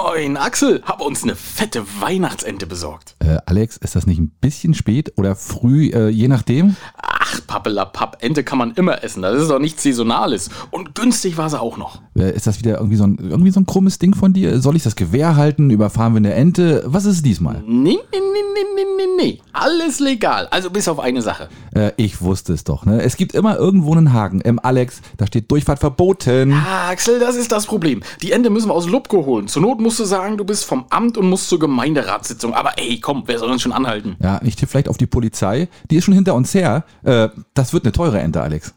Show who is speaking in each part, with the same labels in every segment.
Speaker 1: Moin, Axel, hab uns eine fette Weihnachtsente besorgt.
Speaker 2: Äh, Alex, ist das nicht ein bisschen spät oder früh, äh, je nachdem?
Speaker 1: Ach, Pappelapapp, Ente kann man immer essen. Das ist doch nichts Saisonales. Und günstig war sie auch noch.
Speaker 2: Äh, ist das wieder irgendwie so, ein, irgendwie so ein krummes Ding von dir? Soll ich das Gewehr halten? Überfahren wir eine Ente? Was ist es diesmal?
Speaker 1: Nee, nee, nee, nee, nee, nee, nee. Alles legal. Also bis auf eine Sache.
Speaker 2: Äh, ich wusste es doch, ne? Es gibt immer irgendwo einen Haken. Ähm, Alex, da steht Durchfahrt verboten.
Speaker 1: Ah, Axel, das ist das Problem. Die Ente müssen wir aus Lubko holen. Zur Not musst du sagen, du bist vom Amt und musst zur Gemeinderatssitzung. Aber ey, komm, wer soll uns schon anhalten?
Speaker 2: Ja, ich tippe vielleicht auf die Polizei. Die ist schon hinter uns her. Äh, das wird eine teure Ente, Alex.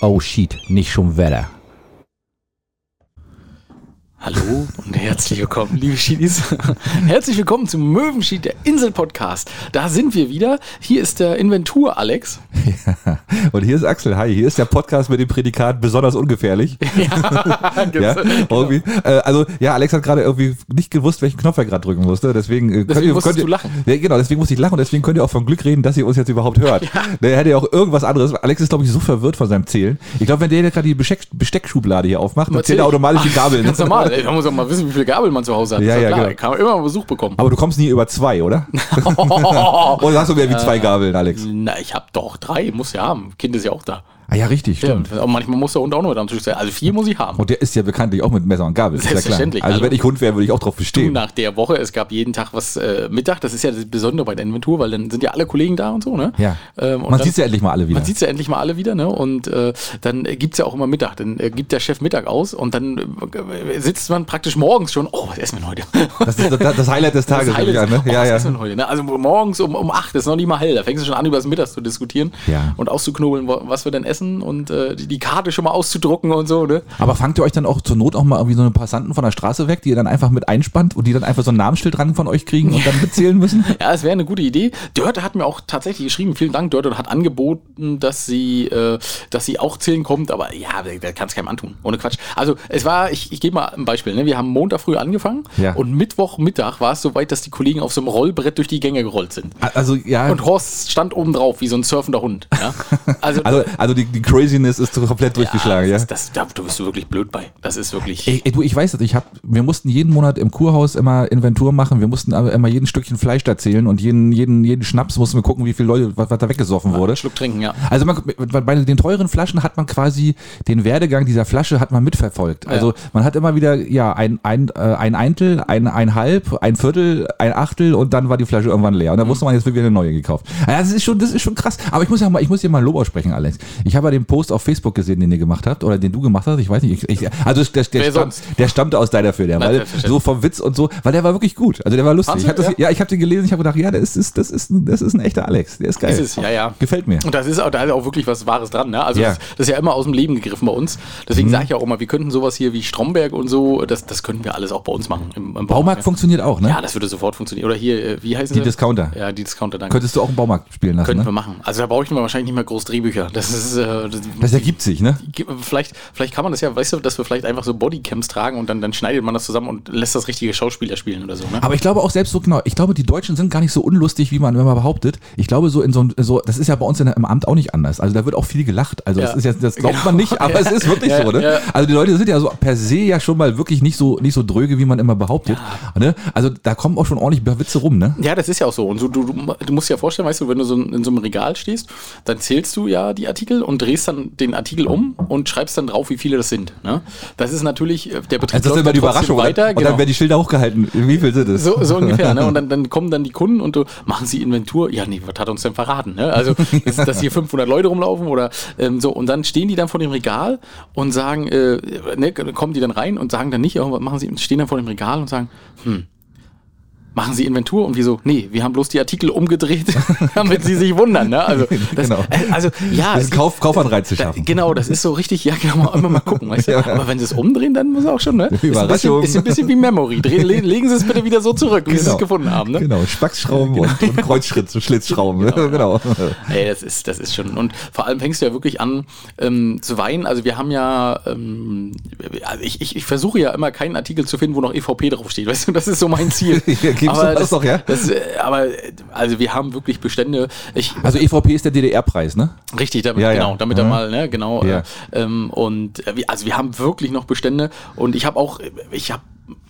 Speaker 2: Oh shit, nicht schon Wetter.
Speaker 1: Hallo und herzlich willkommen, liebe Schiedis. Herzlich willkommen zum Möwenschied, der Insel-Podcast. Da sind wir wieder. Hier ist der Inventur, Alex.
Speaker 2: Und hier ist Axel. Hi, hier ist der Podcast mit dem Prädikat besonders ungefährlich.
Speaker 1: ja,
Speaker 2: Ja,
Speaker 1: genau.
Speaker 2: irgendwie. Äh, also ja, Alex hat gerade irgendwie nicht gewusst, welchen Knopf er gerade drücken musste. Deswegen, äh,
Speaker 1: Deswegen
Speaker 2: ihr,
Speaker 1: musstest
Speaker 2: ihr,
Speaker 1: du lachen.
Speaker 2: Ja, genau, deswegen musste ich lachen und deswegen könnt ihr auch von Glück reden, dass ihr uns jetzt überhaupt hört. Der hätte ja auch irgendwas anderes. Alex ist, glaube ich, so verwirrt von seinem Zählen. Ich glaube, wenn der jetzt gerade die Besteck Besteckschublade hier aufmacht, dann zählt er automatisch die Gabeln. ne?
Speaker 1: Ganz normal. Ey, Man muss auch mal wissen, wie viele Gabeln man zu Hause hat.
Speaker 2: Ja,
Speaker 1: Ist
Speaker 2: ja,
Speaker 1: klar.
Speaker 2: genau.
Speaker 1: Kann man immer mal Besuch bekommen.
Speaker 2: Aber du kommst nie über zwei, oder?
Speaker 1: Genau.
Speaker 2: Oder hast du mehr wie
Speaker 1: Äh,
Speaker 2: zwei Gabeln, Alex?
Speaker 1: Na, ich hab doch drei. Muss ja haben. Kind ist ja auch da.
Speaker 2: Ah ja, richtig,
Speaker 1: Ja,
Speaker 2: stimmt.
Speaker 1: und manchmal muss der Hund auch nur mit am Tisch sein. Also vier muss ich haben.
Speaker 2: Und der ist ja bekanntlich auch mit Messer und Gabel. ist ja klar.
Speaker 1: Selbstverständlich.
Speaker 2: Also,
Speaker 1: Also-
Speaker 2: wenn ich Hund wäre, würde ich auch drauf bestehen.
Speaker 1: Nach der Woche, es gab jeden Tag was äh, Mittag. Das ist ja das Besondere bei der Inventur, weil dann sind ja alle Kollegen da und so, ne?
Speaker 2: Ja.
Speaker 1: Ähm, und
Speaker 2: Man
Speaker 1: dann-
Speaker 2: sieht ja endlich mal alle wieder.
Speaker 1: Man sieht ja endlich mal alle wieder, ne? Und äh, dann äh, gibt's ja auch immer Mittag. Dann äh, gibt der Chef Mittag aus und dann äh, sitzt man praktisch morgens schon. Oh, was essen wir denn heute?
Speaker 2: Das ist das, das Highlight des Tages.
Speaker 1: Highlight
Speaker 2: glaub ich,
Speaker 1: ist,
Speaker 2: ne?
Speaker 1: oh,
Speaker 2: Ja,
Speaker 1: was essen wir
Speaker 2: ja.
Speaker 1: denn heute? Ne? Also morgens um, um 8 ist noch nicht mal hell. Da fängst du schon an, über das Mittags zu diskutieren
Speaker 2: Ja.
Speaker 1: und auszuknobeln, wo- was wir denn essen und äh, die, die Karte schon mal auszudrucken und so. Ne?
Speaker 2: Aber fangt ihr euch dann auch zur Not auch mal irgendwie so eine Passanten von der Straße weg, die ihr dann einfach mit einspannt und die dann einfach so ein Namensschild dran von euch kriegen und dann mitzählen müssen?
Speaker 1: Ja, es wäre eine gute Idee. Dörte hat mir auch tatsächlich geschrieben, vielen Dank, Dörte, und hat angeboten, dass sie, äh, dass sie auch zählen kommt, aber ja, da kann es keinem antun. Ohne Quatsch. Also es war, ich, ich gebe mal ein Beispiel, ne? Wir haben Montag früh angefangen
Speaker 2: Ja.
Speaker 1: und Mittwochmittag war es soweit, dass die Kollegen auf so einem Rollbrett durch die Gänge gerollt sind.
Speaker 2: Also ja.
Speaker 1: Und Horst stand oben drauf, wie so ein surfender Hund. Ja? Also,
Speaker 2: also, also die, die Craziness ist so komplett durchgeschlagen, ja.
Speaker 1: Ah, das, das, da, du bist wirklich blöd bei. Das ist wirklich.
Speaker 2: Ey, ey, du, ich weiß das, ich hab, wir mussten jeden Monat im Kurhaus immer Inventur machen, wir mussten aber immer jeden Stückchen Fleisch da zählen und jeden, jeden, jeden Schnaps mussten wir gucken, wie viele Leute, was, was da weggesoffen wurde.
Speaker 1: Einen Schluck trinken, ja.
Speaker 2: Also man, bei den teuren Flaschen hat man quasi den Werdegang dieser Flasche hat man mitverfolgt. Also man hat immer wieder ja ein ein äh, ein Eintel, ein ein halb, ein Viertel, ein Achtel und dann war die Flasche irgendwann leer und
Speaker 1: Mhm.
Speaker 2: dann wusste man jetzt wird wieder eine neue gekauft. Ja, das ist schon das ist schon krass. Aber ich muss ja mal ich muss dir mal Lob aussprechen, Alex. Ich habe ja den Post auf Facebook gesehen, den ihr gemacht habt oder den du gemacht hast. Ich weiß nicht. Ich, ich, also der, der,
Speaker 1: Wer
Speaker 2: stammt,
Speaker 1: sonst?
Speaker 2: der stammte aus deiner Feder, weil
Speaker 1: selbstverständlich.
Speaker 2: so vom Witz und so, weil der war wirklich gut. Also der war lustig.
Speaker 1: Fandst
Speaker 2: Ich hab
Speaker 1: du?
Speaker 2: das, ja. ich habe den gelesen. Ich habe gedacht, ja, das ist das ist ein, das ist ein echter Alex. Der ist geil.
Speaker 1: Ist es, ja, ja.
Speaker 2: Gefällt mir.
Speaker 1: Und das ist auch, da ist auch wirklich was Wahres dran, ne? Also
Speaker 2: Ja. Mhm.
Speaker 1: das, das ist ja immer aus dem Leben gegriffen bei uns. Deswegen sage ich ja auch immer, wir könnten sowas hier wie Stromberg und so, das, das könnten wir alles auch bei uns machen. Im, im
Speaker 2: Baumarkt
Speaker 1: ja.
Speaker 2: funktioniert auch, ne?
Speaker 1: Ja, das würde sofort funktionieren. Oder hier, äh, wie heißen
Speaker 2: Die
Speaker 1: sie?
Speaker 2: Discounter.
Speaker 1: Ja, die Discounter, danke.
Speaker 2: Könntest du auch einen Baumarkt spielen lassen,
Speaker 1: Könnten wir
Speaker 2: ne?
Speaker 1: machen. Also da brauche ich mir wahrscheinlich nicht mehr groß Drehbücher. Das ist äh, das,
Speaker 2: Das ergibt sich, ne?
Speaker 1: vielleicht, vielleicht kann man das ja, weißt du, dass wir vielleicht einfach so Bodycams tragen und dann, dann schneidet man das zusammen und lässt das richtige Schauspieler spielen oder so, ne?
Speaker 2: Aber ich glaube auch selbst so genau, ich glaube, die Deutschen sind gar nicht so unlustig, wie man immer behauptet. Ich glaube, so in so, ein- so das ist ja bei uns in, im Amt auch nicht anders. Also da wird auch viel gelacht. Also
Speaker 1: Ja.
Speaker 2: das ist jetzt, das glaubt
Speaker 1: Genau.
Speaker 2: man nicht, aber
Speaker 1: Ja.
Speaker 2: es ist wirklich
Speaker 1: Ja,
Speaker 2: so, ne?
Speaker 1: ja.
Speaker 2: Also die Leute sind ja so per se ja schon mal wirklich nicht so, nicht so dröge, wie man immer behauptet. Ne? Also da kommen auch schon ordentlich Witze rum, ne?
Speaker 1: Ja, das ist ja auch so. Und so, du, du, du musst dir ja vorstellen, weißt du, wenn du so in so einem Regal stehst, dann zählst du ja die Artikel und drehst dann den Artikel um und schreibst dann drauf, wie viele das sind. Ne? Das ist natürlich, äh, der Betrieb
Speaker 2: Also das ist
Speaker 1: läuft
Speaker 2: immer die
Speaker 1: ja trotzdem
Speaker 2: Überraschung. oder?
Speaker 1: weiter. genau.
Speaker 2: Und dann werden die Schilder hochgehalten. Wie viel sind es?
Speaker 1: so, so ungefähr, ne? Und dann, dann kommen dann die Kunden und du, machen sie Inventur? Ja, nee, was hat uns denn verraten, ne? Also, dass, dass hier 500 Leute rumlaufen oder ähm, so. Und dann stehen die dann vor dem Regal und sagen, äh, ne, kommen die dann rein und sagen dann nicht, oh, was machen sie, stehen dann vor dem Regal und sagen, hm, machen Sie Inventur und wieso? Nee, wir haben bloß die Artikel umgedreht, damit Sie sich wundern. Ne? Also, das,
Speaker 2: Genau.
Speaker 1: äh, also ja,
Speaker 2: Das ist
Speaker 1: es-
Speaker 2: Kauf, Kaufanreize
Speaker 1: da,
Speaker 2: schaffen.
Speaker 1: genau, das ist so richtig, ja genau, mal, immer mal gucken. Weißt du?
Speaker 2: Ja.
Speaker 1: Aber wenn Sie es umdrehen, dann muss auch schon, ne? Ist ein bisschen,
Speaker 2: Überraschung.
Speaker 1: ist ein bisschen wie Memory. Drehen, le legen Sie es bitte wieder so zurück, wie Sie es
Speaker 2: Genau.
Speaker 1: gefunden haben. Ne?
Speaker 2: Genau, Spacksschrauben und, und Kreuzschlitzschrauben. genau.
Speaker 1: Ey, das ist, das ist schon. Und vor allem fängst du ja wirklich an ähm, zu weinen. Also wir haben ja, ähm, also ich, ich, ich versuche ja immer keinen Artikel zu finden, wo noch EVP draufsteht. Weißt du, das ist so mein Ziel.
Speaker 2: Ja, gibst du
Speaker 1: aber
Speaker 2: das doch, ja?
Speaker 1: Das, äh, aber äh, also wir haben wirklich Bestände. Ich,
Speaker 2: Also EVP ist der DDR-Preis, ne?
Speaker 1: Richtig, damit,
Speaker 2: Ja, ja.
Speaker 1: genau, damit er
Speaker 2: Mhm.
Speaker 1: mal, ne, genau.
Speaker 2: Ja.
Speaker 1: Äh, ähm, und äh, wir- also wir haben wirklich noch Bestände und ich habe auch, äh, ich habe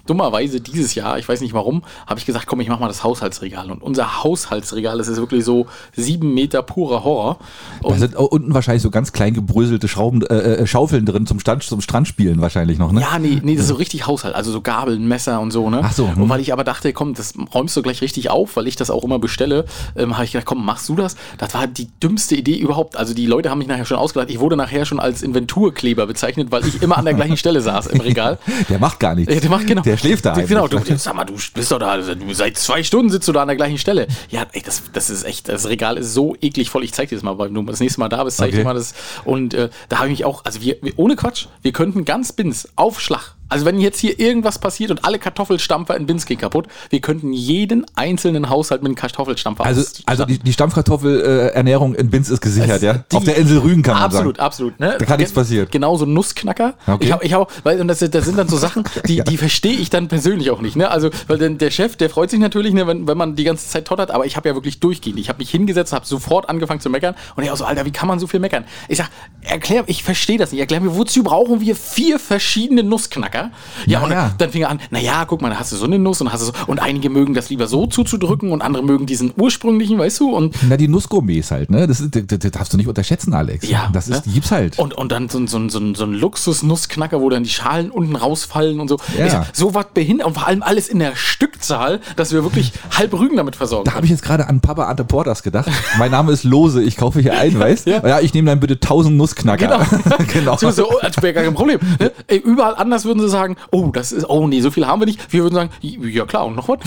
Speaker 1: dummerweise dieses Jahr, ich weiß nicht warum, habe ich gesagt, komm, ich mache mal das Haushaltsregal. Und unser Haushaltsregal, das ist wirklich so sieben Meter purer Horror.
Speaker 2: Da
Speaker 1: Und
Speaker 2: sind au- unten wahrscheinlich so ganz klein gebröselte Schrauben, äh, äh, Schaufeln drin zum, Stand, zum Strandspielen wahrscheinlich noch, ne?
Speaker 1: ja, nee, nee, das ist so richtig Haushalt, also so Gabeln, Messer und so, ne?
Speaker 2: Ach so, hm.
Speaker 1: Und weil ich aber dachte, komm, das räumst du gleich richtig auf, weil ich das auch immer bestelle, ähm, habe ich gedacht, komm, machst du das? Das war die dümmste Idee überhaupt. Also die Leute haben mich nachher schon ausgelacht. Ich wurde nachher schon als Inventurkleber bezeichnet, weil ich immer an der gleichen Stelle saß im Regal.
Speaker 2: Der macht gar nichts.
Speaker 1: Ja, der macht genau.
Speaker 2: Der schläft da.
Speaker 1: Genau, du,
Speaker 2: heimlich.
Speaker 1: sag mal, du bist doch da, also, du, seit zwei Stunden sitzt du da an der gleichen Stelle. Ja, ey, das, das ist echt, das Regal ist so eklig voll. Ich zeig dir das mal, weil du das nächste Mal da bist, zeig
Speaker 2: Okay.
Speaker 1: dir mal das. Und äh, da habe ich mich auch, also wir, wir, ohne Quatsch, wir könnten ganz Bins auf Schlag. Also wenn jetzt hier irgendwas passiert und alle Kartoffelstampfer in Bins gehen kaputt, wir könnten jeden einzelnen Haushalt mit einem Kartoffelstampfer
Speaker 2: Also,
Speaker 1: ausstatten.
Speaker 2: also die, die Stammkartoffelernährung in Binz ist gesichert,
Speaker 1: Also
Speaker 2: ja?
Speaker 1: die-
Speaker 2: Auf der Insel Rügen kann man
Speaker 1: absolut,
Speaker 2: sagen.
Speaker 1: absolut. Ne?
Speaker 2: Da kann nichts passieren.
Speaker 1: Genau so Nussknacker.
Speaker 2: Okay.
Speaker 1: Ich habe, ich hab, weil und das, sind- das sind dann so Sachen, die, die verstehe ich dann persönlich auch nicht. Ne? Also weil denn der Chef, der freut sich natürlich, ne, wenn, wenn man die ganze Zeit tottert, aber ich habe ja wirklich durchgehend. Ich habe mich hingesetzt, habe sofort angefangen zu meckern und er auch so, Alter, wie kann man so viel meckern? Ich sag, erklär, ich verstehe das nicht. Erklär mir, wozu brauchen wir vier verschiedene Nussknacker? Ja,
Speaker 2: Na
Speaker 1: und
Speaker 2: ja.
Speaker 1: dann fing er an, naja, guck mal, da hast du so eine Nuss und hast du so, und einige mögen das lieber so zuzudrücken und andere mögen diesen ursprünglichen, weißt du? Und
Speaker 2: Na, die Nussgourmets halt, ne? Das, ist, das, das darfst du nicht unterschätzen, Alex.
Speaker 1: Ja,
Speaker 2: Das ist,
Speaker 1: ne?
Speaker 2: die gibt's halt.
Speaker 1: Und, und dann so, ein- so, ein- so, ein- so ein Luxus-Nussknacker, wo dann die Schalen unten rausfallen und so.
Speaker 2: Ja.
Speaker 1: Ich sag, so was behindert und vor allem alles in der Stückzahl, dass wir wirklich halb Rügen damit versorgen.
Speaker 2: Da habe ich jetzt gerade an Papa Ante Portas gedacht. Mein Name ist Lose, ich kaufe hier ein, weißt
Speaker 1: Ja.
Speaker 2: ja. ja, ich nehme dann bitte 1000 Nussknacker.
Speaker 1: genau.
Speaker 2: genau.
Speaker 1: So, so, das wäre gar kein Problem. Ne? Ey, überall anders würden sie sagen, oh, das ist, oh nee, so viel haben wir nicht. Wir würden sagen, ja klar, und noch was?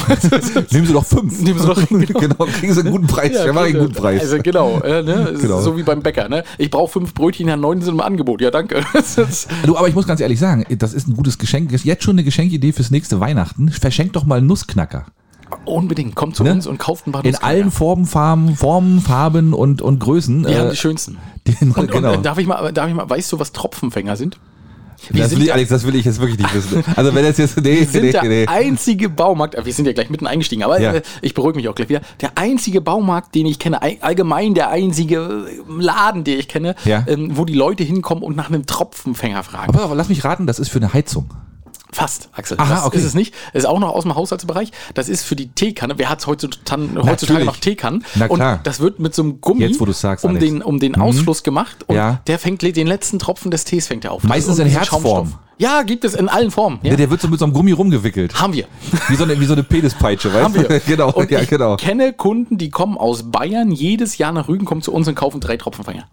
Speaker 2: Nehmen Sie doch fünf.
Speaker 1: Nehmen Sie doch- genau.
Speaker 2: genau. kriegen Sie einen guten Preis. Ja, mal einen guten Preis.
Speaker 1: Also genau, äh, ne?
Speaker 2: Genau.
Speaker 1: so wie beim Bäcker. Ne? Ich brauche fünf Brötchen, ja, neun sind im Angebot. Ja, danke. Das ist-
Speaker 2: Du, aber ich muss ganz ehrlich sagen, das ist ein gutes Geschenk. Ist jetzt schon eine Geschenkidee fürs nächste Weihnachten. Verschenk doch mal einen Nussknacker.
Speaker 1: Unbedingt, kommt zu
Speaker 2: Ne?
Speaker 1: uns und kauft ein paar
Speaker 2: In allen Formen, Farben, Formen, Farben und, und Größen.
Speaker 1: Wir
Speaker 2: Äh,
Speaker 1: haben die schönsten.
Speaker 2: den-
Speaker 1: Und,
Speaker 2: genau.
Speaker 1: und äh, darf ich mal, darf ich mal, weißt du, was Tropfenfänger sind? Wir
Speaker 2: das
Speaker 1: sind
Speaker 2: will ich,
Speaker 1: ja-
Speaker 2: Alex, das will ich jetzt wirklich nicht wissen. Also wenn das jetzt... Nee,
Speaker 1: Wir sind der
Speaker 2: nee, nee.
Speaker 1: einzige Baumarkt, äh, wir sind ja gleich mitten eingestiegen, aber
Speaker 2: Ja.
Speaker 1: äh, ich beruhige mich auch gleich wieder. Der einzige Baumarkt, den ich kenne, all- allgemein der einzige äh, Laden, den ich kenne,
Speaker 2: Ja.
Speaker 1: ähm, wo die Leute hinkommen und nach einem Tropfenfänger fragen.
Speaker 2: Aber pass auf, lass mich raten, das ist für eine Heizung.
Speaker 1: Fast, Axel.
Speaker 2: Aha,
Speaker 1: das
Speaker 2: okay.
Speaker 1: ist es nicht. Das ist auch noch aus dem Haushaltsbereich. Das ist für die Teekanne. Wer hat heutzutage, heutzutage
Speaker 2: Natürlich.
Speaker 1: noch Teekannen?
Speaker 2: Na klar.
Speaker 1: Und das wird mit so einem Gummi
Speaker 2: Jetzt, wo du's sagst,
Speaker 1: um,
Speaker 2: Alex. Mhm.
Speaker 1: den, um den Ausfluss gemacht. Und
Speaker 2: Ja.
Speaker 1: der fängt le- den letzten Tropfen des Tees fängt er auf. Das
Speaker 2: Meistens
Speaker 1: ist
Speaker 2: in
Speaker 1: irgendwie
Speaker 2: Herzform.
Speaker 1: Schaumstoff. Ja, gibt es in allen Formen. Ja.
Speaker 2: Der- Der wird so mit so einem Gummi rumgewickelt.
Speaker 1: Haben wir.
Speaker 2: Wie so eine, wie so eine Penispeitsche, weißt
Speaker 1: Haben wir.
Speaker 2: du? genau,
Speaker 1: Und
Speaker 2: ja,
Speaker 1: ich
Speaker 2: genau.
Speaker 1: kenne Kunden, die kommen aus Bayern jedes Jahr nach Rügen, kommen zu uns und kaufen drei Tropfenfänger.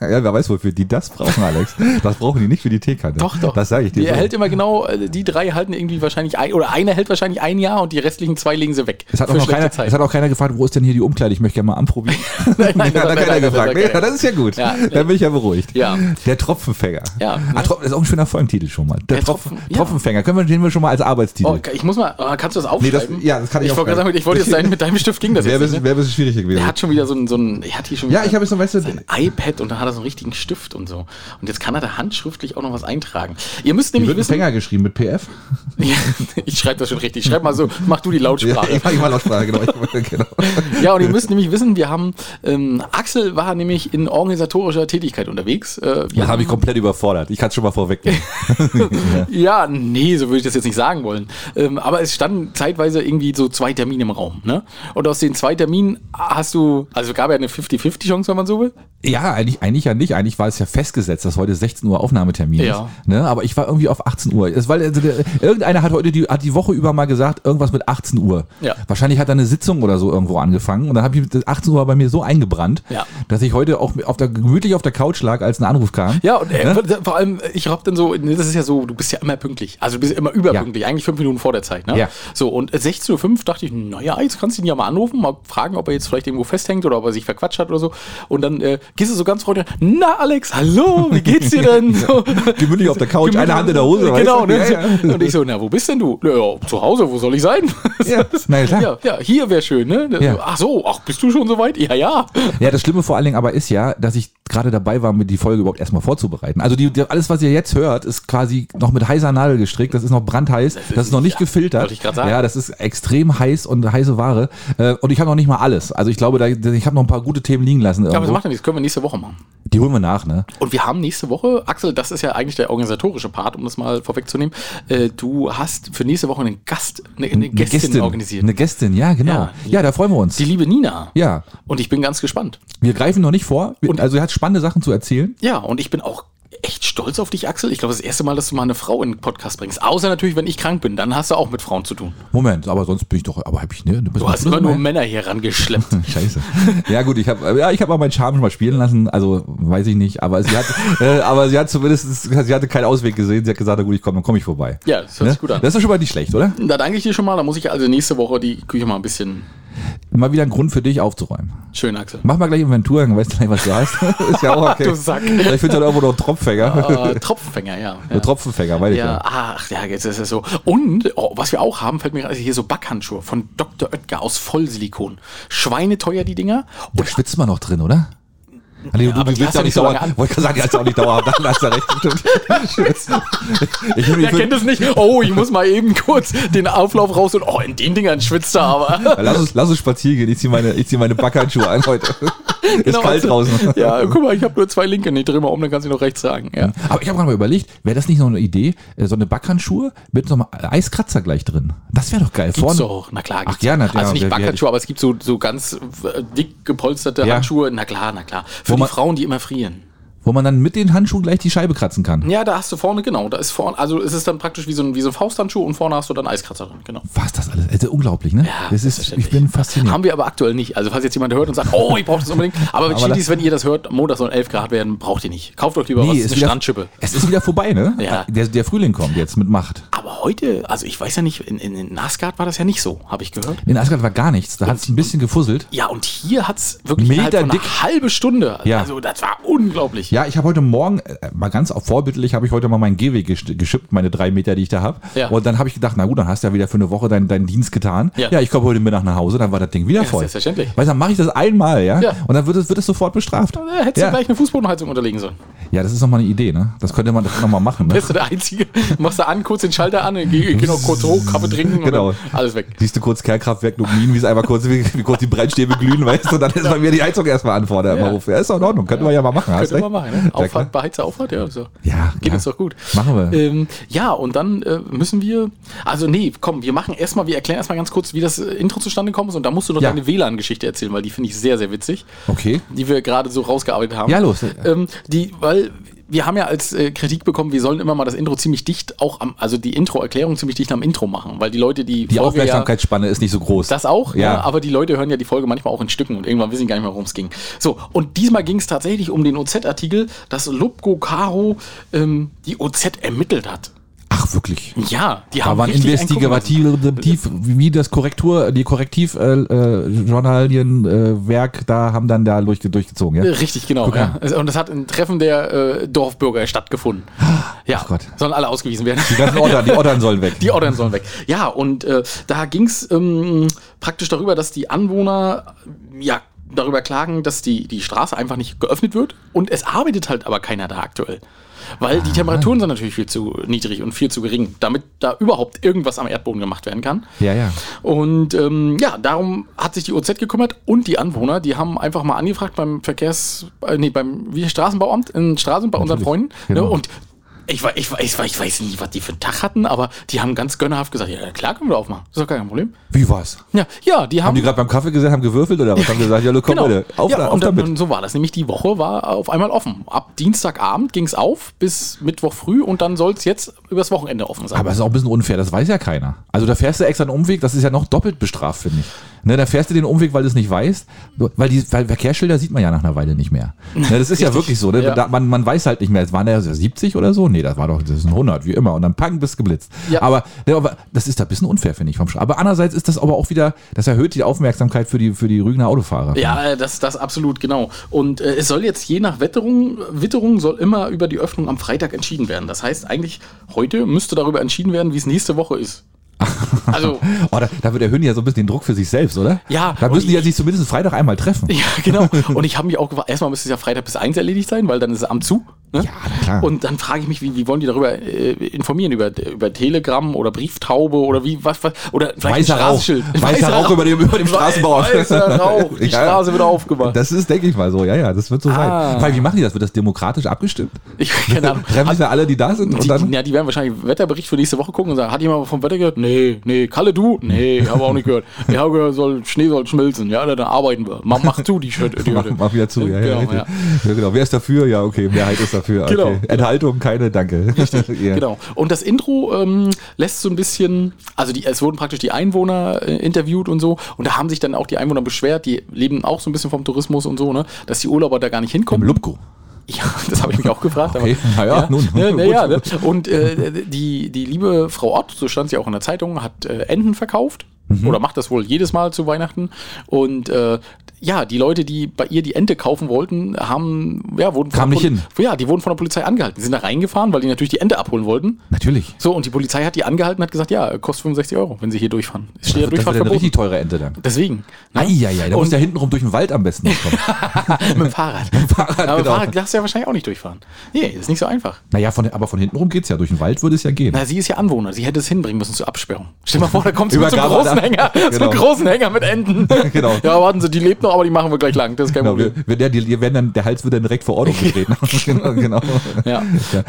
Speaker 2: Ja, wer weiß, wofür die das brauchen, Alex. Das brauchen die nicht für die Teekanne.
Speaker 1: Doch, doch.
Speaker 2: Das sage ich dir.
Speaker 1: Die
Speaker 2: so.
Speaker 1: hält immer genau, äh, die drei halten irgendwie wahrscheinlich ein, oder eine hält wahrscheinlich ein Jahr und die restlichen zwei legen sie weg.
Speaker 2: Es hat, auch
Speaker 1: Für
Speaker 2: noch
Speaker 1: schlechte
Speaker 2: keiner,
Speaker 1: Zeit.
Speaker 2: es hat auch keiner gefragt, wo ist denn hier die Umkleide? Ich möchte gerne mal anprobieren.
Speaker 1: Nein, nein, das
Speaker 2: ja, hat
Speaker 1: hat
Speaker 2: keiner
Speaker 1: keiner, das hat
Speaker 2: gefragt.
Speaker 1: keiner.
Speaker 2: Ja, das ist ja gut.
Speaker 1: Ja.
Speaker 2: Dann bin ich ja beruhigt.
Speaker 1: Ja.
Speaker 2: Der Tropfenfänger.
Speaker 1: Ja.
Speaker 2: Ah, Tropfen ist auch ein schöner Folgentitel schon mal. Der,
Speaker 1: Der
Speaker 2: Tropfen,
Speaker 1: Tropfen- ja.
Speaker 2: Tropfenfänger. Können wir den wir schon mal als Arbeitstitel.
Speaker 1: Oh, ich muss mal, ah, kannst du das aufschreiben?
Speaker 2: Nee, das- ja, das kann ich
Speaker 1: ich wollte
Speaker 2: aufschreiben.
Speaker 1: gerade sagen, ich wollte jetzt dein, mit deinem Stift ging das
Speaker 2: Wäre
Speaker 1: jetzt. nicht,
Speaker 2: ein bisschen,
Speaker 1: ne?
Speaker 2: wär ein bisschen schwierig gewesen.
Speaker 1: Der hat schon wieder so einen, so einen, er hat hier schon wieder
Speaker 2: ja, ich habe jetzt noch, weißt du,
Speaker 1: ein iPad und dann hat er so einen richtigen Stift und so. Und jetzt kann er da handschriftlich auch noch was eintragen. Ihr müsst nämlich
Speaker 2: wird ein
Speaker 1: wissen,
Speaker 2: Fänger geschrieben mit PF.
Speaker 1: ich schreibe das schon richtig, schreib mal so, mach du die Lautsprache.
Speaker 2: ich mache mal Aussprache, genau. Ich, genau.
Speaker 1: Ja, und ihr müsst nämlich wissen, wir haben, ähm, Axel war nämlich in organisatorischer Tätigkeit unterwegs. Äh, wir
Speaker 2: Das habe ich komplett überfordert. Ich kann es schon mal vorwegnehmen.
Speaker 1: Ja, nee, so würde ich das jetzt nicht sagen wollen. Ähm, aber es standen zeitweise irgendwie so zwei Termine im Raum. Ne? Und aus den zwei Terminen hast du, also gab ja eine 50-50-Chance, wenn man so will.
Speaker 2: Ja, eigentlich, eigentlich, eigentlich ja nicht. Eigentlich war es ja festgesetzt, dass heute 16 Uhr Aufnahmetermin
Speaker 1: Ja.
Speaker 2: ist. Ne? Aber ich war irgendwie auf 18 Uhr. Es, weil, also, der, irgendeiner hat heute die, hat die Woche über mal gesagt, irgendwas mit 18 Uhr.
Speaker 1: Ja.
Speaker 2: Wahrscheinlich hat er eine Sitzung oder so irgendwo angefangen. Und dann habe ich mit 18 Uhr bei mir so eingebrannt,
Speaker 1: Ja.
Speaker 2: dass ich heute auch auf der, gemütlich auf der Couch lag, als ein Anruf kam. ne?
Speaker 1: Ja, und äh, vor allem, äh, ich hab dann so, nee, das ist ja so, du bist ja immer pünktlich. Also du bist immer überpünktlich, eigentlich fünf Minuten vor der Zeit. Ne?
Speaker 2: Ja.
Speaker 1: So, und 16.05 Uhr dachte ich, naja, jetzt kannst du ihn ja mal anrufen, mal fragen, ob er jetzt vielleicht irgendwo festhängt oder ob er sich verquatscht hat oder so. Und dann äh, gehst du so ganz freundlich, na Alex, hallo, wie geht's dir denn? So,
Speaker 2: Gemütlich auf der Couch, eine Hand in der Hose. weißt
Speaker 1: Genau,
Speaker 2: du?
Speaker 1: ne?
Speaker 2: Ja, ja.
Speaker 1: Und ich so, na, wo bist denn du? Ja, zu Hause, wo soll ich sein?
Speaker 2: Ja, na klar.
Speaker 1: ja, ja hier wäre schön, ne?
Speaker 2: Ja.
Speaker 1: Ach so, ach, bist du schon soweit? Ja, ja.
Speaker 2: Ja, das Schlimme vor allen Dingen aber ist ja, dass ich gerade dabei war, mir die Folge überhaupt erstmal vorzubereiten. Also die, die, alles, was ihr jetzt hört, ist quasi noch mit heißer Nadel gestrickt. Das ist noch brandheiß. Das ist, noch nicht
Speaker 1: ja,
Speaker 2: gefiltert.
Speaker 1: wollte ich gerade sagen.
Speaker 2: Ja, das ist extrem heiß und heiße Ware. Äh, Und ich habe noch nicht mal alles. Also ich glaube, da, ich habe noch ein paar gute Themen liegen lassen.
Speaker 1: Aber das
Speaker 2: Irgendwo.
Speaker 1: macht ja nichts, können wir nächste Woche machen.
Speaker 2: Die holen wir nach, ne?
Speaker 1: Und wir haben nächste Woche, Axel, das ist ja eigentlich der organisatorische Part, um das mal vorwegzunehmen. Äh, du hast für nächste Woche einen Gast, eine, eine, Gästin, organisiert.
Speaker 2: Eine Gästin, ja, genau. Ja,
Speaker 1: Ja.
Speaker 2: da freuen wir uns.
Speaker 1: die liebe Nina.
Speaker 2: ja,
Speaker 1: Und ich bin ganz gespannt.
Speaker 2: wir greifen noch nicht vor. Wir,
Speaker 1: Und-
Speaker 2: also er hat spannende Sachen zu erzählen.
Speaker 1: Ja, und ich bin auch echt stolz auf dich, Axel. Ich glaube, das ist das erste Mal, dass du mal eine Frau in den Podcast bringst. Außer natürlich, wenn ich krank bin, dann hast du auch mit Frauen zu tun.
Speaker 2: Moment, aber sonst bin ich doch, aber hab ich, ne?
Speaker 1: Du hast immer nur Männer hier rangeschleppt.
Speaker 2: Scheiße. Ja gut, ich habe ja, ich habe auch meinen Charme schon mal spielen lassen, also weiß ich nicht, aber sie hat äh, aber sie hat zumindest sie hatte keinen Ausweg gesehen, sie hat gesagt, na gut, ich komme, dann komme ich vorbei. Ne?
Speaker 1: Ja, das hört sich gut an.
Speaker 2: Das ist doch schon mal nicht schlecht, oder?
Speaker 1: Da danke ich dir schon mal. Da muss ich also nächste Woche die Küche mal ein bisschen
Speaker 2: Mal wieder ein Grund für dich aufzuräumen.
Speaker 1: schön, Axel.
Speaker 2: Mach mal gleich Inventur, dann weißt du gleich, was du hast. ist ja auch okay.
Speaker 1: Du Sack.
Speaker 2: Vielleicht findest du halt irgendwo noch einen Tropfenfänger.
Speaker 1: Äh, Tropfenfänger, ja. ja.
Speaker 2: Einen Tropfenfänger, weiß ich
Speaker 1: Ja,
Speaker 2: ja.
Speaker 1: ach ja, jetzt ist es so. Und oh, was wir auch haben, fällt mir gerade hier so Backhandschuhe von Dr. Oetker aus Vollsilikon. Schweineteuer die Dinger.
Speaker 2: Da schwitzt man noch drin, oder? Nee, du,
Speaker 1: aber die hast du nicht so lange an.
Speaker 2: dauerhaft. Wollte gerade sagen, die hast du auch nicht dauerhaft. Dann hast du recht. Stimmt. Ich, ich,
Speaker 1: Wer kennt es nicht? Oh, ich muss mal eben kurz den Auflauf raus und oh, in den Dingern schwitzt er aber.
Speaker 2: Ja, Lass uns, lass uns spazieren gehen. Ich zieh meine, ich zieh meine Backhandschuhe an heute. Ist
Speaker 1: Genau,
Speaker 2: kalt
Speaker 1: also-
Speaker 2: draußen.
Speaker 1: Ja, guck mal, ich habe nur zwei linke. Nee, dreh mal um, dann kannst du noch rechts sagen. Ja.
Speaker 2: Aber ich habe gerade mal überlegt, wäre das nicht noch eine Idee, äh, so eine Backhandschuhe mit so einem Eiskratzer gleich drin? Das wäre doch geil.
Speaker 1: Gibt's
Speaker 2: Vorne-
Speaker 1: doch, na klar.
Speaker 2: Ach, ja, na klar.
Speaker 1: Also
Speaker 2: Wer-
Speaker 1: nicht
Speaker 2: wer-
Speaker 1: Backhandschuhe, aber es gibt so, so ganz äh, dick gepolsterte
Speaker 2: Ja.
Speaker 1: Handschuhe. Na klar, na klar.
Speaker 2: Wo
Speaker 1: Für die
Speaker 2: man-
Speaker 1: Frauen, die immer frieren.
Speaker 2: Wo man dann mit den Handschuhen gleich die Scheibe kratzen kann.
Speaker 1: Ja, da hast du vorne, genau, da ist vorne, also es ist dann praktisch wie so ein, wie so ein Fausthandschuh und vorne hast du dann Eiskratzer drin, genau.
Speaker 2: Was das alles? Also unglaublich, ne?
Speaker 1: Ja,
Speaker 2: das ist, ich bin fasziniert.
Speaker 1: Ah, Haben wir aber aktuell nicht. Also falls jetzt jemand hört und sagt, oh, ich brauche das unbedingt. Aber, mit
Speaker 2: Aber
Speaker 1: Chilis, wenn ihr das hört, Montag soll 11 Grad werden, braucht ihr nicht. Kauft euch lieber was, eine Strandschippe.
Speaker 2: es ist wieder vorbei, ne?
Speaker 1: Ja.
Speaker 2: Der, der Frühling kommt jetzt mit Macht.
Speaker 1: Aber heute, also ich weiß ja nicht, in, in, in Nasgard war das ja nicht so, habe ich gehört.
Speaker 2: In Asgard war gar nichts. Da hat es ein bisschen gefusselt.
Speaker 1: Ja, und hier hat's wirklich
Speaker 2: Meter
Speaker 1: innerhalb von einer
Speaker 2: dick.
Speaker 1: halbe Stunde.
Speaker 2: Ja.
Speaker 1: Also das war unglaublich.
Speaker 2: Ja, ich habe heute Morgen, äh, mal ganz auch vorbildlich, habe ich heute mal meinen Gehweg gesch- geschippt, meine drei Meter, die ich da habe.
Speaker 1: Ja.
Speaker 2: Und dann habe ich gedacht, na gut, dann hast du ja wieder für eine Woche deinen, deinen Dienst getan.
Speaker 1: Ja.
Speaker 2: ich komme heute Mittag nach Hause, dann war das Ding wieder voll.
Speaker 1: selbstverständlich.
Speaker 2: Weißt du, dann mache ich das einmal, ja?
Speaker 1: Ja.
Speaker 2: Und dann wird es, wird es sofort bestraft.
Speaker 1: Da hättest
Speaker 2: ja.
Speaker 1: du gleich eine Fußbodenheizung unterlegen sollen.
Speaker 2: ja, das ist nochmal eine Idee, ne? Das könnte man das nochmal machen, ne?
Speaker 1: Bist du der Einzige? Machst du an, kurz den Schalter an, geh, geh noch kurz hoch, Kaffee trinken
Speaker 2: Genau.
Speaker 1: und dann alles weg.
Speaker 2: Siehst du kurz Kernkraftwerk Lubmin, wie es einmal kurz, wie, wie kurz die Brennstäbe glühen, weißt du, dann ist bei mir die Heizung erstmal anfordern.
Speaker 1: Ja.
Speaker 2: Ja. Ruf. ja, ist doch in Ordnung, könnten wir ja mal machen. hast
Speaker 1: Könnte man
Speaker 2: recht.
Speaker 1: machen, ne?
Speaker 2: Ja, klar.
Speaker 1: Auffahrt, Beheizer, Auffahrt, ja. So.
Speaker 2: Ja,
Speaker 1: Geht
Speaker 2: ja.
Speaker 1: uns doch gut.
Speaker 2: Machen wir.
Speaker 1: Ähm, ja, und dann äh, müssen wir, also nee, komm, wir machen erstmal, wir erklären erstmal ganz kurz, wie das äh, Intro zustande gekommen ist und da musst du doch
Speaker 2: Ja.
Speaker 1: deine WLAN-Geschichte erzählen, weil die finde ich sehr, sehr witzig,
Speaker 2: Okay.
Speaker 1: die wir gerade so rausgearbeitet haben.
Speaker 2: Ja, los.
Speaker 1: Ähm, die, weil wir haben ja als äh, Kritik bekommen, wir sollen immer mal das Intro ziemlich dicht auch am, also die Intro-Erklärung ziemlich dicht am Intro machen, weil die Leute, die, Folge
Speaker 2: Die
Speaker 1: ja-
Speaker 2: Aufmerksamkeitsspanne ist nicht so groß.
Speaker 1: das auch, ja.
Speaker 2: Ja.
Speaker 1: aber die Leute hören ja die Folge manchmal auch in Stücken und irgendwann wissen die gar nicht mehr, worum es ging. So, und diesmal ging es tatsächlich um den OZ-Artikel, dass Lubko Caro ähm, die OZ ermittelt hat.
Speaker 2: Ach, wirklich.
Speaker 1: Ja, die
Speaker 2: Da
Speaker 1: haben
Speaker 2: waren
Speaker 1: richtig einen gucken lassen.
Speaker 2: investigativ, wie das Korrektur, die Korrektivjournalienwerk, äh, Werk, da haben dann da durchge durchgezogen, ja?
Speaker 1: Äh, Richtig, genau. Ja. Und das hat ein Treffen der äh, Dorfbürger stattgefunden. Ja,
Speaker 2: Ah, Gott.
Speaker 1: sollen alle ausgewiesen werden.
Speaker 2: Die ganzen Ordern, die Ordern sollen weg.
Speaker 1: Die Ordnern sollen weg. Ja, und äh, da ging es ähm, praktisch darüber, dass die Anwohner ähm, ja darüber klagen, dass die, die Straße einfach nicht geöffnet wird und es arbeitet halt aber keiner da aktuell. Weil die Temperaturen sind natürlich viel zu niedrig und viel zu gering, damit da überhaupt irgendwas am Erdboden gemacht werden kann.
Speaker 2: ja, ja.
Speaker 1: Und ähm, ja, darum hat sich die OZ gekümmert und die Anwohner, die haben einfach mal angefragt beim Verkehrs, äh, nee, beim wie Straßenbauamt in Straßenbau unseren
Speaker 2: Natürlich,
Speaker 1: Freunden.
Speaker 2: genau.
Speaker 1: Ne, und Ich, wei- ich, weiß- ich, weiß- ich weiß nicht, was die für einen Tag hatten, aber die haben ganz gönnerhaft gesagt, ja klar können wir aufmachen. Das ist doch gar kein Problem.
Speaker 2: Wie war's?
Speaker 1: Ja, ja, die haben.
Speaker 2: Haben die gerade beim Kaffee gesehen, haben gewürfelt oder was? Haben gesagt, ja, komm,
Speaker 1: genau.
Speaker 2: Leute, auf,
Speaker 1: ja,
Speaker 2: da, auf
Speaker 1: und, dann-
Speaker 2: damit.
Speaker 1: und so war das. Nämlich die Woche war auf einmal offen. Ab Dienstagabend ging es auf bis Mittwoch früh und dann soll es jetzt übers Wochenende offen sein.
Speaker 2: Aber es ist auch ein bisschen unfair, das weiß ja keiner. Also da fährst du extra einen Umweg, das ist ja noch doppelt bestraft, finde ich. Ne, da fährst du den Umweg, weil du es nicht weißt, weil die weil Verkehrsschilder sieht man ja nach einer Weile nicht mehr. Ne, das ist ja wirklich so, ne?
Speaker 1: Ja.
Speaker 2: Da, man, man weiß halt nicht mehr, es waren ja 70 oder so? Nee, das war doch das ist ein 100, wie immer. Und dann pang, bist geblitzt.
Speaker 1: Ja.
Speaker 2: Aber, ne, aber das ist da ein bisschen unfair, finde ich. Vom Sch- aber andererseits ist das aber auch wieder, das erhöht die Aufmerksamkeit für die, für die Rügener Autofahrer.
Speaker 1: Ja, äh, das, das absolut, genau. Und äh, es soll jetzt je nach Wetterung, Witterung soll immer über die Öffnung am Freitag entschieden werden. Das heißt, eigentlich heute müsste darüber entschieden werden, wie es nächste Woche ist. Also,
Speaker 2: Oh, da, da wird der Höhne ja so ein bisschen den Druck für sich selbst, oder?
Speaker 1: Ja,
Speaker 2: Da
Speaker 1: und
Speaker 2: müssen die
Speaker 1: ich-
Speaker 2: ja sich zumindest Freitag einmal treffen.
Speaker 1: ja, genau. Und ich habe mich auch gefragt, erstmal müsste es ja Freitag bis eins erledigt sein, weil dann ist es am zu. Ne?
Speaker 2: Ja, na klar.
Speaker 1: Und dann frage ich mich, wie, wie wollen die darüber äh, informieren? Über, über Telegram oder Brieftaube oder wie, was, was oder vielleicht
Speaker 2: Weißer
Speaker 1: ein
Speaker 2: Rauch.
Speaker 1: Straßenschild.
Speaker 2: Weißer Rauch über dem- über dem
Speaker 1: Wei-
Speaker 2: Straßenbauer.
Speaker 1: Weißer Rauch, die
Speaker 2: Ja.
Speaker 1: Straße wird Ah. aufgemacht.
Speaker 2: Das ist, denke ich mal, so. Ja, ja, das wird so sein. Weil, wie machen die das? Wird das demokratisch abgestimmt?
Speaker 1: ich, genau. keine Ahnung.
Speaker 2: Treffen sich da alle, die da sind? Und
Speaker 1: Die,
Speaker 2: dann,
Speaker 1: ja, die werden wahrscheinlich Wetterbericht für nächste Woche gucken und sagen, hat jemand vom Wetter gehört? Nee, nee, Kalle du? Nee, habe auch nicht gehört. Ich habe gehört, soll, Schnee soll schmelzen. Ja, dann arbeiten wir. Mach, mach zu, die Schöte. Die
Speaker 2: mach,
Speaker 1: Hütte.
Speaker 2: mach wieder zu. Ja, ja,
Speaker 1: Genau,
Speaker 2: richtig.
Speaker 1: ja.
Speaker 2: Ja, genau. Wer ist dafür? Ja, okay. Mehrheit ist dafür. Okay.
Speaker 1: Genau.
Speaker 2: Enthaltung? Keine, danke. ja.
Speaker 1: Genau. Und das Intro ähm, lässt so ein bisschen, also die, es wurden praktisch die Einwohner äh, interviewt und so. Und da haben sich dann auch die Einwohner beschwert, die leben auch so ein bisschen vom Tourismus und so, ne, dass die Urlauber da gar nicht hinkommen.
Speaker 2: Lubko.
Speaker 1: Ja, das habe ich mich auch gefragt.
Speaker 2: Okay,
Speaker 1: aber,
Speaker 2: naja, nun.
Speaker 1: Ne, ne,
Speaker 2: Gut.
Speaker 1: ja, ne? Und äh, die, die liebe Frau Ott, so stand sie auch in der Zeitung, hat äh, Enten verkauft
Speaker 2: Mhm.
Speaker 1: oder macht das wohl jedes Mal zu Weihnachten. Und äh, ja, die Leute, die bei ihr die Ente kaufen wollten, haben, ja, wurden von
Speaker 2: Kamen
Speaker 1: der
Speaker 2: nicht
Speaker 1: Poli- Ja, die wurden von der Polizei angehalten. Die sind da reingefahren, weil die natürlich die Ente abholen wollten.
Speaker 2: Natürlich.
Speaker 1: So, und die Polizei hat die angehalten, hat gesagt, ja, kostet 65 Euro, wenn sie hier durchfahren. Es steht ja
Speaker 2: also Das wird
Speaker 1: Durchfahrt
Speaker 2: eine
Speaker 1: verboten.
Speaker 2: richtig teure Ente dann.
Speaker 1: Deswegen. ne?
Speaker 2: Eieiei, da muss
Speaker 1: Und-
Speaker 2: der hintenrum durch den Wald am besten noch kommen.
Speaker 1: mit dem Fahrrad.
Speaker 2: Fahrrad,
Speaker 1: Aber
Speaker 2: genau.
Speaker 1: Fahrrad darfst du ja wahrscheinlich auch nicht durchfahren. Nee, ist nicht so einfach.
Speaker 2: naja, von, aber von hintenrum geht's ja. Durch den Wald würde es ja gehen.
Speaker 1: Na, sie ist ja Anwohner. Sie hätte es hinbringen müssen zur Absperrung. Stell dir mal vor, da kommt sie mit so einem
Speaker 2: Übergabe
Speaker 1: großen
Speaker 2: da.
Speaker 1: Hänger, so
Speaker 2: Genau.
Speaker 1: einem großen Hänger mit Enden.
Speaker 2: Genau.
Speaker 1: Ja, warten Sie, die lebt noch, aber die machen wir gleich lang. Das ist kein
Speaker 2: Genau,
Speaker 1: Problem.
Speaker 2: wir, wir, der, die, die werden dann, der Hals wird dann direkt vor Ort umgedreht. genau, genau.
Speaker 1: Ja.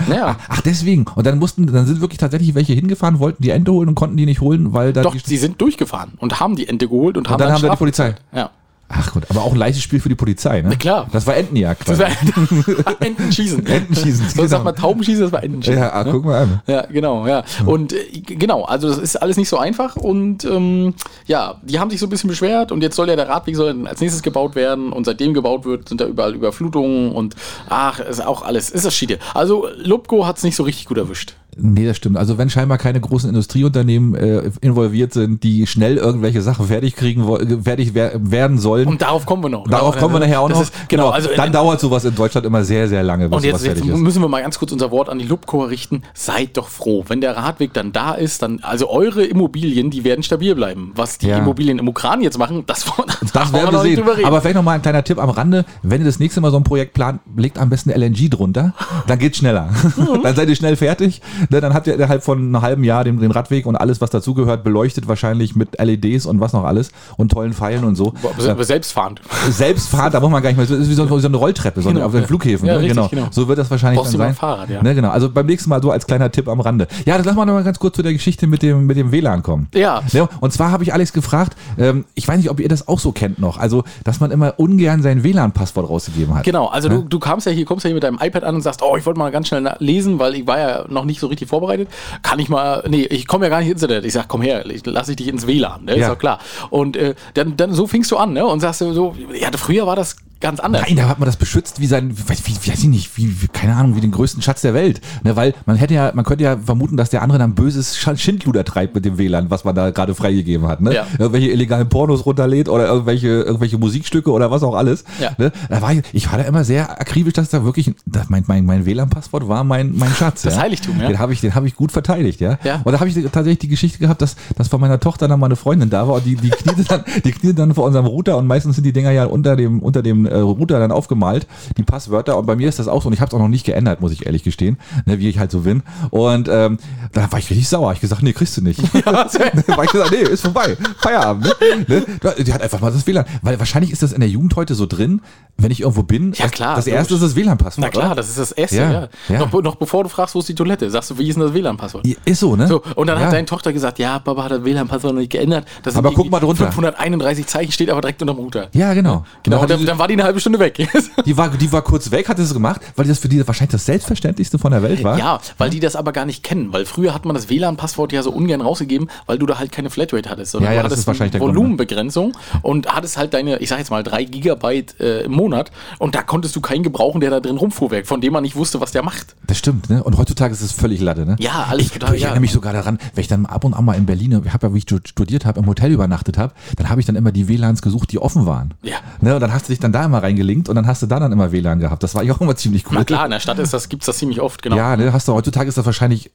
Speaker 1: Naja.
Speaker 2: Ach, deswegen. Und dann mussten, dann sind wirklich tatsächlich welche hingefahren, wollten die Ente holen und konnten die nicht holen, weil da
Speaker 1: Doch,
Speaker 2: die,
Speaker 1: sie sind durchgefahren und haben die Ente geholt und haben
Speaker 2: und dann haben wir die
Speaker 1: Straf-
Speaker 2: Polizei.
Speaker 1: Ja.
Speaker 2: Ach gut, aber auch ein leichtes Spiel für die Polizei, ne? Na
Speaker 1: klar.
Speaker 2: Das war Entenjagd.
Speaker 1: Das
Speaker 2: quasi.
Speaker 1: war Enten- Enten schießen.
Speaker 2: Enten schießen,
Speaker 1: Sonst sagt
Speaker 2: genau.
Speaker 1: man Tauben schießen, das war Enten schießen. ne?
Speaker 2: ja, ah, guck mal an.
Speaker 1: Ja, genau, ja.
Speaker 2: Hm.
Speaker 1: Und äh, g- genau, also das ist alles nicht so einfach und ähm, ja, die haben sich so ein bisschen beschwert und jetzt soll ja der Radweg soll dann als nächstes gebaut werden und seitdem gebaut wird, sind da überall Überflutungen und ach, ist auch alles, ist das Schiede. Also Lubko hat's nicht so richtig gut erwischt.
Speaker 2: Nee, das stimmt. Also wenn scheinbar keine großen Industrieunternehmen äh, involviert sind, die schnell irgendwelche Sachen fertig kriegen, wo- äh, fertig wer werden sollen,
Speaker 1: Und darauf kommen wir noch.
Speaker 2: darauf kommen wir nachher auch
Speaker 1: Das
Speaker 2: noch.
Speaker 1: Ist, genau, also
Speaker 2: dann
Speaker 1: äh,
Speaker 2: dauert sowas in Deutschland immer sehr, sehr lange, bis
Speaker 1: und jetzt,
Speaker 2: sowas
Speaker 1: jetzt
Speaker 2: fertig ist.
Speaker 1: müssen wir mal ganz kurz unser Wort an die Lubko richten. Seid doch froh, wenn der Radweg dann da ist, dann also eure Immobilien, die werden stabil bleiben. Was die
Speaker 2: Ja.
Speaker 1: Immobilien im Ukran jetzt machen, das, das,
Speaker 2: Das werden wir sehen. Aber vielleicht nochmal ein kleiner Tipp am Rande. Wenn ihr das nächste Mal so ein Projekt plant, legt am besten LNG drunter. Dann geht's schneller. dann seid ihr schnell fertig. Ne, Dann habt ihr innerhalb von einem halben Jahr den, den Radweg und alles, was dazugehört, beleuchtet wahrscheinlich mit LEDs und was noch alles und tollen Pfeilen und so.
Speaker 1: Aber selbstfahrend.
Speaker 2: Selbstfahrt, da braucht man gar nicht mehr. Das ist wie so, wie so eine Rolltreppe, so
Speaker 1: Genau,
Speaker 2: auf den
Speaker 1: ja.
Speaker 2: Flughäfen.
Speaker 1: Ja,
Speaker 2: ne?
Speaker 1: richtig,
Speaker 2: genau.
Speaker 1: genau.
Speaker 2: So wird das wahrscheinlich
Speaker 1: Brauchst du
Speaker 2: dann
Speaker 1: mal
Speaker 2: sein.
Speaker 1: ein Fahrrad, ja.
Speaker 2: Ne, genau. Also beim nächsten Mal so als kleiner Tipp am Rande. Ja, das lassen wir noch mal ganz kurz zu der Geschichte mit dem, mit dem WLAN kommen.
Speaker 1: Ja.
Speaker 2: Ne, Und zwar habe ich Alex gefragt, ähm, ich weiß nicht, ob ihr das auch so kennt noch, also, dass man immer ungern sein WLAN-Passwort rausgegeben hat.
Speaker 1: Genau, also du, du kamst ja hier, kommst ja hier mit deinem iPad an und sagst, oh, ich wollte mal ganz schnell na- lesen, weil ich war ja noch nicht so richtig vorbereitet. Kann ich mal, nee, ich komme ja gar nicht ins Internet. Ich sag, komm her, ich, lass ich dich ins WLAN, ne? ist
Speaker 2: Ja.
Speaker 1: doch klar. Und äh, dann, dann so fingst du an, ne? Und sagst du so, ja, früher war das ganz anders.
Speaker 2: Nein, da hat man das beschützt wie sein, wie, wie, weiß ich nicht, wie, wie, keine Ahnung, wie den größten Schatz der Welt. Ne, weil man hätte ja, man könnte ja vermuten, dass der andere dann böses Sch- Schindluder treibt mit dem WLAN, was man da gerade freigegeben hat. Ne?
Speaker 1: Ja.
Speaker 2: Irgendwelche illegalen Pornos runterlädt oder irgendwelche, irgendwelche Musikstücke oder was auch alles.
Speaker 1: Ja.
Speaker 2: Ne? Da war ich, ich war da immer sehr akribisch, dass da wirklich, das mein, mein, mein WLAN-Passwort war mein, mein Schatz. Genau.
Speaker 1: Das Heiligtum, ja.
Speaker 2: Den habe ich, den habe ich gut verteidigt, ja.
Speaker 1: Ja.
Speaker 2: Und da habe ich tatsächlich die Geschichte gehabt, dass, dass von meiner Tochter dann mal eine Freundin da war und die, die kniete dann, die kniete dann vor unserem Router und meistens sind die Dinger ja unter dem, unter dem äh, Router dann aufgemalt, die Passwörter. Und bei mir ist das auch so. Und ich habe es auch noch nicht geändert, muss ich ehrlich gestehen, ne, wie ich halt so bin. Und ähm, da war ich richtig sauer. Ich gesagt, nee, kriegst du nicht. Da war ich gesagt, nee, ist vorbei. Feierabend. Ne? Ne? Die hat einfach mal das WLAN. Weil wahrscheinlich ist das in der Jugend heute so drin, wenn ich irgendwo bin.
Speaker 1: Ja, klar,
Speaker 2: Das
Speaker 1: logisch.
Speaker 2: erste ist das WLAN-Passwort.
Speaker 1: Na klar, das ist das Erste,
Speaker 2: Ja,
Speaker 1: ja.
Speaker 2: ja.
Speaker 1: Noch, noch bevor du fragst, wo ist die Toilette, sagst du, wie ist denn das WLAN-Passwort?
Speaker 2: oder? Ist so, ne?
Speaker 1: So, und dann
Speaker 2: Ja.
Speaker 1: hat deine Tochter gesagt, ja, Papa hat das WLAN-Passwort noch nicht geändert. Das sind
Speaker 2: Aber guck
Speaker 1: irgendwie
Speaker 2: mal drunter.
Speaker 1: 531 Zeichen steht aber direkt unter dem Router.
Speaker 2: Ja, genau.
Speaker 1: Genau,
Speaker 2: Und dann
Speaker 1: dann, dann war die eine halbe Stunde weg.
Speaker 2: Die war, die war kurz weg, hat es gemacht, weil das für die wahrscheinlich das Selbstverständlichste von der Welt war.
Speaker 1: ja, weil die das aber gar nicht kennen, weil früher hat man das WLAN-Passwort ja so ungern rausgegeben, weil du da halt keine Flatrate hattest, sondern
Speaker 2: Ja, ja,
Speaker 1: du
Speaker 2: das ist wahrscheinlich der Grund, ne?
Speaker 1: Volumenbegrenzung und hattest halt deine, ich sag jetzt mal, drei Gigabyte äh, im Monat und da konntest du keinen gebrauchen, der da drin rumfuhrwerk, von dem man nicht wusste, was der macht.
Speaker 2: Das stimmt, ne? Und heutzutage ist es völlig Latte, ne?
Speaker 1: Ja, alles
Speaker 2: ich,
Speaker 1: total,
Speaker 2: Ich
Speaker 1: ja.
Speaker 2: erinnere mich sogar daran, wenn ich dann ab und an mal in Berlin, ich habe ja, wie ich stu- studiert habe, im Hotel übernachtet habe, dann habe ich dann immer die WLANs gesucht, die offen waren.
Speaker 1: Ja.
Speaker 2: Ne? Und dann hast du dich dann da immer reingelinkt und dann hast du da dann immer WLAN gehabt. Das war ja auch immer ziemlich cool.
Speaker 1: Na klar, in der Stadt ist das, gibt's das ziemlich oft, genau.
Speaker 2: Ja, ne? Hast du, heutzutage ist das wahrscheinlich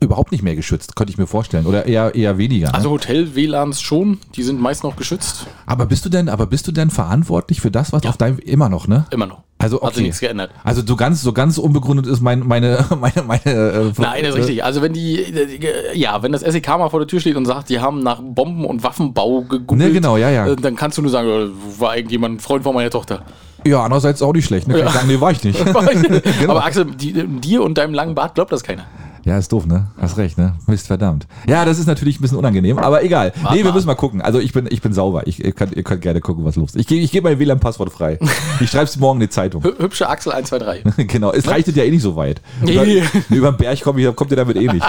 Speaker 2: überhaupt nicht mehr geschützt, könnte ich mir vorstellen. Oder eher, eher weniger. Ne?
Speaker 1: Also Hotel-WLANs schon, die sind meist noch geschützt,
Speaker 2: aber bist du denn, aber bist du denn verantwortlich für das, was auf deinem, immer noch, ne?
Speaker 1: immer noch.
Speaker 2: Also, okay.
Speaker 1: Hat sich nichts geändert.
Speaker 2: Also so ganz, so ganz unbegründet ist mein, meine, meine, meine. Äh,
Speaker 1: Nein, das ist richtig. Also wenn die, äh, ja, wenn das SEK mal vor der Tür steht und sagt, die haben nach Bomben- und Waffenbau gegoogelt,
Speaker 2: Ne, genau, ja, ja.
Speaker 1: äh, dann kannst du nur sagen, äh, war irgendjemand ein Freund von meiner Tochter.
Speaker 2: Ja, andererseits auch nicht schlecht. Ne? Kann ich sagen, nee, war ich nicht. Genau.
Speaker 1: Aber Axel, die, dir und deinem langen Bart glaubt das keiner.
Speaker 2: ja, ist doof, ne? Hast recht, ne? Mist, verdammt. Ja, das ist natürlich ein bisschen unangenehm, aber egal. nee, wir
Speaker 1: mal.
Speaker 2: müssen mal gucken. Also ich bin, ich bin sauber. Ich, ihr, könnt, ihr könnt gerne gucken, was los ist. Ich, gebe- ich gebe mein WLAN-Passwort frei. Ich schreibe es morgen in die Zeitung.
Speaker 1: Hü- Hübsche Axel 123.
Speaker 2: genau, es reichtet ja eh nicht so weit.
Speaker 1: Nee.
Speaker 2: Über, über den Berg komm ich, kommt ihr damit eh nicht.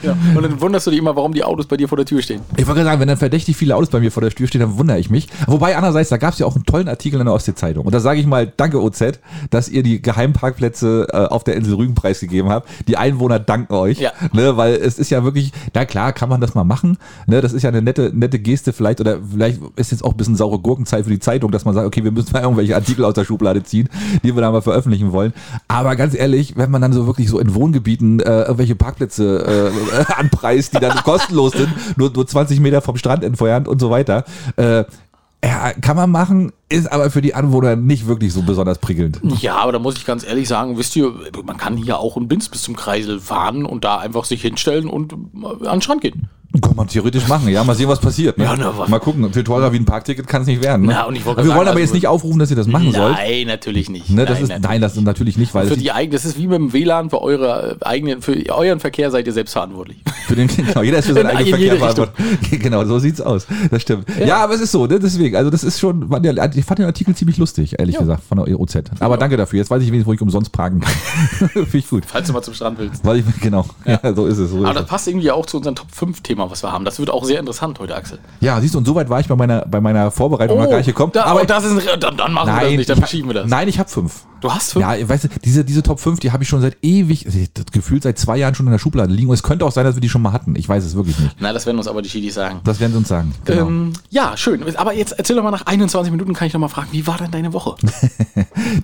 Speaker 1: genau. Und dann wunderst du dich immer, warum die Autos bei dir vor der Tür stehen.
Speaker 2: Ich wollte gerade sagen, wenn dann verdächtig viele Autos bei mir vor der Tür stehen, dann wundere ich mich. Wobei andererseits, da gab es ja auch einen tollen Artikel in der Ostsee-Zeitung. Und da sage ich mal, danke OZ, dass ihr die Geheimparkplätze äh, auf der Insel Rügen preisgegeben habt. Die Einwohner danken euch.
Speaker 1: Ja.
Speaker 2: Ne, weil es ist ja wirklich, na klar, kann man das mal machen. Ne, das ist ja eine nette, nette Geste vielleicht. Oder vielleicht ist jetzt auch ein bisschen saure Gurkenzeit für die Zeitung, dass man sagt, okay, wir müssen mal irgendwelche Artikel aus der Schublade ziehen, die wir da mal veröffentlichen wollen. Aber ganz ehrlich, wenn man dann so wirklich so in Wohngebieten äh, irgendwelche Parkplätze äh, anpreist, die dann kostenlos sind, nur, nur 20 Meter vom Strand entfernt und so weiter. Äh, ja, kann man machen, ist aber für die Anwohner nicht wirklich so besonders prickelnd.
Speaker 1: Ja, aber da muss ich ganz ehrlich sagen, wisst ihr, man kann hier auch in Binz bis zum Kreisel fahren und da einfach sich hinstellen und äh, an den Strand gehen.
Speaker 2: Kann man theoretisch machen, ja. Mal sehen, was passiert. Ne?
Speaker 1: Ja, na, was-
Speaker 2: mal gucken, für teurer wie ein Parkticket kann es nicht werden. Ne?
Speaker 1: Na, und ich wollte
Speaker 2: wir
Speaker 1: sagen,
Speaker 2: wollen aber
Speaker 1: also-
Speaker 2: jetzt nicht aufrufen, dass ihr das machen sollt.
Speaker 1: Nein, natürlich nicht.
Speaker 2: Ne, das
Speaker 1: nein,
Speaker 2: ist,
Speaker 1: nein.
Speaker 2: nein, das ist natürlich nicht, weil
Speaker 1: Für,
Speaker 2: es
Speaker 1: die eigene, das ist wie mit dem WLAN, für, eure äh, eigenen, für euren Verkehr seid ihr selbst verantwortlich.
Speaker 2: für den genau, jeder ist für
Speaker 1: In-
Speaker 2: seinen eigenen
Speaker 1: in
Speaker 2: Verkehr
Speaker 1: jede
Speaker 2: verantwortlich. Genau, so sieht's aus. Das stimmt. Ja, aber es ist so, ne? deswegen. Also das ist schon, war der, ich fand den Artikel ziemlich lustig, ehrlich gesagt, von der OZ. Aber danke dafür. Jetzt weiß ich wenigstens, wo ich umsonst parken kann. Finde ich gut.
Speaker 1: Falls du mal zum Strand willst.
Speaker 2: Weil ich, genau, ja. so ist es. So
Speaker 1: Aber
Speaker 2: ist es.
Speaker 1: das passt irgendwie auch zu unserem Top 5 Thema, was wir haben. Das wird auch sehr interessant heute, Axel.
Speaker 2: Ja, siehst du, und soweit war ich bei meiner, bei meiner Vorbereitung mal gleich gekommen.
Speaker 1: Oh, da,
Speaker 2: aber
Speaker 1: aber das ist ein, dann, dann machen wir das
Speaker 2: nein,
Speaker 1: nicht, dann
Speaker 2: ich-
Speaker 1: verschieben wir das.
Speaker 2: Nein, ich habe fünf.
Speaker 1: Du hast fünf.
Speaker 2: Ja, weißt du, diese, diese Top 5, die habe ich schon seit ewig, also ich- das gefühlt seit zwei Jahren schon in der Schublade liegen. Und es könnte auch sein, dass wir die schon mal hatten. Ich weiß es wirklich nicht.
Speaker 1: Na, das werden uns aber die Schiedis sagen.
Speaker 2: Das werden sie uns sagen. Genau.
Speaker 1: Ähm, ja, schön. Aber jetzt erzähl doch mal nach 21 Minuten, kann ich noch mal fragen, wie war denn deine Woche?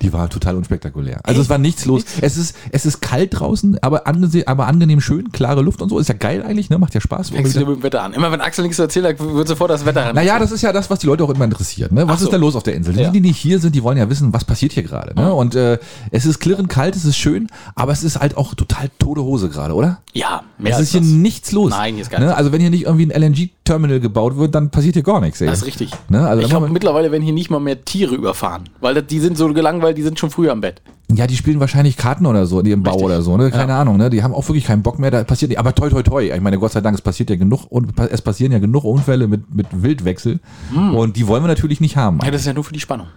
Speaker 2: Die war total unspektakulär. Also
Speaker 1: äh,
Speaker 2: es war nichts los. Es ist, es ist kalt draußen, aber, angese- aber angenehm schön, klare Luft und so. Ist ja geil eigentlich, ne? Macht ja Spaß.
Speaker 1: Fängst du mit dem Wetter an? Immer wenn Axel nichts erzählt, dann wird sofort das Wetter ran.
Speaker 2: Naja, das ist ja das, was die Leute auch immer interessiert. Ne? Was
Speaker 1: Ach so.
Speaker 2: ist da los auf der Insel? Die,
Speaker 1: Ja. Ah.
Speaker 2: die nicht hier sind, die wollen ja wissen, was passiert hier gerade. Ne? Und äh, es ist klirrend kalt, es ist schön, aber es ist halt auch total tote Hose gerade, oder?
Speaker 1: ja, mehr
Speaker 2: es
Speaker 1: als
Speaker 2: ist hier
Speaker 1: das.
Speaker 2: nichts los.
Speaker 1: Nein, hier ist gar
Speaker 2: ne?
Speaker 1: nichts.
Speaker 2: Also wenn hier nicht irgendwie ein LNG-Terminal gebaut wird, dann passiert hier gar nichts. Ey.
Speaker 1: Das ist richtig.
Speaker 2: Ne? Also
Speaker 1: ich
Speaker 2: da
Speaker 1: glaube,
Speaker 2: muss
Speaker 1: mittlerweile werden hier nicht mal mehr Tiere überfahren, weil das, die sind so gelangweilt, die sind schon früh am Bett.
Speaker 2: man, ja, die spielen wahrscheinlich Karten oder so, die im Bau
Speaker 1: Richtig.
Speaker 2: oder so. Ne? Keine Ahnung. Ne? Die haben auch wirklich keinen Bock mehr. Da passiert nicht. Aber toi, toi, toi. Ich meine, Gott sei Dank, es passiert ja genug und es passieren ja genug Unfälle mit, mit Wildwechsel. Und die wollen wir natürlich nicht haben.
Speaker 1: Hm. Ja, das ist ja nur für die Spannung.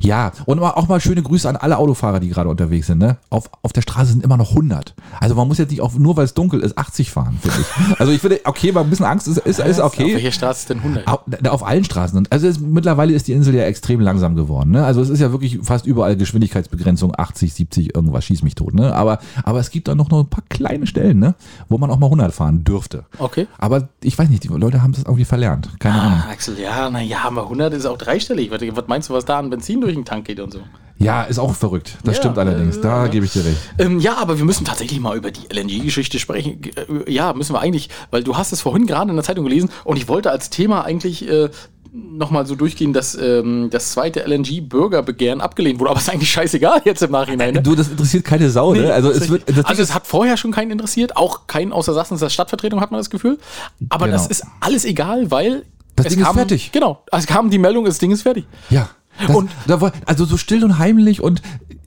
Speaker 2: Ja, und mal- auch mal schöne Grüße an alle Autofahrer, die gerade unterwegs sind. Ne? Auf, auf der Straße sind immer noch 100. Also man muss jetzt nicht, auf, nur weil es dunkel ist, 80 fahren, finde ich. Also ich finde, okay, war ein bisschen Angst, ist, ist, ist
Speaker 1: Auf
Speaker 2: okay.
Speaker 1: welcher Straße ist denn 100?
Speaker 2: Au- na, Auf allen Straßen. Und Also es, mittlerweile ist die Insel ja extrem langsam geworden. Ne? Also es ist ja wirklich fast überall Geschwindigkeitsbegrenzung, 80, 70, irgendwas, schieß mich tot. Ne? Aber, aber es gibt dann noch, noch ein paar kleine Stellen, ne? wo man auch mal 100 fahren dürfte.
Speaker 1: Okay.
Speaker 2: Aber ich weiß nicht, die Leute haben das irgendwie verlernt. Keine Ahnung.
Speaker 1: Ah, Axel, ja, naja, aber 100 ist auch dreistellig. Was, was meinst du, was da an Benzin durch den Tank geht und so?
Speaker 2: Ah. Ja, ist auch verrückt. Das
Speaker 1: Ja,
Speaker 2: stimmt allerdings.
Speaker 1: äh,
Speaker 2: Da
Speaker 1: ja.
Speaker 2: gebe ich dir recht.
Speaker 1: Ähm, ja, aber wir müssen tatsächlich mal über die LNG-Geschichte sprechen. G- äh, Ja, müssen wir eigentlich, weil du hast es vorhin gerade in der Zeitung gelesen und ich wollte als Thema eigentlich äh, nochmal so durchgehen, dass ähm, das zweite LNG-Bürgerbegehren abgelehnt wurde. Aber ist eigentlich scheißegal jetzt im Nachhinein. Ne?
Speaker 2: Du, das interessiert keine Sau, ne? Also es wird. Das
Speaker 1: also es hat vorher schon keinen interessiert, auch keinen außer Sachsen, das Stadtvertretung hat man das Gefühl. Aber
Speaker 2: Genau.
Speaker 1: das ist alles egal, weil
Speaker 2: Das
Speaker 1: es
Speaker 2: Ding ist
Speaker 1: kam,
Speaker 2: fertig.
Speaker 1: Genau, es kam die Meldung, das Ding ist fertig.
Speaker 2: ja. Das,
Speaker 1: Und-
Speaker 2: da, woll- also so still und heimlich und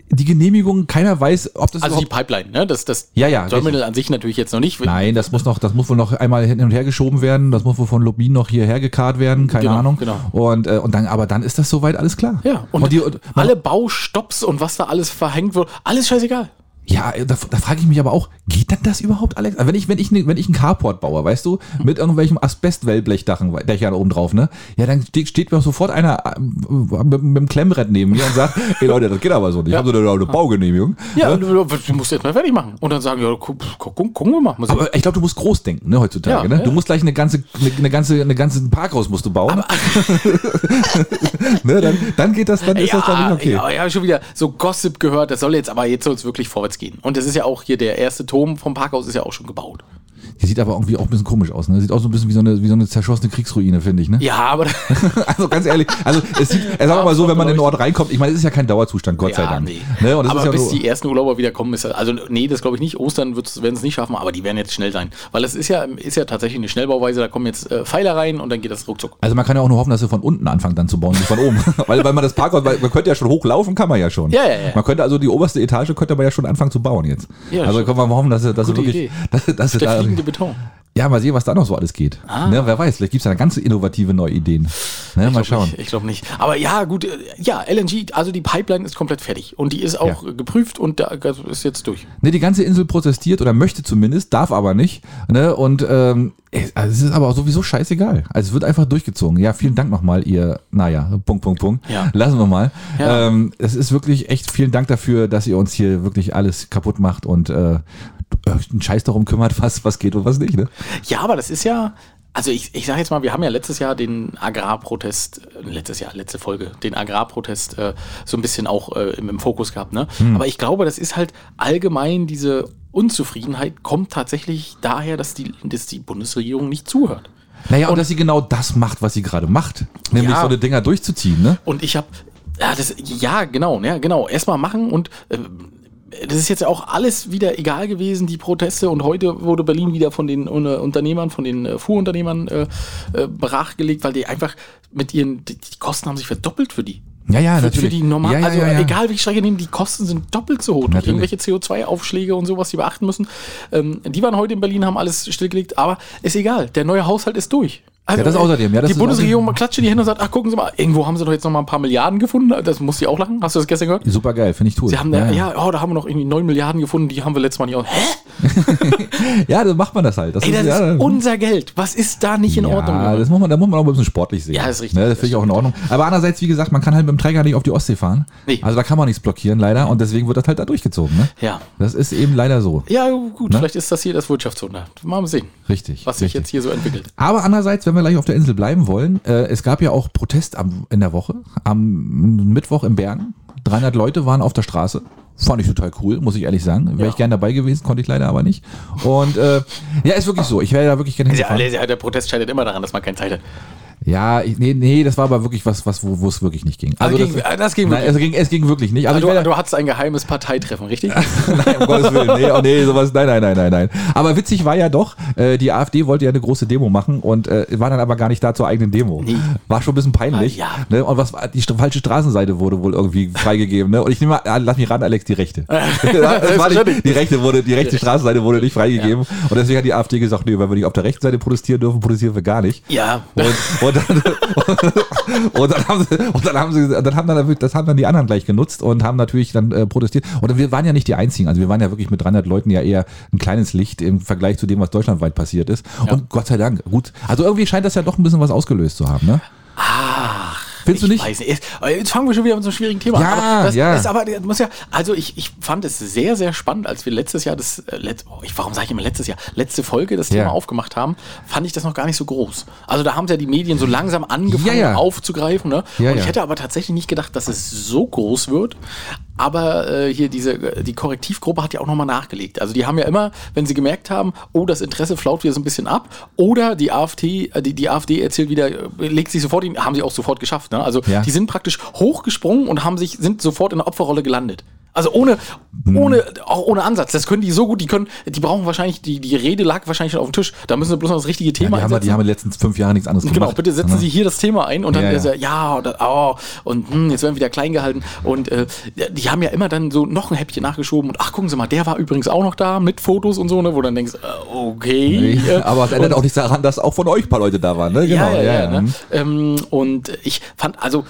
Speaker 2: die Genehmigung, keiner weiß, ob das
Speaker 1: Also die
Speaker 2: überhaupt.
Speaker 1: Pipeline, ne? Das, das
Speaker 2: Ja, ja,
Speaker 1: Terminal an sich natürlich jetzt noch nicht.
Speaker 2: Nein, das muss noch, das muss wohl noch einmal hin und her geschoben werden, das muss wohl von Lobin noch hierher gekarrt werden, keine
Speaker 1: Genau,
Speaker 2: Ahnung.
Speaker 1: genau.
Speaker 2: Und, äh, und dann, aber dann ist das soweit alles klar.
Speaker 1: Ja, und,
Speaker 2: und, die, und
Speaker 1: alle Baustopps und was da alles verhängt wird, alles scheißegal.
Speaker 2: Ja, da, da frage ich mich aber auch, geht dann das überhaupt, Alex? Wenn ich, wenn ich, ne- wenn ich einen Carport baue, weißt du, mit irgendwelchem Asbestwellblechdächern oben drauf, ne? Ja, dann steht, steht mir auch sofort einer ähm, mit, mit dem Klemmbrett neben mir und sagt, ey Leute, das geht aber so nicht. Ich habe so eine, eine Baugenehmigung.
Speaker 1: Ja, du, du musst jetzt mal fertig machen. Und dann sagen, ja, guck, guck, gucken wir mal. Mal sehen.
Speaker 2: Aber Äh, ich glaube, du musst groß denken, ne, heutzutage.
Speaker 1: Ja,
Speaker 2: ne?
Speaker 1: ja.
Speaker 2: Du musst gleich eine ganze, eine, eine ganze, eine ganze ein Parkhaus musst du bauen. ne, dann, dann geht das, dann ist das dann
Speaker 1: ja,
Speaker 2: nicht okay.
Speaker 1: ja, ich habe schon wieder so Gossip gehört. Das soll jetzt aber jetzt soll es wirklich vorwärts gehen. Und das ist ja auch hier der erste Turm vom Parkhaus ist ja auch schon gebaut.
Speaker 2: Die sieht aber irgendwie auch ein bisschen komisch aus, ne? Sieht auch so ein bisschen wie so eine, wie so eine zerschossene Kriegsruine, finde ich, ne?
Speaker 1: Ja, aber
Speaker 2: Also ganz ehrlich, also es sieht, sagen wir mal so, wenn man in den Ort reinkommt, ich meine, es ist ja kein Dauerzustand, Gott sei
Speaker 1: Ja,
Speaker 2: Dank.
Speaker 1: nee.
Speaker 2: Ne? Und das
Speaker 1: aber
Speaker 2: ist ja
Speaker 1: bis
Speaker 2: so,
Speaker 1: die ersten Urlauber wieder kommen, ist ja, also nee, das glaube ich nicht. Ostern werden es nicht schaffen, aber die werden jetzt schnell sein, weil es ist ja ist ja tatsächlich eine Schnellbauweise. Da kommen jetzt äh, Pfeiler rein und dann geht das ruckzuck.
Speaker 2: also man kann ja auch nur hoffen, dass sie von unten anfangen dann zu bauen, nicht von oben. weil, weil man das Parkhaus, weil man könnte ja schon hochlaufen, kann man ja schon.
Speaker 1: Ja, ja, ja.
Speaker 2: Man könnte also die oberste Etage könnte man ja schon anfangen zu bauen jetzt.
Speaker 1: Ja,
Speaker 2: also
Speaker 1: stimmt.
Speaker 2: können wir mal hoffen, dass sie, dass sie
Speaker 1: Gute
Speaker 2: wirklich,
Speaker 1: Idee.
Speaker 2: dass, dass sie
Speaker 1: Der
Speaker 2: da,
Speaker 1: fliegende Beton.
Speaker 2: ja, mal sehen, was da noch so alles geht. Ne? Wer weiß, vielleicht gibt es da ganz innovative neue Ideen. Ne? Mal schauen.
Speaker 1: Ah. Ich, ich glaube nicht. Aber ja, gut, äh, ja, LNG, also die Pipeline ist komplett fertig und die ist auch äh, geprüft und da das ist jetzt durch.
Speaker 2: Ne, die ganze Insel protestiert oder möchte zumindest, darf aber nicht. Ne? Und ähm, es- also es ist aber auch sowieso scheißegal. Also es wird einfach durchgezogen. Ja, vielen Dank nochmal, ihr, naja, Punkt, Punkt, Punkt.
Speaker 1: Ja.
Speaker 2: Lassen wir mal.
Speaker 1: Ja.
Speaker 2: Ähm, es ist wirklich echt vielen Dank dafür, dass ihr uns hier wirklich alles kaputt macht und äh, euch einen Scheiß darum kümmert, was, was geht und was nicht. Ne?
Speaker 1: Ja, aber das ist ja, also ich, ich sage jetzt mal, wir haben ja letztes Jahr den Agrarprotest, äh, letztes Jahr, letzte Folge, den Agrarprotest äh, so ein bisschen auch äh, im, im Fokus gehabt. Ne? Aber ich glaube, das ist halt allgemein diese Unzufriedenheit kommt tatsächlich daher, dass die, dass die Bundesregierung nicht zuhört.
Speaker 2: Naja, und, dass sie genau das macht, was sie gerade macht. Nämlich
Speaker 1: Ja.
Speaker 2: so eine Dinger durchzuziehen. Ne?
Speaker 1: Und ich habe, ja, das, ja, genau, ja, genau. Erstmal machen und ähm, das ist jetzt auch alles wieder egal gewesen, die Proteste. Und heute wurde Berlin wieder von den äh, Unternehmern, von den äh, Fuhrunternehmern äh, äh, brachgelegt, weil die einfach mit ihren, die, die Kosten haben sich verdoppelt für die.
Speaker 2: Ja, ja,
Speaker 1: Für, für die normal,
Speaker 2: Ah, ja, ja,
Speaker 1: also
Speaker 2: ja, ja.
Speaker 1: egal welche Strecke nehmen, die Kosten sind doppelt so hoch. Durch
Speaker 2: Natürlich.
Speaker 1: irgendwelche CO2-Aufschläge und sowas, die beachten müssen. Ähm, die waren heute in Berlin, haben alles stillgelegt, aber ist egal. Der neue Haushalt ist durch. Also,
Speaker 2: Ja, das außerdem, ja, das
Speaker 1: die
Speaker 2: ist
Speaker 1: Bundesregierung klatscht in die Hände und sagt, ach, gucken Sie mal, irgendwo haben sie doch jetzt noch mal ein paar Milliarden gefunden. Das muss sie auch lachen. Hast du das gestern gehört?
Speaker 2: Super geil, finde ich cool.
Speaker 1: Sie haben da, ja, oh, da haben wir noch irgendwie 9 Milliarden gefunden, die haben wir letztes Mal nicht aus. Hä?
Speaker 2: ja, dann macht man das halt. Das
Speaker 1: Ey, das
Speaker 2: ja,
Speaker 1: ist unser Geld. Was ist da nicht in Ordnung?
Speaker 2: Ja,
Speaker 1: Junge?
Speaker 2: das muss man, da muss man auch ein bisschen sportlich sehen.
Speaker 1: Ja, das ist richtig.
Speaker 2: Ne, das finde ich auch in Ordnung. Aber andererseits, wie gesagt, man kann halt mit dem Träger nicht auf die Ostsee fahren.
Speaker 1: Nee.
Speaker 2: Also da kann man nichts blockieren, leider. Und deswegen wird das halt da durchgezogen. Ne?
Speaker 1: Ja.
Speaker 2: Das ist eben leider so.
Speaker 1: Ja, gut, vielleicht ist das hier das Wirtschaftswunder. Mal sehen,
Speaker 2: Ne? Richtig.
Speaker 1: was sich
Speaker 2: richtig.
Speaker 1: jetzt hier so entwickelt.
Speaker 2: Aber andererseits, wenn wir gleich auf der Insel bleiben wollen, äh, es gab ja auch Protest am, in der Woche, am Mittwoch in Bergen. 300 Leute waren auf der Straße. Fand ich total cool, muss ich ehrlich sagen. Wäre ich gern dabei gewesen, konnte ich leider aber nicht. Und äh, ja, ist wirklich so. Ich wäre da wirklich gerne
Speaker 1: Ja,
Speaker 2: hingefahren.
Speaker 1: der, der Protest scheitert immer daran, dass man keine Zeit hat.
Speaker 2: Ja, ich, nee, nee, das war aber wirklich was, was wo wo es wirklich nicht ging.
Speaker 1: Also ging- ah, das ging
Speaker 2: nein,
Speaker 1: wirklich Ah,
Speaker 2: Es ging, es ging wirklich nicht. Also ich
Speaker 1: Du,
Speaker 2: wär-
Speaker 1: du hattest ein geheimes Parteitreffen, richtig?
Speaker 2: nein, um Gottes Willen. Nee, oh nee, sowas, nein, nein, nein, nein, nein. Aber witzig war ja doch, äh, die AfD wollte ja eine große Demo machen und äh, war dann aber gar nicht da zur eigenen Demo.
Speaker 1: Nee.
Speaker 2: War schon ein bisschen peinlich.
Speaker 1: Ah,
Speaker 2: ne? Und was war- die st- falsche Straßenseite wurde wohl irgendwie freigegeben. Ne? Und ich nehme mal, an, lass mich ran, Alex, die rechte. das war nicht, die rechte wurde, die rechte Straßenseite wurde nicht freigegeben. Und deswegen hat die AfD gesagt, nee, wenn wir nicht auf der rechten Seite protestieren dürfen, protestieren wir gar nicht.
Speaker 1: ja.
Speaker 2: Und, und, dann, und, dann haben sie, und dann haben sie, dann haben dann, das haben dann die anderen gleich genutzt und haben natürlich dann äh, protestiert. Und wir waren ja nicht die Einzigen. Also wir waren ja wirklich mit 300 Leuten ja eher ein kleines Licht im Vergleich zu dem, was deutschlandweit passiert ist. Und Gott sei Dank, gut. Also irgendwie scheint das ja doch ein bisschen was ausgelöst zu haben, ne? Ach. Findest du
Speaker 1: ich
Speaker 2: nicht?
Speaker 1: Weiß nicht. Jetzt- aber Jetzt fangen wir schon wieder mit so einem schwierigen Thema
Speaker 2: Ja,
Speaker 1: an. Aber das
Speaker 2: ja.
Speaker 1: Ist aber, das muss ja, also ich, ich fand es sehr, sehr spannend, als wir letztes Jahr das, äh, letzt, oh, ich, warum sage ich immer letztes Jahr, letzte Folge das
Speaker 2: Ja.
Speaker 1: Thema aufgemacht haben, fand ich das noch gar nicht so groß. Also da haben ja die Medien so langsam angefangen
Speaker 2: Ja, ja.
Speaker 1: aufzugreifen. Ne?
Speaker 2: Ja,
Speaker 1: Und ich
Speaker 2: ja.
Speaker 1: hätte aber tatsächlich nicht gedacht, dass es so groß wird. Aber äh, hier diese, die Korrektivgruppe hat ja auch nochmal nachgelegt. Also die haben ja immer, wenn sie gemerkt haben, oh, das Interesse flaut wieder so ein bisschen ab, oder die AfD, äh, die, die AfD erzählt wieder, äh, legt sich sofort hin, haben sie auch sofort geschafft. Ne? Also
Speaker 2: Ja.
Speaker 1: die sind praktisch hochgesprungen und haben sich, sind sofort in der Opferrolle gelandet. Also ohne,
Speaker 2: Hm.
Speaker 1: ohne, auch ohne Ansatz. Das können die so gut, die können, die brauchen wahrscheinlich, die, die Rede lag wahrscheinlich schon auf dem Tisch. Da müssen sie bloß noch das richtige
Speaker 2: Ja,
Speaker 1: Thema
Speaker 2: die, haben, halt ja- die
Speaker 1: einsetzen.
Speaker 2: haben in den letzten fünf Jahren nichts anderes
Speaker 1: Genau,
Speaker 2: gemacht.
Speaker 1: bitte setzen Sie hier das Thema ein und dann
Speaker 2: Ja, ja.
Speaker 1: ist er, ja, und, dann, oh, und hm, jetzt werden wir wieder klein gehalten. Und äh, die haben ja immer dann so noch ein Häppchen nachgeschoben und ach, gucken Sie mal, der war übrigens auch noch da mit Fotos und so, ne, wo du dann denkst, äh, okay.
Speaker 2: Nee,
Speaker 1: äh,
Speaker 2: aber es ändert auch nichts daran, dass auch von euch ein paar Leute da waren. Ne? Genau,
Speaker 1: ja, ja, ja. Ne? Ähm, und ich fand, also,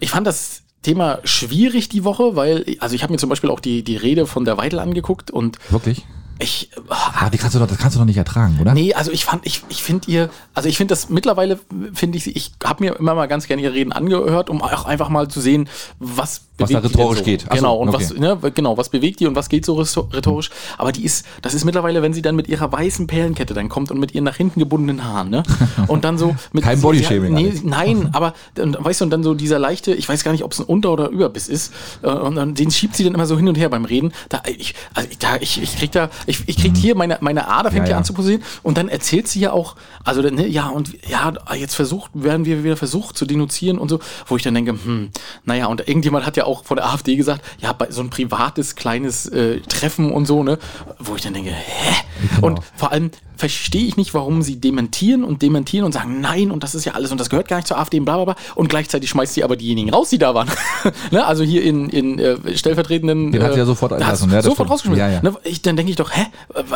Speaker 1: ich fand das Thema schwierig die Woche, weil, also ich habe mir zum Beispiel auch die, die Rede von der Weidel angeguckt und
Speaker 2: Wirklich?
Speaker 1: ich,
Speaker 2: Ah, die kannst du doch, das kannst du doch nicht ertragen, oder?
Speaker 1: Nee, also ich fand, ich, ich finde ihr, also ich finde das mittlerweile, finde ich, sie- ich habe mir immer mal ganz gerne ihre Reden angehört, um auch einfach mal zu sehen, was
Speaker 2: Was da
Speaker 1: bewegt die denn
Speaker 2: rhetorisch
Speaker 1: so.
Speaker 2: geht. Ach so,
Speaker 1: Genau, und
Speaker 2: okay.
Speaker 1: was, ne, genau, was bewegt die und was geht so rhetor- rhetorisch. Aber die ist, das ist mittlerweile, wenn sie dann mit ihrer weißen Perlenkette dann kommt und mit ihren nach hinten gebundenen Haaren, ne? Und dann so mit.
Speaker 2: Kein
Speaker 1: sie-
Speaker 2: Bodyshaming,
Speaker 1: sie- Nee,
Speaker 2: Alex.
Speaker 1: nein, aber dann, weißt du, und dann so dieser leichte, ich weiß gar nicht, ob es ein Unter- oder Überbiss ist, äh, und dann, den schiebt sie dann immer so hin und her beim Reden. Da, ich, also ich- da, ich, ich krieg da, ich, ich krieg hier meine, meine Ader fängt
Speaker 2: Mhm. Ja,
Speaker 1: ja,
Speaker 2: ja.
Speaker 1: an zu positionieren. Und dann erzählt sie ja auch, also ne, ja, und ja, jetzt versucht, werden wir wieder versucht zu denunzieren und so, wo ich dann denke, hm, naja, und irgendjemand hat ja auch von der AfD gesagt, ja, bei so ein privates, kleines äh, Treffen und so, ne? Wo ich dann denke, hä?
Speaker 2: Genau.
Speaker 1: Und vor allem verstehe ich nicht, warum sie dementieren und dementieren und sagen, nein, und das ist ja alles und das gehört gar nicht zur AfD und bla bla bla. Und gleichzeitig schmeißt sie aber diejenigen raus, die da waren. ne? Also hier in, in äh, stellvertretenden.
Speaker 2: Den hat
Speaker 1: äh,
Speaker 2: sie ja sofort
Speaker 1: da hat
Speaker 2: entlassen,
Speaker 1: sie
Speaker 2: ja, das
Speaker 1: Sofort
Speaker 2: stimmt.
Speaker 1: rausgeschmissen.
Speaker 2: Ja, ja.
Speaker 1: Ne? Ich, dann denke ich doch, hä?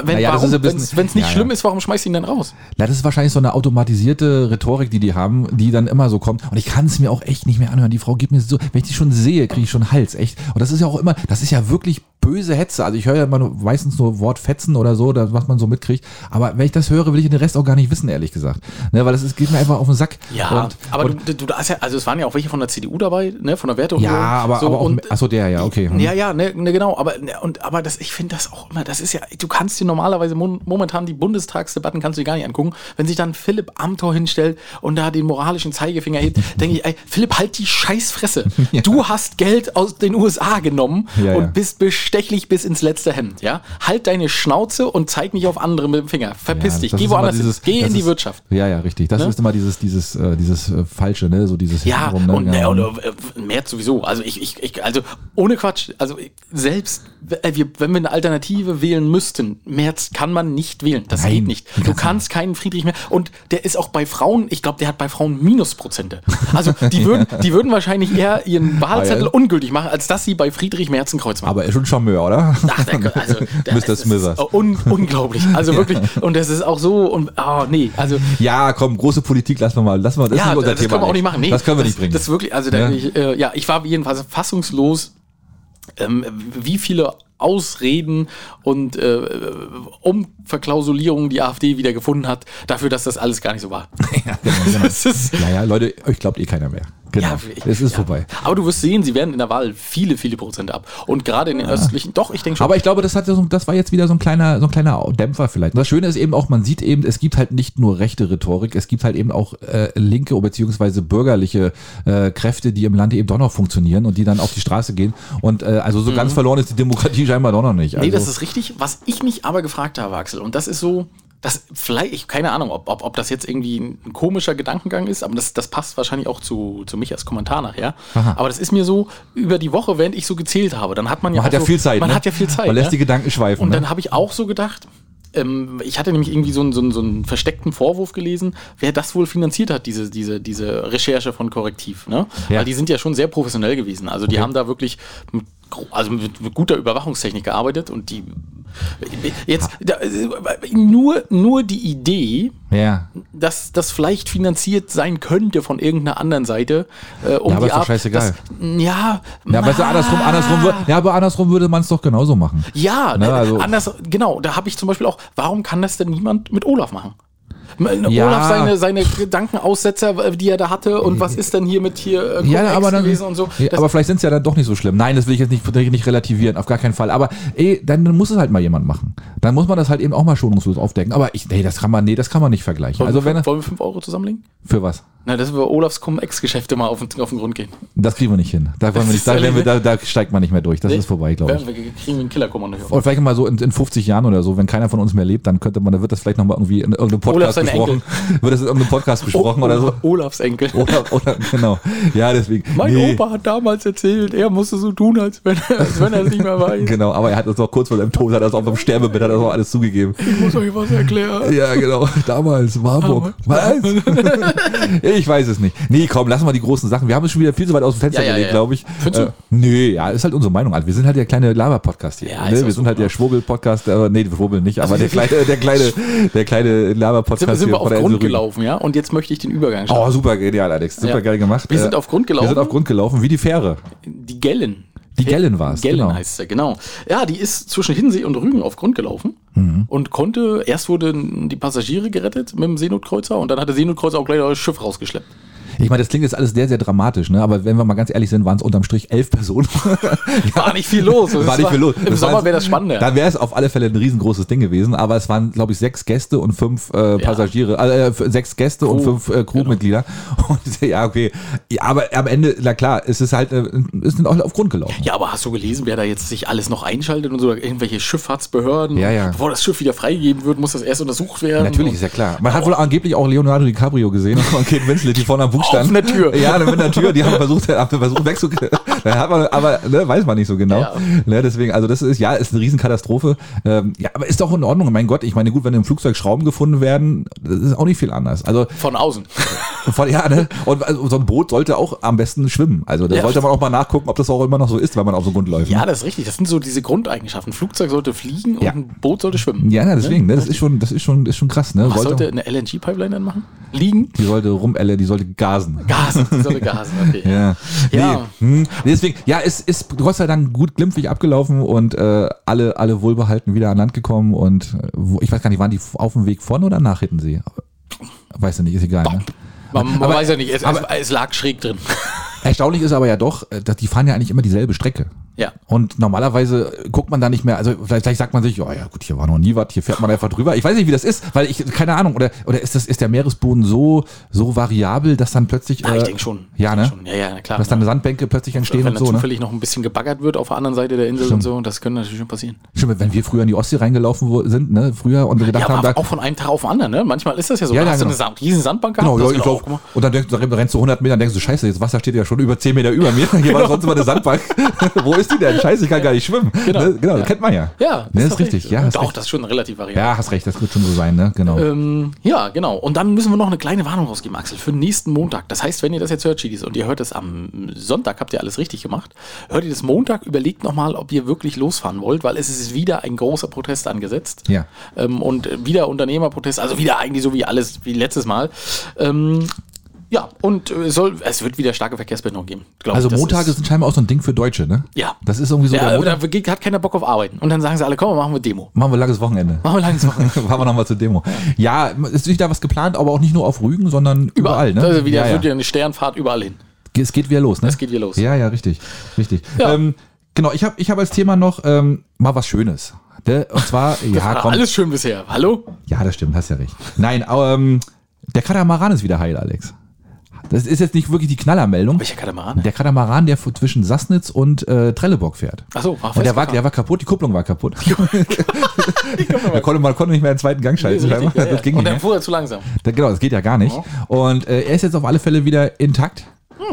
Speaker 1: Wenn,
Speaker 2: Naja, das
Speaker 1: warum,
Speaker 2: ist ein bisschen-
Speaker 1: wenn es nicht
Speaker 2: ja,
Speaker 1: schlimm
Speaker 2: ja.
Speaker 1: ist, warum schmeißt du ihn dann raus?
Speaker 2: Na, das ist wahrscheinlich so eine automatisierte Rhetorik, die die haben, die dann immer so kommt. Und ich kann es mir auch echt nicht mehr anhören. Die Frau gibt mir so, wenn ich die schon sehe, kriege ich schon Hals, echt. Und das ist ja auch immer, das ist ja wirklich böse Hetze. Also ich höre ja immer nur, meistens nur Wort Fetzen oder so, das, was man so mitkriegt. Aber wenn ich das höre, will ich den Rest auch gar nicht wissen, ehrlich gesagt. Ne, weil das ist, geht mir einfach auf den Sack. und,
Speaker 1: aber
Speaker 2: und,
Speaker 1: du, du, du hast ja, also es waren ja auch welche von der CDU dabei, ne, von der Werte
Speaker 2: ja, aber,
Speaker 1: so,
Speaker 2: aber auch,
Speaker 1: und,
Speaker 2: ach so, der, ja, okay. hm.
Speaker 1: Ja, ja, ne, ne, genau, aber ne, und aber das, ich finde das auch immer, das ist ja, du kannst dir normalerweise mon, momentan die Bundestagsdebatten kannst du dir gar nicht angucken, wenn sich dann Philipp Amthor hinstellt und da den moralischen Zeigefinger hebt, denke ich, ey, Philipp, halt die Scheißfresse. Du hast Geld aus den USA genommen
Speaker 2: Ja,
Speaker 1: und
Speaker 2: ja.
Speaker 1: bist bestechlich bis ins letzte Hemd, ja? Halt deine Schnauze und zeig nicht auf andere mit dem Finger. Verpiss
Speaker 2: Ja,
Speaker 1: dich,
Speaker 2: das
Speaker 1: geh
Speaker 2: ist immer
Speaker 1: woanders
Speaker 2: dieses-
Speaker 1: hin, geh
Speaker 2: das
Speaker 1: in die
Speaker 2: ist-
Speaker 1: Wirtschaft. Ne?
Speaker 2: Ja, ja, richtig. Das ist immer dieses, dieses, äh, dieses äh, Falsche, ne? So dieses
Speaker 1: Ja,
Speaker 2: hintenrum, ne?
Speaker 1: und
Speaker 2: Ja.
Speaker 1: ne, oder, äh, Merz sowieso. Also ich, ich, ich, also ohne Quatsch, also ich- selbst w- äh, wir, wenn wir eine Alternative wählen müssten, Merz kann man nicht wählen. Das
Speaker 2: Nein,
Speaker 1: geht nicht. Du kannst keinen Friedrich mehr. Und der ist auch bei Frauen, ich glaube, der hat bei Frauen Minusprozente. Also die würden, die würden wahrscheinlich eher ihren Wahlzettel
Speaker 2: Ah, ja. unggültig
Speaker 1: ungültig machen, als dass sie bei Friedrich Merz ein Kreuz machen.
Speaker 2: Aber er ist schon Charmeur, oder?
Speaker 1: Ach, der, Gott, also, der-
Speaker 2: Mr.
Speaker 1: es ist
Speaker 2: Smithers.
Speaker 1: Un, unglaublich. Also wirklich. Und das ist auch so. Und, oh, nee. Also,
Speaker 2: Ja, komm, große Politik lassen wir mal. Lassen wir, das ist nicht unser
Speaker 1: das
Speaker 2: Thema.
Speaker 1: können wir auch
Speaker 2: Alex.
Speaker 1: nicht machen. Nee,
Speaker 2: das können wir
Speaker 1: das,
Speaker 2: nicht bringen.
Speaker 1: Das wirklich, also da,
Speaker 2: Ja.
Speaker 1: Ich, äh, ja, ich war jedenfalls fassungslos, ähm, wie viele Ausreden und äh, Umverklausulierungen die AfD wieder gefunden hat, dafür, dass das alles gar nicht so war.
Speaker 2: ja, genau, genau.
Speaker 1: Das ist,
Speaker 2: ja, ja, Leute, euch glaubt eh keiner mehr. Genau.
Speaker 1: Ja, ich-
Speaker 2: es ist
Speaker 1: ja.
Speaker 2: vorbei.
Speaker 1: aber du wirst sehen, sie werden in der Wahl viele, viele Prozent ab. Und gerade in den
Speaker 2: Ah.
Speaker 1: östlichen, doch, ich denke schon.
Speaker 2: Aber ich glaube, das, hat ja so, das war jetzt wieder so ein kleiner, so ein kleiner Dämpfer vielleicht. Und das Schöne ist eben auch, man sieht eben, es gibt halt nicht nur rechte Rhetorik, es gibt halt eben auch äh, linke bzw. bürgerliche äh, Kräfte, die im Lande eben doch noch funktionieren und die dann auf die Straße gehen. Und äh, also so ganz verloren ist die Demokratie scheinbar doch noch nicht. Also,
Speaker 1: Mhm. Nee, das ist richtig. Was ich mich aber gefragt habe, Axel, und das ist so, das vielleicht, ich keine Ahnung, ob, ob, ob das jetzt irgendwie ein komischer Gedankengang ist, aber das, das passt wahrscheinlich auch zu, zu mich als Kommentar nachher.
Speaker 2: Aha.
Speaker 1: Aber das ist mir so über die Woche, während ich so gezählt habe, dann hat man ja
Speaker 2: man hat
Speaker 1: auch
Speaker 2: ja
Speaker 1: so,
Speaker 2: viel Zeit.
Speaker 1: Man
Speaker 2: ne?
Speaker 1: hat ja viel Zeit.
Speaker 2: Man lässt
Speaker 1: ne?
Speaker 2: die Gedanken schweifen.
Speaker 1: Und
Speaker 2: ne?
Speaker 1: dann habe ich auch so gedacht, ähm, ich hatte nämlich irgendwie so einen, so, einen, so einen versteckten Vorwurf gelesen, wer das wohl finanziert hat, diese, diese, diese Recherche von Korrektiv. Ne?
Speaker 2: Ja.
Speaker 1: Weil die sind ja schon sehr professionell gewesen. Also die haben da wirklich mit, gro- also mit, mit guter Überwachungstechnik gearbeitet und die jetzt da, äh, nur, nur die Idee,
Speaker 2: ja.
Speaker 1: dass das vielleicht finanziert sein könnte von irgendeiner anderen Seite. Äh, um
Speaker 2: Ja, aber
Speaker 1: die
Speaker 2: ist doch
Speaker 1: Art-
Speaker 2: scheißegal.
Speaker 1: Das, ja,
Speaker 2: Ja, aber weißt du, andersrum, andersrum, wür- ja, aber andersrum würde man es doch genauso machen.
Speaker 1: Ja,
Speaker 2: Ne,
Speaker 1: äh,
Speaker 2: also-
Speaker 1: anders, genau, da habe ich zum Beispiel auch, warum kann das denn niemand mit Olaf machen? M- äh,
Speaker 2: Ja.
Speaker 1: Olaf seine, seine Gedankenaussetzer, äh, die er da hatte und was ist denn hier mit hier äh,
Speaker 2: Ja,
Speaker 1: Cum-Ex
Speaker 2: aber dann, Also
Speaker 1: gewesen und so.
Speaker 2: Ja,
Speaker 1: Das-
Speaker 2: aber vielleicht sind es ja dann doch nicht so schlimm. Nein, das will ich jetzt nicht, nicht relativieren, auf gar keinen Fall. Aber ey, dann muss es halt mal jemand machen. Dann muss man das halt eben auch mal schonungslos aufdecken. Aber ich, nee, das kann man, nee, das kann man nicht vergleichen. Also wenn
Speaker 1: wollen wir 5 Euro zusammenlegen?
Speaker 2: für was?
Speaker 1: Na, dass wir Olafs Cum-Ex-Geschäfte mal auf den, auf den Grund gehen.
Speaker 2: Das kriegen wir nicht hin. Da, wollen wir nicht, da, werden wir, da, da steigt man nicht mehr durch. Das ist vorbei, glaube ich. Oh,
Speaker 1: Wir kriegen wir einen Killerkommando hier.
Speaker 2: Und vielleicht mal so in, in 50 Jahren oder so, wenn keiner von uns mehr lebt, dann könnte man, dann wird das vielleicht nochmal irgendwie in irgendeinem
Speaker 1: Olaf
Speaker 2: Podcast
Speaker 1: seine
Speaker 2: besprochen. Wird das in irgendeinem Podcast besprochen oder so.
Speaker 1: oh, Olafs Enkel.
Speaker 2: Oder, oder, genau. Ja, deswegen.
Speaker 1: Mein
Speaker 2: Nee.
Speaker 1: Opa hat damals erzählt, er musste so tun, als wenn, als wenn er es nicht mehr weiß.
Speaker 2: Genau, aber er hat uns auch kurz vor seinem Tod, hat er uns auf dem Sterbebett, hat er uns auch alles zugegeben.
Speaker 1: Ich muss euch was erklären.
Speaker 2: Ja, genau. Damals, Marburg. Was? ich weiß es nicht. Nee, komm, lass mal die großen Sachen. Wir haben es schon wieder viel zu weit aus dem Fenster
Speaker 1: Ja, ja,
Speaker 2: gelegt,
Speaker 1: ja.
Speaker 2: glaube ich.
Speaker 1: Findest du?
Speaker 2: nee, ja, ist halt unsere Meinung. Also wir sind halt der kleine Laber-Podcast hier.
Speaker 1: Ja,
Speaker 2: ne?
Speaker 1: ist
Speaker 2: Wir
Speaker 1: auch
Speaker 2: sind
Speaker 1: so,
Speaker 2: halt der Schwurbel-Podcast. Äh, nee, wir schwurbeln nicht, aber der
Speaker 1: wir-
Speaker 2: kleine, der kleine, der kleine
Speaker 1: Sind, wir-
Speaker 2: Laber-Podcast
Speaker 1: sind wir
Speaker 2: von
Speaker 1: auf
Speaker 2: der
Speaker 1: Grund
Speaker 2: Insel Rügen.
Speaker 1: gelaufen, ja? Und jetzt möchte ich den Übergang starten.
Speaker 2: Oh, super genial, Alex. Super
Speaker 1: Ja.
Speaker 2: geil gemacht.
Speaker 1: Wir
Speaker 2: Äh,
Speaker 1: sind auf Grund
Speaker 2: Wir
Speaker 1: gelaufen.
Speaker 2: sind auf Grund gelaufen, wie die Fähre.
Speaker 1: Die Gellen.
Speaker 2: Die Gellen war's,
Speaker 1: Gellen
Speaker 2: genau.
Speaker 1: heißt sie, genau. Ja, die ist zwischen Hinsee und Rügen auf Grund gelaufen
Speaker 2: Mhm.
Speaker 1: und konnte, erst wurden die Passagiere gerettet mit dem Seenotkreuzer und dann hat der Seenotkreuzer auch gleich das Schiff rausgeschleppt.
Speaker 2: Ich meine, das klingt jetzt alles sehr, sehr dramatisch, ne? aber wenn wir mal ganz ehrlich sind, waren es unterm Strich elf Personen.
Speaker 1: War nicht viel los. Das
Speaker 2: war nicht viel los.
Speaker 1: Im
Speaker 2: Das
Speaker 1: Sommer
Speaker 2: war-
Speaker 1: wäre das spannender.
Speaker 2: Dann wäre es auf alle Fälle ein riesengroßes Ding gewesen, aber es waren, glaube ich, sechs Gäste und fünf äh, Passagiere, äh, f- sechs Gäste und fünf äh, Crewmitglieder. Und ja, okay. Ja, aber am Ende, na klar, es ist halt, äh, es sind auch auf Grund gelaufen.
Speaker 1: Ja, aber hast du gelesen, wer da jetzt sich alles noch einschaltet und so, irgendwelche Schifffahrtsbehörden?
Speaker 2: Ja, ja.
Speaker 1: Bevor das Schiff wieder freigegeben wird, muss das erst untersucht werden.
Speaker 2: Natürlich,
Speaker 1: Und-
Speaker 2: ist ja klar. Man hat wohl angeblich auch Leonardo DiCaprio gesehen und Kate Winslet, die vorne am Buch stand.
Speaker 1: Auf einer Tür.
Speaker 2: Ja, mit einer Tür, die haben versucht, haben versucht wegzukriegen. Hat man, aber ne, weiß man nicht so genau.
Speaker 1: Ja.
Speaker 2: Ne, deswegen, also das ist, ja, ist eine Riesenkatastrophe. Ähm, ja, aber ist doch in Ordnung. Mein Gott, ich meine, gut, wenn im Flugzeug Schrauben gefunden werden, das ist auch nicht viel anders. Also,
Speaker 1: Von außen.
Speaker 2: von, ja, ne? Und also, so ein Boot sollte auch am besten schwimmen. Also da
Speaker 1: Ja.
Speaker 2: sollte man auch mal nachgucken, ob das auch immer noch so ist, wenn man auf so einen Grund läuft.
Speaker 1: Ja, das ist richtig. Das sind so diese Grundeigenschaften. Ein Flugzeug sollte fliegen
Speaker 2: Ja.
Speaker 1: und ein Boot sollte schwimmen.
Speaker 2: Ja, na, deswegen, ne? das ist schon, das ist schon, ist schon krass, ne?
Speaker 1: Was sollte eine LNG-Pipeline dann machen? Liegen?
Speaker 2: die sollte rumelle, die sollte gasen.
Speaker 1: Gasen. Die sollte gasen. Okay.
Speaker 2: Ja.
Speaker 1: Ja.
Speaker 2: Nee. Hm. Deswegen, ja, es ist Gott sei Dank gut glimpflich abgelaufen und äh, alle, alle wohlbehalten wieder an Land gekommen und äh, wo, ich weiß gar nicht, waren die auf dem Weg von oder nach Hittensee? Weiß du nicht, ist egal. Ne?
Speaker 1: Man, man
Speaker 2: Aber-
Speaker 1: weiß ja nicht, es,
Speaker 2: aber-
Speaker 1: es, es lag schräg drin.
Speaker 2: Erstaunlich ist aber ja doch, äh, dass die fahren ja eigentlich immer dieselbe Strecke.
Speaker 1: Ja.
Speaker 2: Und normalerweise guckt man da nicht mehr, also vielleicht, vielleicht sagt man sich, ja, ja gut, hier war noch nie was, hier fährt man einfach drüber. Ich weiß nicht, wie das ist, weil ich, keine Ahnung, oder, oder ist, das, ist der Meeresboden so, so variabel, dass dann plötzlich.
Speaker 1: Ah,
Speaker 2: äh,
Speaker 1: ich denke schon.
Speaker 2: Ja,
Speaker 1: Ich denk
Speaker 2: ne?
Speaker 1: Schon. Ja, ja, na klar.
Speaker 2: Dass dann Sandbänke plötzlich entstehen
Speaker 1: Wenn
Speaker 2: und
Speaker 1: dann
Speaker 2: so. Ne?
Speaker 1: zufällig noch ein bisschen gebaggert wird auf der anderen Seite der Insel und so, das könnte natürlich schon passieren.
Speaker 2: Stimmt, wenn wir früher in die Ostsee reingelaufen wo- sind, ne, früher und wir gedacht
Speaker 1: Ja,
Speaker 2: haben, da,
Speaker 1: aber auch von einem Tag auf den anderen, ne? Manchmal ist das ja so.
Speaker 2: Ja,
Speaker 1: Da
Speaker 2: ja,
Speaker 1: hast du
Speaker 2: genau.
Speaker 1: eine Sa- riesen Sandbank gehabt?
Speaker 2: genau,
Speaker 1: hast du
Speaker 2: ja, ich
Speaker 1: gedacht,
Speaker 2: glaub,
Speaker 1: oh, guck mal,
Speaker 2: und dann denkst, du, da rennst du 100 Meter, dann denkst du, scheiße, jetzt Wasser steht ja schon über 10 Meter über mir, hier
Speaker 1: Genau.
Speaker 2: war sonst immer eine Sandbank. Wo ist die denn? Scheiße, ich kann gar nicht schwimmen. Genau, ne, genau das kennt man ja.
Speaker 1: Ja,
Speaker 2: ne,
Speaker 1: doch
Speaker 2: ist richtig. Ja, hast
Speaker 1: doch,
Speaker 2: recht.
Speaker 1: das ist schon relativ variabel.
Speaker 2: ja, hast recht, das wird schon so sein, ne, genau.
Speaker 1: Ähm, ja, genau. Und dann müssen wir noch eine kleine Warnung rausgeben, Axel, für nächsten Montag. Das heißt, wenn ihr das jetzt hört, Chidis, und ihr hört das am Sonntag, habt ihr alles richtig gemacht, hört ihr das Montag, überlegt nochmal, ob ihr wirklich losfahren wollt, weil es ist wieder ein großer Protest angesetzt.
Speaker 2: Ja.
Speaker 1: Ähm, und wieder Unternehmerprotest, also wieder eigentlich so wie alles, wie letztes Mal. Ähm, ja, und äh, es soll, es wird wieder starke Verkehrsbehinderung geben. glaub
Speaker 2: also
Speaker 1: ich. Das
Speaker 2: Montage
Speaker 1: ist-
Speaker 2: sind scheinbar auch so ein Ding für Deutsche, ne?
Speaker 1: Ja.
Speaker 2: Das ist irgendwie so
Speaker 1: ja, genau.
Speaker 2: der Montag.
Speaker 1: da geht- hat keiner Bock auf Arbeiten. Und dann sagen sie alle, komm, machen wir Demo.
Speaker 2: Machen wir langes Wochenende.
Speaker 1: Machen wir langsam.
Speaker 2: Fahren wir nochmal zur Demo. Ja, ist wieder was geplant, aber auch nicht nur auf Rügen, sondern überall, ne?
Speaker 1: Also wieder,
Speaker 2: ja,
Speaker 1: wird
Speaker 2: ja.
Speaker 1: ja eine Sternfahrt überall hin.
Speaker 2: Es geht wieder los, ne?
Speaker 1: Es geht wieder los.
Speaker 2: Ja, ja, richtig. Richtig.
Speaker 1: Ja.
Speaker 2: Ähm, genau, ich habe ich hab als Thema noch ähm, mal was Schönes. Ne? Und zwar, ja,
Speaker 1: War
Speaker 2: komm.
Speaker 1: Ah, Alles schön bisher. Hallo?
Speaker 2: Ja, das stimmt, hast ja recht. Nein, aber, ähm, der Katamaran ist wieder heil, Alex. Das ist jetzt nicht wirklich die Knallermeldung.
Speaker 1: Welcher Katamaran?
Speaker 2: Der Katamaran, der fu- zwischen Sassnitz und äh, Trelleborg fährt.
Speaker 1: Achso, war
Speaker 2: Und der war,
Speaker 1: festgefahren.
Speaker 2: der war kaputt, die Kupplung war kaputt. da konnte, man konnte nicht mehr in den zweiten Gang
Speaker 1: Nee, ist
Speaker 2: schalten.
Speaker 1: richtig, ja, ja.
Speaker 2: das ging
Speaker 1: Und
Speaker 2: nicht ne?
Speaker 1: dann
Speaker 2: mehr.
Speaker 1: fuhr er zu langsam.
Speaker 2: Da, genau, das geht ja Hm. gar nicht. Und äh, er ist jetzt auf alle Fälle wieder intakt.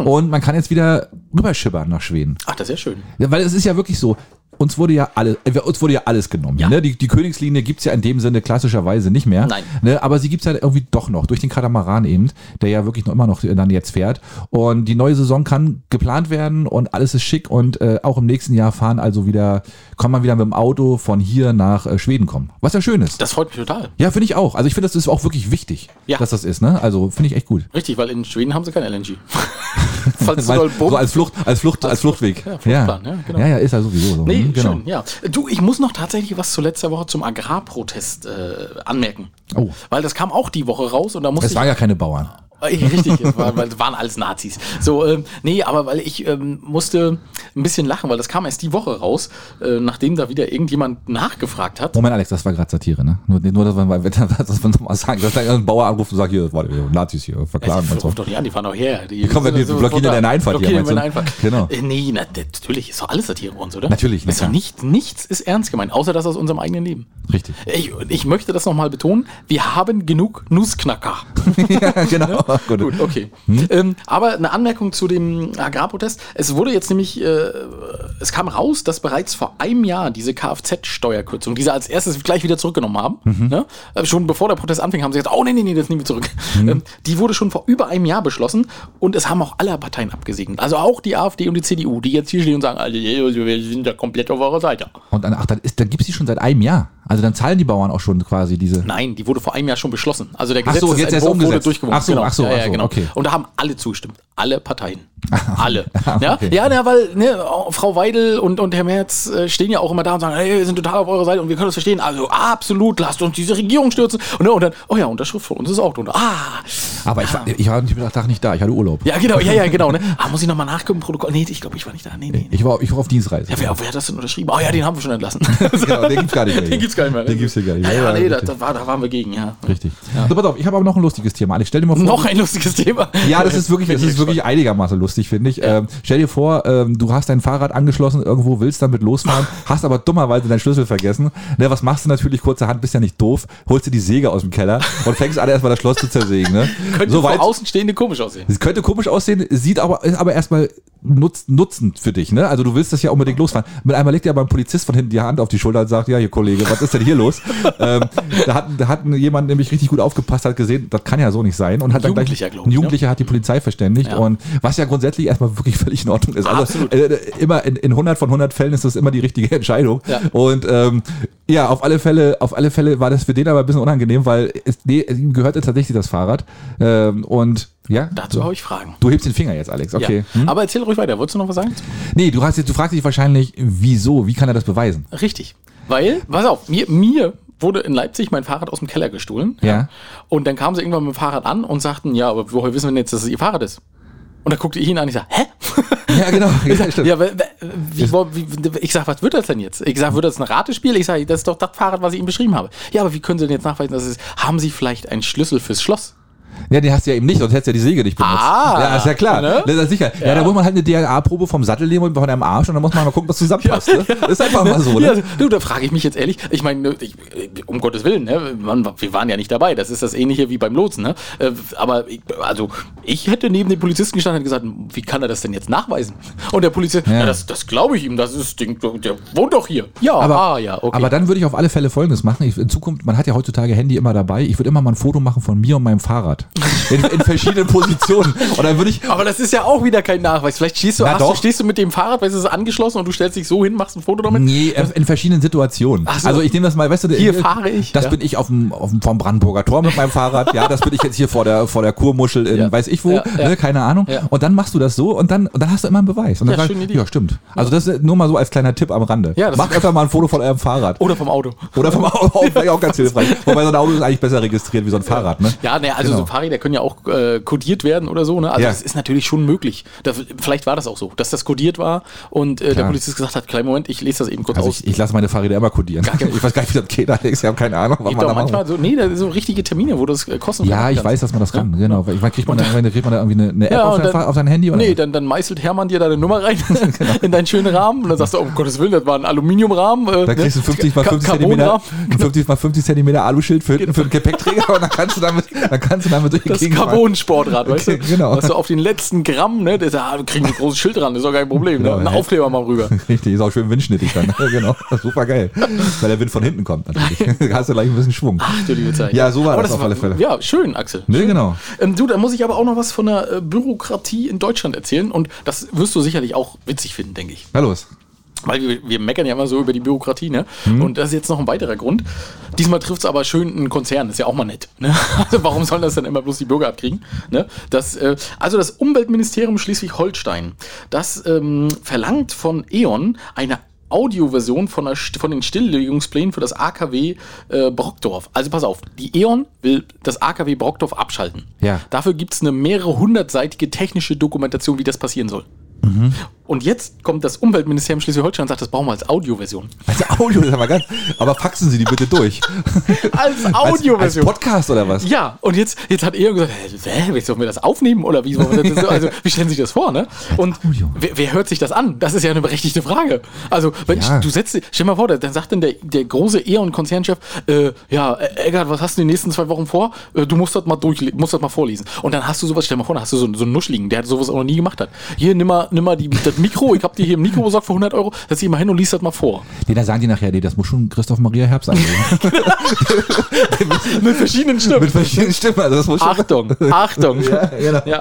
Speaker 2: Und man kann jetzt wieder rüberschibbern nach Schweden.
Speaker 1: Ach, das ist ja schön.
Speaker 2: Ja, weil es ist ja wirklich so, uns wurde ja alles, äh, uns wurde ja alles genommen. Ne? Die, die Königslinie gibt's ja in dem Sinne klassischerweise nicht mehr.
Speaker 1: Nein.
Speaker 2: Ne? Aber sie gibt's ja irgendwie doch noch, durch den Katamaran eben, der ja wirklich noch immer noch dann jetzt fährt. Und die neue Saison kann geplant werden und alles ist schick und äh, auch im nächsten Jahr fahren also wieder, kann man wieder mit dem Auto von hier nach äh, Schweden kommen. Was ja schön ist.
Speaker 1: Das freut mich total.
Speaker 2: ja, finde ich auch. Also ich finde, das ist auch wirklich wichtig,
Speaker 1: Ja.
Speaker 2: dass das ist. Ne? Also finde ich echt gut.
Speaker 1: Richtig, weil in Schweden haben sie kein LNG. Falls du
Speaker 2: Weil,
Speaker 1: doll
Speaker 2: so
Speaker 1: bummst.
Speaker 2: als Flucht, als Flucht, als Fluchtweg.
Speaker 1: ja,
Speaker 2: ja.
Speaker 1: Fluchtplan, ja, genau.
Speaker 2: ja, ja, ist ja sowieso so.
Speaker 1: Nee,
Speaker 2: Hm,
Speaker 1: schön, ja. Du, ich muss noch tatsächlich was zu letzter Woche zum Agrarprotest äh, anmerken.
Speaker 2: Oh.
Speaker 1: Weil das kam auch die Woche raus und da musste
Speaker 2: Es
Speaker 1: ich.
Speaker 2: waren ja keine Bauern.
Speaker 1: Äh, Richtig, es war, weil es waren alles Nazis. So, ähm, nee, aber weil ich ähm, musste ein bisschen lachen, weil das kam erst die Woche raus, äh, nachdem da wieder irgendjemand nachgefragt hat.
Speaker 2: Moment, Alex, das war gerade Satire, ne? Nur, nur dass man bei Wetter, dass man nochmal sagen, dass da ein Bauer anruft und sagt, hier, warte, hier, Nazis hier, verklagen
Speaker 1: Die
Speaker 2: und so.
Speaker 1: ruft doch nicht an, die fahren doch her. Die,
Speaker 2: kommen ja, die
Speaker 1: so
Speaker 2: blockieren
Speaker 1: spontan.
Speaker 2: deine Einfahrt hier,
Speaker 1: Blockieren
Speaker 2: meinst du?
Speaker 1: meine Einfahrt.
Speaker 2: Genau.
Speaker 1: Äh, nee, na, natürlich ist doch alles Satire bei uns, oder?
Speaker 2: Natürlich, na
Speaker 1: ist doch
Speaker 2: klar.
Speaker 1: nicht, nichts ist ernst gemeint, außer das aus unserem eigenen Leben.
Speaker 2: Richtig.
Speaker 1: Ich, ich möchte das nochmal betonen, wir haben genug Nussknacker.
Speaker 2: ja, genau. Gut.
Speaker 1: Gut, okay. Ähm, aber eine Anmerkung zu dem Agrarprotest. Es wurde jetzt nämlich, äh, es kam raus, dass bereits vor einem Jahr diese Kfz-Steuerkürzung, die sie als erstes gleich wieder zurückgenommen haben, ne? Äh, schon bevor der Protest anfing, haben sie gesagt, oh nee, nee, nee, das nehmen wir zurück. Ähm, die wurde schon vor über einem Jahr beschlossen und es haben auch alle Parteien abgesegnet. Also auch die AfD und die CDU, die jetzt hier stehen und sagen, also, wir sind ja komplett auf eurer Seite.
Speaker 2: Und dann, ach, dann, ist, dann gibt's die schon seit einem Jahr. Also dann zahlen die Bauern auch schon quasi diese.
Speaker 1: Nein, die wurde vor einem Jahr schon beschlossen. Also der
Speaker 2: Ach so,
Speaker 1: Gesetzentwurf
Speaker 2: jetzt erst
Speaker 1: wurde
Speaker 2: umgesetzt.
Speaker 1: durchgewunken.
Speaker 2: Ach so, ach so,
Speaker 1: ja,
Speaker 2: ach
Speaker 1: ja,
Speaker 2: so,
Speaker 1: genau.
Speaker 2: okay.
Speaker 1: Und da haben alle zugestimmt. Alle Parteien. Alle. ja,
Speaker 2: okay.
Speaker 1: ja, na, weil ne, Frau Weidel und, und Herr Merz äh, stehen ja auch immer da und sagen, hey, wir sind total auf eurer Seite und wir können das verstehen. Also absolut, lasst uns diese Regierung stürzen. Und, ne, und dann, oh ja, Unterschrift von uns ist auch drunter. Ah,
Speaker 2: Aber ich war, ich war nicht Tag nicht da, ich hatte Urlaub.
Speaker 1: ja, genau, ja, ja, genau. Ne? Ah, muss ich nochmal nachgucken, Protokoll? Nee, ich glaube, ich war nicht da. Nee, nee. nee.
Speaker 2: Ich war, ich war auf Dienstreise.
Speaker 1: Ja, wer, wer hat das denn unterschrieben? Oh ja, den haben wir schon entlassen.
Speaker 2: Genau, den gibt's gar nicht mehr.
Speaker 1: Den gibt's gar nicht mehr.
Speaker 2: Den gibt's hier gar nicht
Speaker 1: mehr.
Speaker 2: mehr.
Speaker 1: Ja,
Speaker 2: Ja,
Speaker 1: ja, nee, da,
Speaker 2: richtig.
Speaker 1: da, war, da waren wir gegen, ja.
Speaker 2: Richtig. So, pass auf, ich habe aber noch ein lustiges Thema. Alex, stell dir mal vor.
Speaker 1: Noch ein lustiges Thema.
Speaker 2: Ja, das ist wirklich, das ist wirklich einigermaßen lustig, finde ich. Ähm, stell dir vor, ähm, du hast dein Fahrrad angeschlossen, irgendwo willst damit losfahren, hast aber dummerweise deinen Schlüssel vergessen. Ne, was machst du natürlich kurzerhand, bist ja nicht doof, holst dir die Säge aus dem Keller und fängst an, erstmal das Schloss zu zersägen. Ne?
Speaker 1: Könnte
Speaker 2: So weit-
Speaker 1: für Außenstehende komisch aussehen.
Speaker 2: Es könnte komisch aussehen, sieht aber, ist aber erstmal nutz, nutzend für dich, ne? Also du willst das ja unbedingt losfahren. Mit einmal legt dir aber ein Polizist von hinten die Hand auf die Schulter und sagt, ja, hier Kollege, was ist denn hier los? ähm, da hat, da hat jemand nämlich richtig gut aufgepasst, hat gesehen, das kann ja so nicht sein. Und hat dann gleich,
Speaker 1: Jugendlicher, glaub ich, ne?
Speaker 2: ein Jugendlicher hat die Polizei verständigt
Speaker 1: Ja.
Speaker 2: und was ja grundsätzlich erstmal wirklich völlig in Ordnung ist. Also
Speaker 1: Absolut.
Speaker 2: äh, immer in, in 100 von 100 Fällen ist das immer die richtige Entscheidung.
Speaker 1: Ja.
Speaker 2: Und ähm, ja, auf alle Fälle, auf alle Fälle war das für den aber ein bisschen unangenehm, weil es, nee, ihm gehörte tatsächlich das Fahrrad. Ähm, und ja.
Speaker 1: Dazu habe ich Fragen.
Speaker 2: Du hebst den Finger jetzt, Alex.
Speaker 1: Ja.
Speaker 2: Okay. Hm?
Speaker 1: Aber erzähl ruhig weiter. Wolltest du noch was sagen?
Speaker 2: Nee, du, hast jetzt, du fragst dich wahrscheinlich, wieso? Wie kann er das beweisen?
Speaker 1: Richtig. Weil, pass auf, mir, mir wurde in Leipzig mein Fahrrad aus dem Keller gestohlen.
Speaker 2: Ja.
Speaker 1: Und dann kamen sie irgendwann mit dem Fahrrad an und sagten, ja, aber woher wissen wir denn jetzt, dass es ihr Fahrrad ist? Und dann guckte ich ihn an, ich sag, hä?
Speaker 2: Ja, genau.
Speaker 1: Ich sag,
Speaker 2: Ja, stimmt.
Speaker 1: ja, wer- wer- wie, wo- wie, ich sag, was wird das denn jetzt? Ich sag, wird das ein Ratespiel? Ich sag, das ist doch das Fahrrad, was ich ihm beschrieben habe. Ja, aber wie können Sie denn jetzt nachweisen, dass es ist? Haben Sie vielleicht einen Schlüssel fürs Schloss?
Speaker 2: Ja, den hast du ja eben nicht, sonst hättest du ja die Säge nicht benutzt.
Speaker 1: Ah,
Speaker 2: ja, ist ja klar.
Speaker 1: ne?
Speaker 2: Das ist sicher. Ja. da holt man halt eine DNA-Probe vom Sattel nehmen und von deinem Arsch und dann muss man mal gucken, was zusammenpasst. Ne? Ist einfach mal so, ne?
Speaker 1: Ja, du, da frage ich mich jetzt ehrlich. Ich meine, ich, um Gottes Willen, ne, man, wir waren ja nicht dabei. Das ist das Ähnliche wie beim Lotsen. Ne? Äh, Aber ich, also, ich hätte neben dem Polizisten gestanden und gesagt, wie kann er das denn jetzt nachweisen? Und der Polizist, ja.
Speaker 2: Ja.
Speaker 1: das, das glaube ich ihm. Das ist, Ding, der wohnt doch hier. Ja,
Speaker 2: Aber,
Speaker 1: ah, ja, okay.
Speaker 2: aber dann würde ich auf alle Fälle Folgendes machen. Ich, in Zukunft, man hat ja heutzutage Handy immer dabei. Ich würde immer mal ein Foto machen von mir und meinem Fahrrad. In, in verschiedenen Positionen. Und dann würde ich,
Speaker 1: aber das ist ja auch wieder kein Nachweis. Vielleicht stehst du,
Speaker 2: Na
Speaker 1: hast du
Speaker 2: doch.
Speaker 1: stehst du mit dem Fahrrad, weil es ist angeschlossen und du stellst dich so hin, machst ein Foto damit.
Speaker 2: Nee, äh, in verschiedenen Situationen.
Speaker 1: ähm, Ach so.
Speaker 2: Also ich nehme das mal, weißt du,
Speaker 1: Hier fahre ich.
Speaker 2: Das
Speaker 1: Ja.
Speaker 2: bin ich auf dem, auf dem vom Brandenburger Tor mit meinem Fahrrad. Ja, das bin ich jetzt hier vor der vor der Kurmuschel in
Speaker 1: Ja.
Speaker 2: weiß ich wo,
Speaker 1: Ja, ja.
Speaker 2: Ne, keine Ahnung.
Speaker 1: Ja.
Speaker 2: Und dann machst du das so und dann und dann hast du immer einen Beweis. Und dann
Speaker 1: Ja,
Speaker 2: sagst du,
Speaker 1: schöne Idee.
Speaker 2: ja stimmt. Also das ist nur mal so als kleiner Tipp am Rande.
Speaker 1: Ja, das
Speaker 2: Macht
Speaker 1: ist-
Speaker 2: öfter mal ein Foto von eurem Fahrrad.
Speaker 1: Oder vom Auto.
Speaker 2: Oder vom Auto, vielleicht auch ganz hilfreich. Wobei so ein Auto ist eigentlich besser registriert wie so ein Fahrrad, ne?
Speaker 1: Ja, ne, also
Speaker 2: Genau.
Speaker 1: so Fahrräder können ja auch äh, kodiert werden oder so. Ne? Also
Speaker 2: Ja.
Speaker 1: das ist natürlich schon möglich. Da, vielleicht war das auch so, dass das kodiert war und äh, der
Speaker 2: Klar.
Speaker 1: Polizist gesagt hat, kleinen Moment, ich lese das eben kurz
Speaker 2: Also
Speaker 1: aus.
Speaker 2: ich, ich lasse meine Fahrräder immer kodieren. Ich weiß gar nicht, wie das geht, Alex. Ich habe keine Ahnung, was
Speaker 1: Gibt auch
Speaker 2: machen muss.
Speaker 1: manchmal so, nee, da so richtige Termine, wo das äh, kostenlos
Speaker 2: Ja, ich
Speaker 1: kannst.
Speaker 2: weiß, dass man das kann, genau. Weil ich meine, kriegt man, da, kriegt man da irgendwie eine, eine App
Speaker 1: Ja,
Speaker 2: auf,
Speaker 1: und
Speaker 2: sein,
Speaker 1: dann-
Speaker 2: Fahr- auf sein Handy? Oder Genau.
Speaker 1: Nee,
Speaker 2: was?
Speaker 1: dann, dann meißelt Hermann dir deine Nummer rein in deinen schönen Rahmen und dann sagst du, oh, um Gottes Willen, das war ein Aluminiumrahmen. Äh,
Speaker 2: Da kriegst du
Speaker 1: ne?
Speaker 2: 50 mal
Speaker 1: Ka-
Speaker 2: 50 Zentimeter,
Speaker 1: Carbonrahmen.
Speaker 2: ein 50 mal 50 Zentimeter Aluschild für, hinten für einen Gepäckträger und dann kannst du damit, dann kannst du damit durch die
Speaker 1: Das
Speaker 2: Gegend fahren.
Speaker 1: Carbon-Sportrad, weißt du?
Speaker 2: Okay, genau.
Speaker 1: Dass du auf den letzten Gramm, ne, das, ah, wir kriegen ein großes Schild dran, das ist auch kein Problem.
Speaker 2: Genau,
Speaker 1: ne? Ein
Speaker 2: ja.
Speaker 1: Aufkleber mal rüber.
Speaker 2: Richtig, ist auch schön windschnittig dann. Ja, genau, super geil. Weil der Wind von hinten kommt natürlich. Da hast du gleich ein bisschen Schwung.
Speaker 1: Ach du liebe Zeit.
Speaker 2: Ja, so war
Speaker 1: Aber
Speaker 2: das auf alle Fälle.
Speaker 1: Ja, schön, Axel.
Speaker 2: Ne,
Speaker 1: Schön.
Speaker 2: genau.
Speaker 1: Ähm, du, da muss ich aber auch noch was von der äh, Bürokratie in Deutschland erzählen und das wirst du sicherlich auch witzig finden, denke ich.
Speaker 2: Na los.
Speaker 1: Weil wir, wir meckern ja immer so über die Bürokratie, ne? Und das ist jetzt noch ein weiterer Grund. Diesmal trifft es aber schön einen Konzern, ist ja auch mal nett. Ne? Also warum sollen das dann immer bloß die Bürger abkriegen? Ne? Das, äh, also das Umweltministerium Schleswig-Holstein, das ähm, verlangt von E.ON eine Audioversion von, der, St- von den Stilllegungsplänen für das AKW äh, Brockdorf. Also pass auf, die E.ON will das AKW Brockdorf abschalten.
Speaker 2: Ja.
Speaker 1: Dafür gibt es eine mehrere hundertseitige technische Dokumentation, wie das passieren soll. Und jetzt kommt das Umweltministerium Schleswig-Holstein und sagt, das brauchen wir als Audioversion.
Speaker 2: Also Audio ist aber ganz. Aber faxen Sie die bitte durch.
Speaker 1: Als
Speaker 2: Als, als
Speaker 1: Audioversion.
Speaker 2: Podcast oder was?
Speaker 1: Ja, und jetzt, jetzt hat Eon gesagt, hä, hä, jetzt sollen wir das aufnehmen oder wie sollen wir das, also, wie stellen Sie sich das vor, ne? Und
Speaker 2: Audio.
Speaker 1: wer, wer hört sich das an? Das ist ja eine berechtigte Frage. Also, wenn
Speaker 2: Ja.
Speaker 1: du setzt, stell mal vor, dann sagt dann der, der große Eon-Konzernchef, äh, ja, äh, Eggert, was hast du in den nächsten zwei Wochen vor? Äh, du musst das mal durch, musst das mal vorlesen. Und dann hast du sowas, stell mal vor, dann hast du so, so einen Nuschligen, der sowas auch noch nie gemacht hat. Hier, nimm mal, nimm mal die, das Mikro, ich hab dir hier ein Mikro besorgt für 100 Euro, setz dich mal hin und liest das mal vor.
Speaker 2: Nee, da sagen die nachher, nee, das muss schon Christoph Maria Herbst angehen.
Speaker 1: Mit verschiedenen Stimmen.
Speaker 2: Mit verschiedenen Stimmen. Also das muss schon.
Speaker 1: Achtung, Achtung.
Speaker 2: Ja, genau.
Speaker 1: Ja.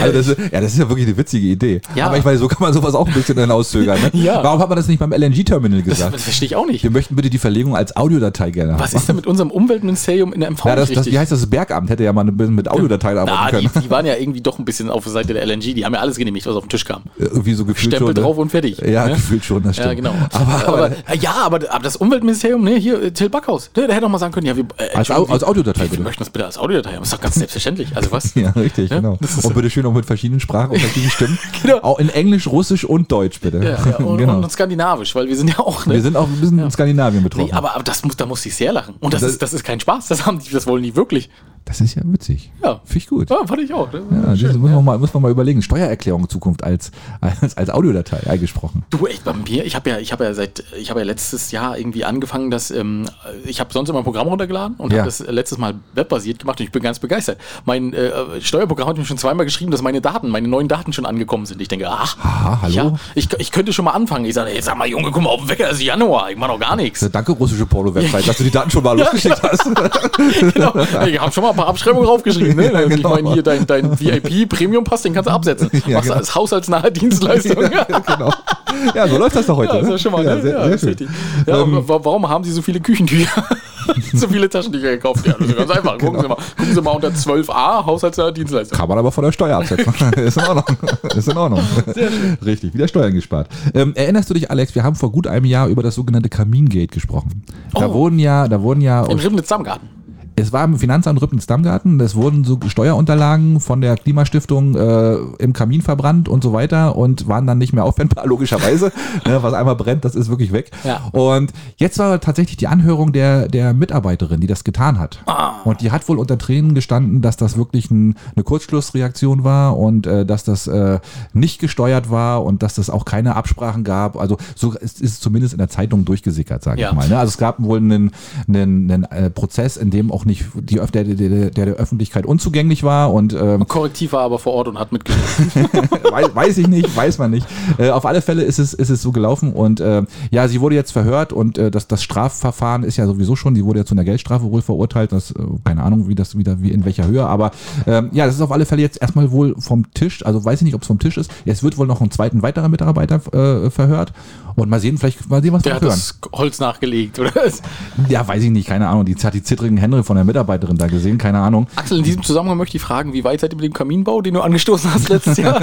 Speaker 2: Also das, ist- ja, das ist ja wirklich eine witzige Idee.
Speaker 1: Ja.
Speaker 2: Aber ich meine, so kann man sowas auch ein bisschen hinauszögern. Ne?
Speaker 1: Ja.
Speaker 2: Warum hat man das nicht beim LNG-Terminal
Speaker 1: Das,
Speaker 2: gesagt?
Speaker 1: das verstehe ich auch nicht.
Speaker 2: Wir möchten bitte die Verlegung als Audiodatei gerne
Speaker 1: Was
Speaker 2: haben.
Speaker 1: ist denn mit unserem Umweltministerium in der MV
Speaker 2: ja, das,
Speaker 1: nicht
Speaker 2: das,
Speaker 1: richtig?
Speaker 2: wie heißt das? Das Bergamt hätte ja mal ein bisschen mit Audiodateien arbeiten
Speaker 1: ah, die,
Speaker 2: können.
Speaker 1: die waren ja irgendwie doch ein bisschen auf der Seite der LNG. Die haben ja alles genehmigt, was auf den Tisch kam.
Speaker 2: Irgendwie so gefühlt
Speaker 1: Stempel
Speaker 2: schon.
Speaker 1: drauf und fertig.
Speaker 2: Ja,
Speaker 1: Ne?
Speaker 2: gefühlt schon, das stimmt.
Speaker 1: Ja, genau.
Speaker 2: Aber, aber,
Speaker 1: äh, ja, aber, aber das Umweltministerium, ne, hier, äh, Till Backhaus, ne, der hätte doch mal sagen können, ja, wir, äh,
Speaker 2: als, Au-
Speaker 1: Entschuldigung,
Speaker 2: als Audiodatei
Speaker 1: wir, wir
Speaker 2: bitte.
Speaker 1: möchten das bitte als Audiodatei haben. Das ist doch ganz selbstverständlich. Also was?
Speaker 2: Ja, richtig,
Speaker 1: Ja,
Speaker 2: genau.
Speaker 1: das ist
Speaker 2: Und bitte schön auch mit verschiedenen Sprachen und verschiedenen Stimmen.
Speaker 1: Genau.
Speaker 2: Auch in Englisch, Russisch und Deutsch, bitte.
Speaker 1: Ja, ja, und,
Speaker 2: genau.
Speaker 1: und skandinavisch, weil wir sind ja auch, ne?
Speaker 2: Wir sind auch ein bisschen in Skandinavien betroffen.
Speaker 1: Nee, aber, aber das muss, da muss ich sehr lachen. Und das,
Speaker 2: Das-
Speaker 1: ist, das ist kein Spaß. Das haben die, das wollen die wirklich.
Speaker 2: das ist ja witzig.
Speaker 1: Ja.
Speaker 2: Finde ich gut.
Speaker 1: Ja, fand ich auch. ne?
Speaker 2: Ja, das muss man, mal, muss man mal überlegen. Steuererklärung in Zukunft als, als, als Audiodatei eingesprochen.
Speaker 1: Du, echt bei mir, ich habe ja, ich habe ja seit, ich habe ja letztes Jahr irgendwie angefangen, dass ähm, ich habe sonst immer ein Programm runtergeladen und
Speaker 2: Ja.
Speaker 1: habe das äh, letztes Mal webbasiert gemacht und ich bin ganz begeistert. Mein äh, Steuerprogramm hat mir schon zweimal geschrieben, dass meine Daten, meine neuen Daten schon angekommen sind. Ich denke, ach,
Speaker 2: Aha, hallo?
Speaker 1: ja, ich, ich könnte schon mal anfangen. Ich sage, ey, sag mal, Junge, guck mal auf den Wecker, es ist Januar, ich mache noch gar nichts.
Speaker 2: Also danke, russische Porno-Website, dass du die Daten schon mal losgeschickt hast.
Speaker 1: genau. Ich habe schon mal ein paar Abschreibungen draufgeschrieben. Ne?
Speaker 2: Ja, genau.
Speaker 1: Ich meine, hier dein, dein VIP-Premium-Pass, den kannst du absetzen. Machst
Speaker 2: Ja,
Speaker 1: du
Speaker 2: genau.
Speaker 1: als haushaltsnahe Dienstleistung.
Speaker 2: ja, genau. ja, so läuft das doch heute.
Speaker 1: Ja, ist
Speaker 2: ne?
Speaker 1: ja schon mal,
Speaker 2: ja,
Speaker 1: ne?
Speaker 2: sehr,
Speaker 1: ja,
Speaker 2: sehr
Speaker 1: ist
Speaker 2: schön. Ähm,
Speaker 1: richtig. Ja, und wa- warum haben Sie so viele Küchentücher? so viele Taschentücher gekauft? Ja, das ist ganz einfach. Gucken,
Speaker 2: Genau.
Speaker 1: Sie mal, gucken Sie mal unter 12a Haushaltsnahe Dienstleistung.
Speaker 2: Kann man aber von der Steuer absetzen. ist in Ordnung. Ist in Ordnung. Richtig, wieder Steuern gespart. Ähm, erinnerst du dich, Alex, wir haben vor gut einem Jahr über das sogenannte Kamingate gesprochen. Da
Speaker 1: Oh.
Speaker 2: wurden ja, da wurden ja,
Speaker 1: Im Ribnitz-Stammgarten.
Speaker 2: es war im Finanzamt Rüppens-Dammgarten, es wurden so Steuerunterlagen von der Klimastiftung äh, im Kamin verbrannt und so weiter und waren dann nicht mehr aufwendbar, logischerweise. ne, was einmal brennt, das ist wirklich weg.
Speaker 1: Ja.
Speaker 2: Und jetzt war tatsächlich die Anhörung der, der Mitarbeiterin, die das getan hat.
Speaker 1: Ah.
Speaker 2: Und die hat wohl unter Tränen gestanden, dass das wirklich ein, eine Kurzschlussreaktion war und äh, dass das äh, nicht gesteuert war und dass das auch keine Absprachen gab. Also so ist, ist es zumindest in der Zeitung durchgesickert, sage
Speaker 1: Ja.
Speaker 2: ich mal. Ne? Also es gab wohl einen, einen, einen äh, Prozess, in dem auch nicht die, Öff- der, der, der der Öffentlichkeit unzugänglich war und ähm,
Speaker 1: Korrektiv war aber vor Ort und hat mitgeschrieben.
Speaker 2: weiß, weiß ich nicht, weiß man nicht. Äh, auf alle Fälle ist es, ist es so gelaufen und äh, ja, sie wurde jetzt verhört und äh, das, das Strafverfahren ist ja sowieso schon, sie wurde ja zu einer Geldstrafe wohl verurteilt, das, äh, keine Ahnung, wie das wieder, wie in welcher Höhe, aber ähm, ja, das ist auf alle Fälle jetzt erstmal wohl vom Tisch, also weiß ich nicht, ob es vom Tisch ist. Jetzt wird wohl noch ein zweiten weiterer Mitarbeiter äh, verhört und mal sehen, vielleicht mal sehen, was
Speaker 1: Der
Speaker 2: wir
Speaker 1: hat
Speaker 2: noch hören.
Speaker 1: das Holz nachgelegt, oder?
Speaker 2: Ja, weiß ich nicht, keine Ahnung. Die hat die zittrigen Hände von der Mitarbeiterin da gesehen, keine Ahnung.
Speaker 1: Axel, in diesem Zusammenhang möchte ich fragen, wie weit seid ihr mit dem Kaminbau, den du angestoßen hast letztes Jahr?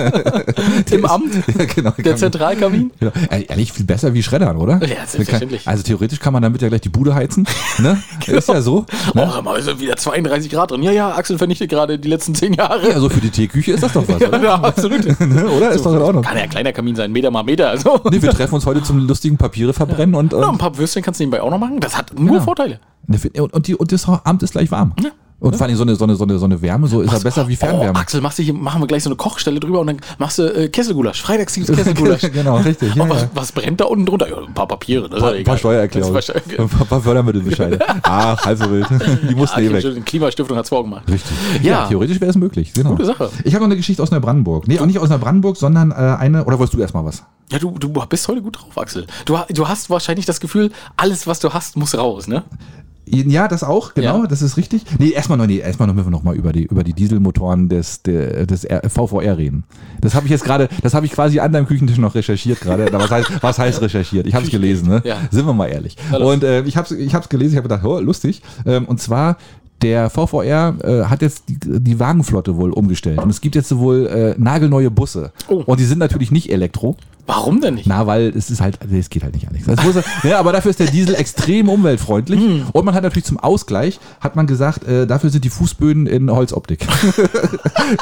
Speaker 1: Im Amt?
Speaker 2: Ja, genau.
Speaker 1: Der Zentralkamin?
Speaker 2: Genau. Ey, Ehrlich, viel besser wie Schreddern, oder?
Speaker 1: Ja, selbstverständlich.
Speaker 2: Also theoretisch kann man damit ja gleich die Bude heizen. Ne? Ist ja so.
Speaker 1: Ne?
Speaker 2: Ne?
Speaker 1: Oh, mal, sind wieder 32 Grad drin. Ja, ja, Axel vernichtet gerade die letzten 10 Jahre.
Speaker 2: Also für die Teeküche ist das doch was, oder?
Speaker 1: ja, absolut.
Speaker 2: Ne? Oder? Ist doch in Ordnung.
Speaker 1: Kann ja ein kleiner Kamin sein, Meter mal Meter. Also.
Speaker 2: Nee, wir treffen uns heute zum lustigen Papiere verbrennen und,
Speaker 1: Ja,
Speaker 2: und,
Speaker 1: ein paar Würstchen kannst du nebenbei auch noch machen. Das hat nur
Speaker 2: Genau.
Speaker 1: Vorteile.
Speaker 2: ne, und, und, die, und das Amt ist gleich warm. Und vor allem so eine, so eine, so eine, so eine Wärme, so ist ja besser wie
Speaker 1: Oh,
Speaker 2: Fernwärme.
Speaker 1: Axel, machst du hier, machen wir gleich so eine Kochstelle drüber und dann machst du äh, Kesselgulasch. Freitags gibt's Kesselgulasch.
Speaker 2: Genau, richtig, ja,
Speaker 1: oh, was,
Speaker 2: ja.
Speaker 1: was brennt da unten drunter? Ja, ein paar Papiere. Das ist ja
Speaker 2: Ein paar
Speaker 1: egal.
Speaker 2: Steuererklärungen.
Speaker 1: Das ist
Speaker 2: Ein
Speaker 1: wahrscheinlich-
Speaker 2: paar, paar Fördermittelbescheide. Ach, halb so wild. Die mussten eh
Speaker 1: Ah,
Speaker 2: weg.
Speaker 1: Die Klimastiftung hat's vorgemacht.
Speaker 2: Richtig.
Speaker 1: Ja.
Speaker 2: theoretisch wäre es möglich. Genau.
Speaker 1: Gute Sache.
Speaker 2: Ich habe noch eine Geschichte aus Neubrandenburg. Nee, auch nicht aus Neubrandenburg, sondern äh, eine. Oder wolltest du erstmal was?
Speaker 1: Ja, du, du bist heute gut drauf, Axel. Du, ha- du hast wahrscheinlich das Gefühl, alles, was du hast, muss raus, ne?
Speaker 2: Ja, das auch, genau,
Speaker 1: Ja.
Speaker 2: das ist richtig. Nee, erstmal noch, nee, erstmal noch müssen wir noch mal über die, über die Dieselmotoren des, der, des R- VVR reden. Das habe ich jetzt gerade, das habe ich quasi an deinem Küchentisch noch recherchiert gerade. Na, Was heißt, was heißt recherchiert? Ich habe es gelesen, ne?
Speaker 1: Ja.
Speaker 2: Sind wir mal ehrlich.
Speaker 1: los.
Speaker 2: Und äh, ich habe es ich hab's gelesen, ich habe gedacht, oh, lustig. Ähm, und zwar, der VVR äh, hat jetzt die, die Wagenflotte wohl umgestellt. Und es gibt jetzt wohl äh, nagelneue Busse.
Speaker 1: Oh.
Speaker 2: Und die sind natürlich nicht Elektro.
Speaker 1: Warum denn nicht?
Speaker 2: Na, weil es ist halt, nee, es geht halt nicht anders. Das muss, ja, aber dafür ist der Diesel extrem umweltfreundlich.
Speaker 1: Mhm.
Speaker 2: Und man hat natürlich zum Ausgleich, hat man gesagt, äh, dafür sind die Fußböden in Holzoptik.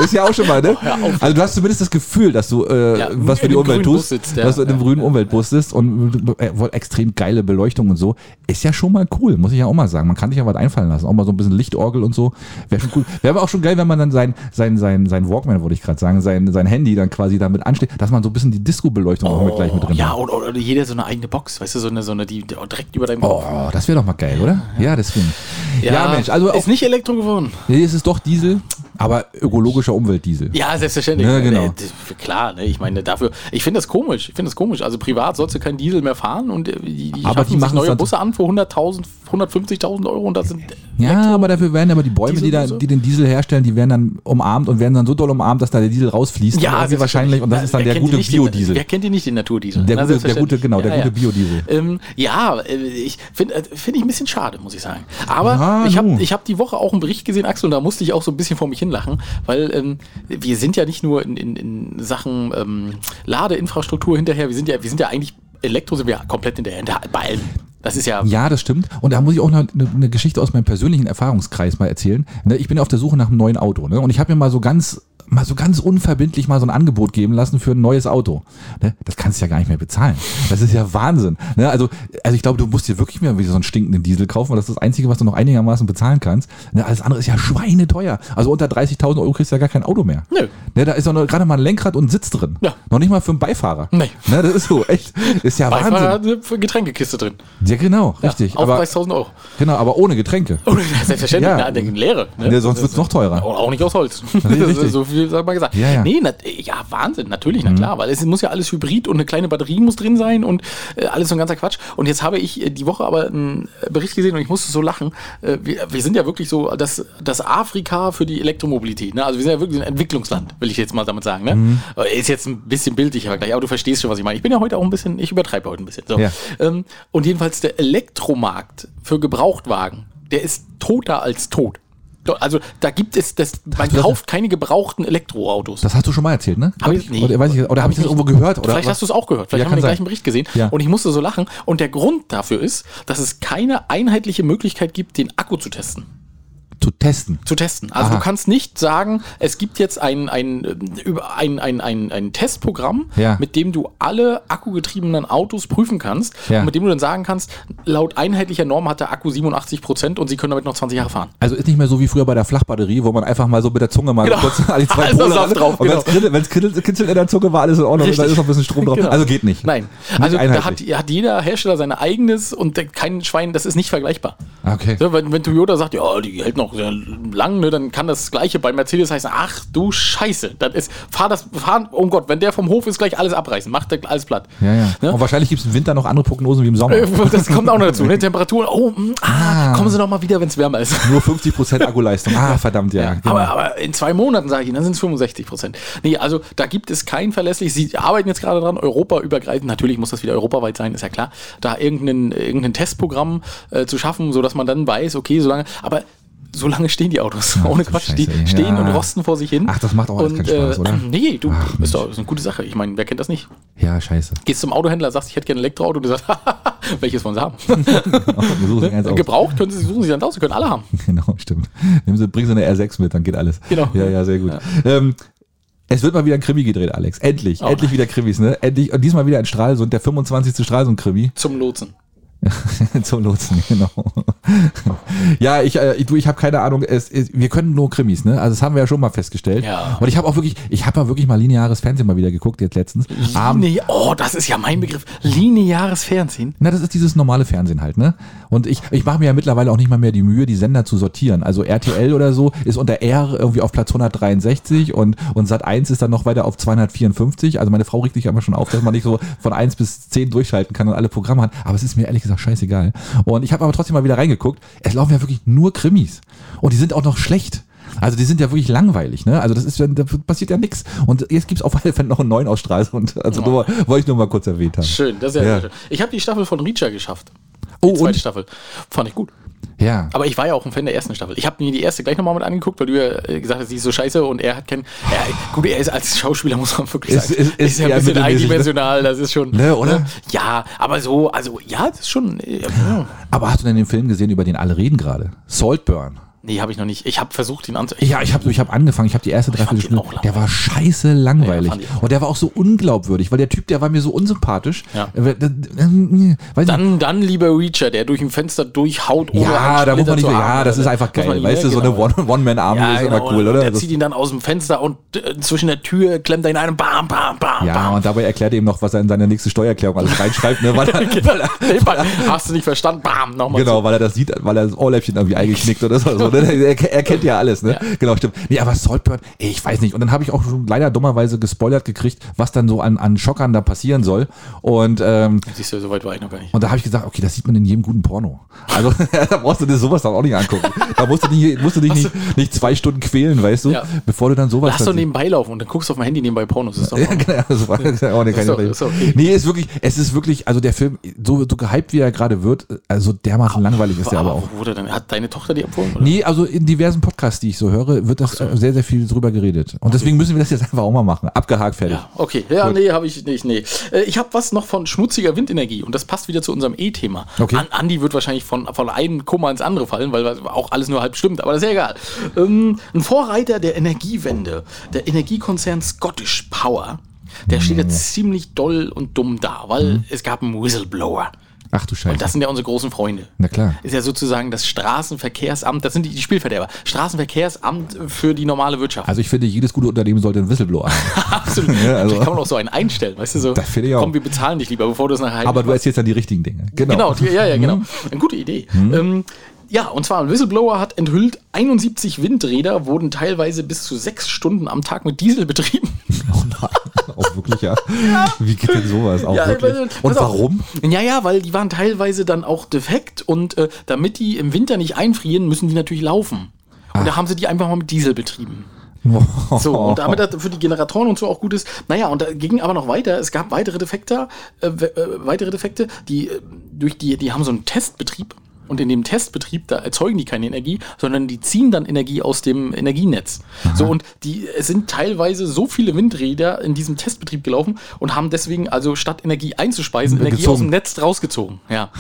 Speaker 2: ist ja auch schon mal, ne?
Speaker 1: hör auf.
Speaker 2: also du hast zumindest das Gefühl, dass du äh,
Speaker 1: Ja,
Speaker 2: was für
Speaker 1: in
Speaker 2: die
Speaker 1: einem
Speaker 2: Umwelt
Speaker 1: grünen Bus
Speaker 2: tust,
Speaker 1: sitzt, ja.
Speaker 2: dass du in einem grünen Umweltbus sitzt und äh, wohl extrem geile Beleuchtung und so. Ist ja schon mal cool, muss ich ja auch mal sagen. Man kann sich ja was einfallen lassen. Auch mal so ein bisschen Lichtorgel und so. Wäre schon cool. Wäre aber auch schon geil, wenn man dann sein, sein, sein, sein Walkman, wollte ich gerade sagen, sein, sein Handy dann quasi damit ansteht, dass man so ein bisschen die Disco-Beleuchtung auch mit gleich mit drin
Speaker 1: Oh, ja,
Speaker 2: hat.
Speaker 1: oder, oder jeder so eine eigene Box, weißt du, so eine, so eine die die direkt über deinem Kopf.
Speaker 2: Oh, das wäre doch mal geil, oder? Ja, deswegen. Ja, Mensch, also auch,
Speaker 1: ist nicht Elektro geworden.
Speaker 2: nee, es ist doch Diesel, aber ökologischer Umweltdiesel.
Speaker 1: Ja, selbstverständlich.
Speaker 2: Ja, genau.
Speaker 1: Äh, das- Klar, ne? ich meine, dafür, ich finde das komisch. Ich finde das komisch. Also privat sollst du keinen Diesel mehr fahren und äh, die, die
Speaker 2: Aber
Speaker 1: schaffen
Speaker 2: die
Speaker 1: sich
Speaker 2: machen es
Speaker 1: neue
Speaker 2: dann-
Speaker 1: Busse an für 100.000, 150.000 Euro und das sind. äh,
Speaker 2: Ja, aber dafür werden aber die Bäume, die, da,
Speaker 1: Dieselbusse?
Speaker 2: die den Diesel herstellen, die werden dann umarmt und werden dann so doll umarmt, dass da der Diesel rausfließt. irgendwie
Speaker 1: selbstverständlich.
Speaker 2: wahrscheinlich. Und das
Speaker 1: Ja,
Speaker 2: ist dann
Speaker 1: wer
Speaker 2: der
Speaker 1: kennt die
Speaker 2: gute
Speaker 1: nicht,
Speaker 2: Biodiesel.
Speaker 1: Den, wer kennt die nicht, den Naturdiesel?
Speaker 2: Der
Speaker 1: Na,
Speaker 2: gute- der
Speaker 1: selbstverständlich.
Speaker 2: gute, genau, der gute Biodiesel.
Speaker 1: Ähm, ja, äh, ich finde äh, finde ich ein bisschen schade, muss ich sagen. Aber
Speaker 2: Ja,
Speaker 1: ich
Speaker 2: nu.
Speaker 1: habe ich hab die Woche auch einen Bericht gesehen, Axel, und da musste ich auch so ein bisschen vor mich hinlachen, weil ähm, wir sind ja nicht nur in, in, in Sachen ähm, Ladeinfrastruktur hinterher, wir sind ja, wir sind ja eigentlich Elektro sind wir ja komplett hinterher, hinter, bei allem. Das ist ja,
Speaker 2: Ja, das stimmt. Und da muss ich auch noch eine, eine Geschichte aus meinem persönlichen Erfahrungskreis mal erzählen. Ne, Ich bin ja auf der Suche nach einem neuen Auto. Ne? Und ich habe mir mal so ganz mal so ganz unverbindlich mal so ein Angebot geben lassen für ein neues Auto. Ne? Das kannst du ja gar nicht mehr bezahlen. Das ist ja Wahnsinn. Ne? Also, also ich glaube, du musst dir wirklich mehr wieder so einen stinkenden Diesel kaufen, weil das ist das Einzige, was du noch einigermaßen bezahlen kannst. Ne? Alles andere ist ja schweineteuer. Also unter 30.000 Euro kriegst du ja gar kein Auto mehr.
Speaker 1: Nö.
Speaker 2: Ne, da ist doch noch gerade mal ein Lenkrad und ein Sitz drin.
Speaker 1: Ja.
Speaker 2: Noch nicht mal für einen Beifahrer.
Speaker 1: Nee.
Speaker 2: Ne, das ist so, echt. Ist ja
Speaker 1: Beifahrer
Speaker 2: Wahnsinn.
Speaker 1: hat eine Getränkekiste drin.
Speaker 2: Ja, genau, richtig.
Speaker 1: Ja, Aufpreis 1000 Euro.
Speaker 2: Genau, aber ohne Getränke.
Speaker 1: Oh, selbstverständlich,
Speaker 2: Ja.
Speaker 1: ja. na, denken Leere. Ne?
Speaker 2: Ja, sonst wird's noch teurer.
Speaker 1: Oder auch nicht aus Holz.
Speaker 2: richtig.
Speaker 1: so viel sag mal gesagt.
Speaker 2: Ja, Mhm. ja.
Speaker 1: Nee, na, ja, Wahnsinn, natürlich, na klar, weil es muss ja alles hybrid und eine kleine Batterie muss drin sein und äh, alles so ein ganzer Quatsch. Und jetzt habe ich äh, die Woche aber einen äh, Bericht gesehen und ich musste so lachen. Äh, wir, wir sind ja wirklich so das, das Afrika für die Elektromobilität. Ne? Also wir sind ja wirklich ein Entwicklungsland, will ich jetzt mal damit sagen. Ne?
Speaker 2: Mhm.
Speaker 1: Ist jetzt ein bisschen bildlicher Vergleich, aber du verstehst schon, was ich meine. Ich bin ja heute auch ein bisschen, ich übertreibe heute ein bisschen. So.
Speaker 2: Ja.
Speaker 1: Ähm, und jedenfalls der Elektromarkt für Gebrauchtwagen, der ist toter als tot. Do- Also da gibt es, das, man
Speaker 2: du das-
Speaker 1: kauft keine gebrauchten Elektroautos.
Speaker 2: Das hast du schon mal erzählt, ne?
Speaker 1: Hab ich- nee.
Speaker 2: Oder, weiß ich, oder habe hab ich das
Speaker 1: nicht.
Speaker 2: irgendwo gehört? Oder
Speaker 1: vielleicht
Speaker 2: was?
Speaker 1: hast du es auch gehört. Vielleicht
Speaker 2: Ja,
Speaker 1: haben wir den
Speaker 2: kann sein.
Speaker 1: gleichen Bericht gesehen.
Speaker 2: Ja.
Speaker 1: Und ich musste so lachen. Und der Grund dafür ist, dass es keine einheitliche Möglichkeit gibt, den Akku zu testen
Speaker 2: zu testen.
Speaker 1: zu testen. Also
Speaker 2: Aha.
Speaker 1: du kannst nicht sagen, es gibt jetzt ein, ein, äh, über- ein, ein, ein, ein Testprogramm,
Speaker 2: Ja.
Speaker 1: mit dem du alle akkugetriebenen Autos prüfen kannst
Speaker 2: Ja.
Speaker 1: und mit dem du dann sagen kannst, laut einheitlicher Norm hat der Akku 87 Prozent und sie können damit noch 20 Jahre fahren.
Speaker 2: Also ist nicht mehr so wie früher bei der Flachbatterie, wo man einfach mal so mit der Zunge mal
Speaker 1: Genau.
Speaker 2: kurz an die zwei
Speaker 1: Also
Speaker 2: Pole
Speaker 1: Saft
Speaker 2: ran-
Speaker 1: drauf,
Speaker 2: Und wenn
Speaker 1: genau.
Speaker 2: es kribbelt- wenn es kribbelt- kitzelt in der Zunge, war alles in Ordnung. Da
Speaker 1: Richtig.
Speaker 2: ist noch ein bisschen Strom drauf.
Speaker 1: Genau.
Speaker 2: Also geht nicht.
Speaker 1: Nein.
Speaker 2: Nicht
Speaker 1: Also da hat,
Speaker 2: einheitlich.
Speaker 1: hat jeder Hersteller sein eigenes und der- kein Schwein, das ist nicht vergleichbar.
Speaker 2: Ah, Okay.
Speaker 1: So, wenn, wenn Toyota sagt, ja, die hält noch sehr lang, ne, dann kann das Gleiche bei Mercedes heißen, ach du Scheiße, das ist, fahr das, fahr, oh Gott, wenn der vom Hof ist, gleich alles abreißen, macht der alles platt.
Speaker 2: Ja, ja.
Speaker 1: Ne?
Speaker 2: Und wahrscheinlich gibt es im Winter noch andere Prognosen wie im Sommer.
Speaker 1: Äh, Das kommt auch noch dazu, ne? Temperaturen, oh, mh, ah, kommen Sie noch mal wieder, wenn es wärmer ist.
Speaker 2: Nur 50% Akkuleistung. Ah, verdammt, ja. genau.
Speaker 1: Aber, aber in zwei Monaten, sage ich Ihnen, dann sind es 65 Prozent. Nee, also da gibt es kein verlässlich. Sie arbeiten jetzt gerade dran, europaübergreifend. Natürlich muss das wieder europaweit sein, ist ja klar. Da irgendein, irgendein Testprogramm äh, zu schaffen, sodass man dann weiß, okay, solange. Aber so lange stehen die Autos. Ohne
Speaker 2: du
Speaker 1: Quatsch.
Speaker 2: Scheiße,
Speaker 1: die
Speaker 2: ey.
Speaker 1: stehen
Speaker 2: Ja.
Speaker 1: und rosten vor sich hin.
Speaker 2: Ach, das macht auch alles
Speaker 1: und,
Speaker 2: keinen Spaß,
Speaker 1: äh,
Speaker 2: oder?
Speaker 1: Nee, du,
Speaker 2: Ach,
Speaker 1: ist doch ist eine gute Sache. Ich meine, wer kennt das nicht?
Speaker 2: ja, scheiße.
Speaker 1: Gehst zum Autohändler, sagst, ich hätte gerne ein Elektroauto und du sagst, welches wollen sie haben?
Speaker 2: Wir suchen eins aus.
Speaker 1: Gebraucht können sie, suchen sie dann aus, sie können alle haben.
Speaker 2: Genau, stimmt. Nimm so, bring so eine R6 mit, dann geht alles.
Speaker 1: Genau.
Speaker 2: Ja, ja, sehr gut. Ähm, es wird mal wieder ein Krimi gedreht, Alex. Endlich,
Speaker 1: Oh.
Speaker 2: endlich wieder Krimis, ne? Endlich, und diesmal wieder ein Stralsund, der 25. Stralsund-Krimi
Speaker 1: Zum Lotsen.
Speaker 2: zum Lotsen, genau. ja, ich, äh, ich, du, ich habe keine Ahnung. Es, es, wir können nur Krimis, ne? Also das haben wir ja schon mal festgestellt.
Speaker 1: Ja.
Speaker 2: Und ich habe auch wirklich, ich habe mal wirklich mal lineares Fernsehen mal wieder geguckt jetzt letztens. Abend,
Speaker 1: Linea oh, das ist ja mein Begriff. Lineares Fernsehen.
Speaker 2: Na, das ist dieses normale Fernsehen halt, ne? Und ich, ich mache mir ja mittlerweile auch nicht mal mehr die Mühe, die Sender zu sortieren. Also RTL oder so ist unter R irgendwie auf Platz 163 und, und Sat 1 ist dann noch weiter auf 254. Also meine Frau regt sich immer schon auf, dass man nicht so von 1 bis 10 durchschalten kann und alle Programme hat. Aber es ist mir ehrlich gesagt scheißegal. Und ich habe aber trotzdem mal wieder reingeguckt. Es laufen ja wirklich nur Krimis. Und die sind auch noch schlecht. Also die sind ja wirklich langweilig, ne? Also das ist ja, da passiert ja nichts. Und jetzt gibt's auf alle Fälle noch einen neuen aus Stralsund. Also nur, wollte ich nur mal kurz erwähnt haben.
Speaker 1: Schön, das ist ja,
Speaker 2: Ja.
Speaker 1: sehr schön. Ich habe die Staffel von Reacher geschafft. Die
Speaker 2: Oh,
Speaker 1: zweite
Speaker 2: und?
Speaker 1: Staffel. Fand ich gut.
Speaker 2: Ja.
Speaker 1: Aber ich war ja auch ein Fan der ersten Staffel. Ich habe mir die erste gleich nochmal mit angeguckt, weil du ja äh, gesagt hast, die ist so scheiße und er hat keinen. Ja, gut, er ist als Schauspieler, muss man wirklich
Speaker 2: Ist-
Speaker 1: sagen.
Speaker 2: ist- ist
Speaker 1: ja
Speaker 2: eher
Speaker 1: ein bisschen
Speaker 2: mittelmäßig,
Speaker 1: eindimensional, das ist schon.
Speaker 2: Ne, oder?
Speaker 1: Ja, aber so, also, ja, das ist schon. Äh, ja.
Speaker 2: Aber hast du denn den Film gesehen, über den alle reden gerade? Saltburn.
Speaker 1: nee, habe ich noch nicht. Ich habe versucht, ihn anzuhören.
Speaker 2: Ja, ich habe ich hab angefangen, ich habe die erste drei
Speaker 1: fand
Speaker 2: Viertel
Speaker 1: den
Speaker 2: Stunde.
Speaker 1: auch langweilig.
Speaker 2: Der war scheiße langweilig.
Speaker 1: Ja, fand ich auch.
Speaker 2: und der war auch so unglaubwürdig, weil der Typ, der war mir so unsympathisch.
Speaker 1: Ja.
Speaker 2: Äh, da- da- äh, Weiß ich
Speaker 1: Dann, dann lieber Reacher, der durch ein Fenster durchhaut ohne
Speaker 2: ja,
Speaker 1: einen
Speaker 2: da muss
Speaker 1: Splitter
Speaker 2: man nicht,
Speaker 1: zu haben.
Speaker 2: ja, das ist einfach
Speaker 1: Muss man
Speaker 2: geil.
Speaker 1: ihn-
Speaker 2: Weißt du,
Speaker 1: ja,
Speaker 2: so eine
Speaker 1: genau.
Speaker 2: One- One-Man-Army
Speaker 1: Ja,
Speaker 2: ist
Speaker 1: genau.
Speaker 2: immer cool, oder?
Speaker 1: Der
Speaker 2: Das-
Speaker 1: zieht ihn dann aus dem Fenster und äh, zwischen der Tür klemmt er ihn ein und bam, bam, bam,
Speaker 2: Ja,
Speaker 1: bam.
Speaker 2: und dabei erklärt er ihm noch, was er in seine nächste Steuererklärung alles reinschreibt, ne? weil, er,
Speaker 1: Genau.
Speaker 2: weil er,
Speaker 1: Nee, Mann, Hast du nicht verstanden? Bam, nochmal
Speaker 2: Genau, weil er das sieht, weil er das Ohrläppchen irgendwie eingeknickt oder so. Ne? Er, er kennt ja alles, ne? Genau, stimmt. Nee, aber Saltburn, ey, ich weiß nicht. Und dann habe ich auch schon leider dummerweise gespoilert gekriegt, was dann so an, an Schockern da passieren soll. Und, ähm,
Speaker 1: zu. Siehst du, so weit war ich noch gar nicht.
Speaker 2: und da habe ich gesagt, okay, das sieht man in jedem guten Porno. Also da brauchst du dir sowas dann auch nicht angucken. Da musst du dich, musst du dich nicht, nicht zwei Stunden quälen, weißt du,
Speaker 1: Ja.
Speaker 2: bevor du dann sowas
Speaker 1: Lass
Speaker 2: dann
Speaker 1: doch
Speaker 2: siehst.
Speaker 1: nebenbei laufen und dann guckst du auf mein Handy nebenbei Pornos. Ist doch
Speaker 2: Ja, genau, das war, das war auch eine
Speaker 1: Ist
Speaker 2: kleine
Speaker 1: doch-
Speaker 2: Rede.
Speaker 1: ist doch okay.
Speaker 2: Nee, ist wirklich, es ist wirklich, also der Film, so, so gehypt wie er gerade wird, also dermaßen langweilig ist der aber auch.
Speaker 1: Wo Wurde denn, hat deine Tochter die empfohlen? Oder?
Speaker 2: Nee, also in diversen Podcasts, die ich so höre, wird das äh, sehr, sehr viel drüber geredet. Und deswegen müssen wir das jetzt einfach auch mal machen. Abgehakt, fertig.
Speaker 1: Ja, okay. Ja, nee, habe ich nicht. Nee. Äh, Ich habe was noch von schmutziger Windenergie und das passt wieder zu unserem E-Thema.
Speaker 2: Okay.
Speaker 1: An Andi wird wahrscheinlich von, von einem Kummer ins andere fallen, weil auch alles nur halb stimmt, aber das ist ja egal. Ähm, ein Vorreiter der Energiewende, der Energiekonzern Scottish Power, der steht
Speaker 2: Mhm.
Speaker 1: jetzt ziemlich doll und dumm da, weil es gab einen Whistleblower.
Speaker 2: Ach du Scheiße.
Speaker 1: Und das sind ja unsere großen Freunde.
Speaker 2: Na klar.
Speaker 1: Ist ja sozusagen das Straßenverkehrsamt, das sind die, die Spielverderber. Straßenverkehrsamt für die normale Wirtschaft.
Speaker 2: Also ich finde, jedes gute Unternehmen sollte einen Whistleblower haben.
Speaker 1: Absolut.
Speaker 2: also-
Speaker 1: Vielleicht kann man auch so einen einstellen, weißt du so.
Speaker 2: Das finde ich auch.
Speaker 1: Komm, wir bezahlen dich lieber, bevor du es nachher.
Speaker 2: Aber du erzählst dann die richtigen Dinge.
Speaker 1: genau, die- ja,
Speaker 2: Mhm.
Speaker 1: ja, genau. Eine gute Idee. Ähm, ja, und zwar ein Whistleblower hat enthüllt, 71 Windräder wurden teilweise bis zu sechs Stunden am Tag mit Diesel betrieben.
Speaker 2: Oh nein. auch wirklich, ja. Wie geht denn sowas? Auch
Speaker 1: Ja,
Speaker 2: wirklich.
Speaker 1: weil-
Speaker 2: Und
Speaker 1: pass auf.
Speaker 2: warum?
Speaker 1: Ja, ja, weil die waren teilweise dann auch defekt und äh, damit die im Winter nicht einfrieren, müssen die natürlich laufen. Und da haben sie die einfach mal mit Diesel betrieben. So, und damit das für die Generatoren und so auch gut ist. Naja, und da ging aber noch weiter. Es gab weitere Defekte, äh, we- äh, weitere Defekte, die äh, durch die, die haben so einen Testbetrieb. Und in dem Testbetrieb, da erzeugen die keine Energie, sondern die ziehen dann Energie aus dem Energienetz. So, und die, es sind teilweise so viele Windräder in diesem Testbetrieb gelaufen und haben deswegen also statt Energie einzuspeisen, Energie
Speaker 2: Gezogen.
Speaker 1: aus dem Netz rausgezogen. Ja.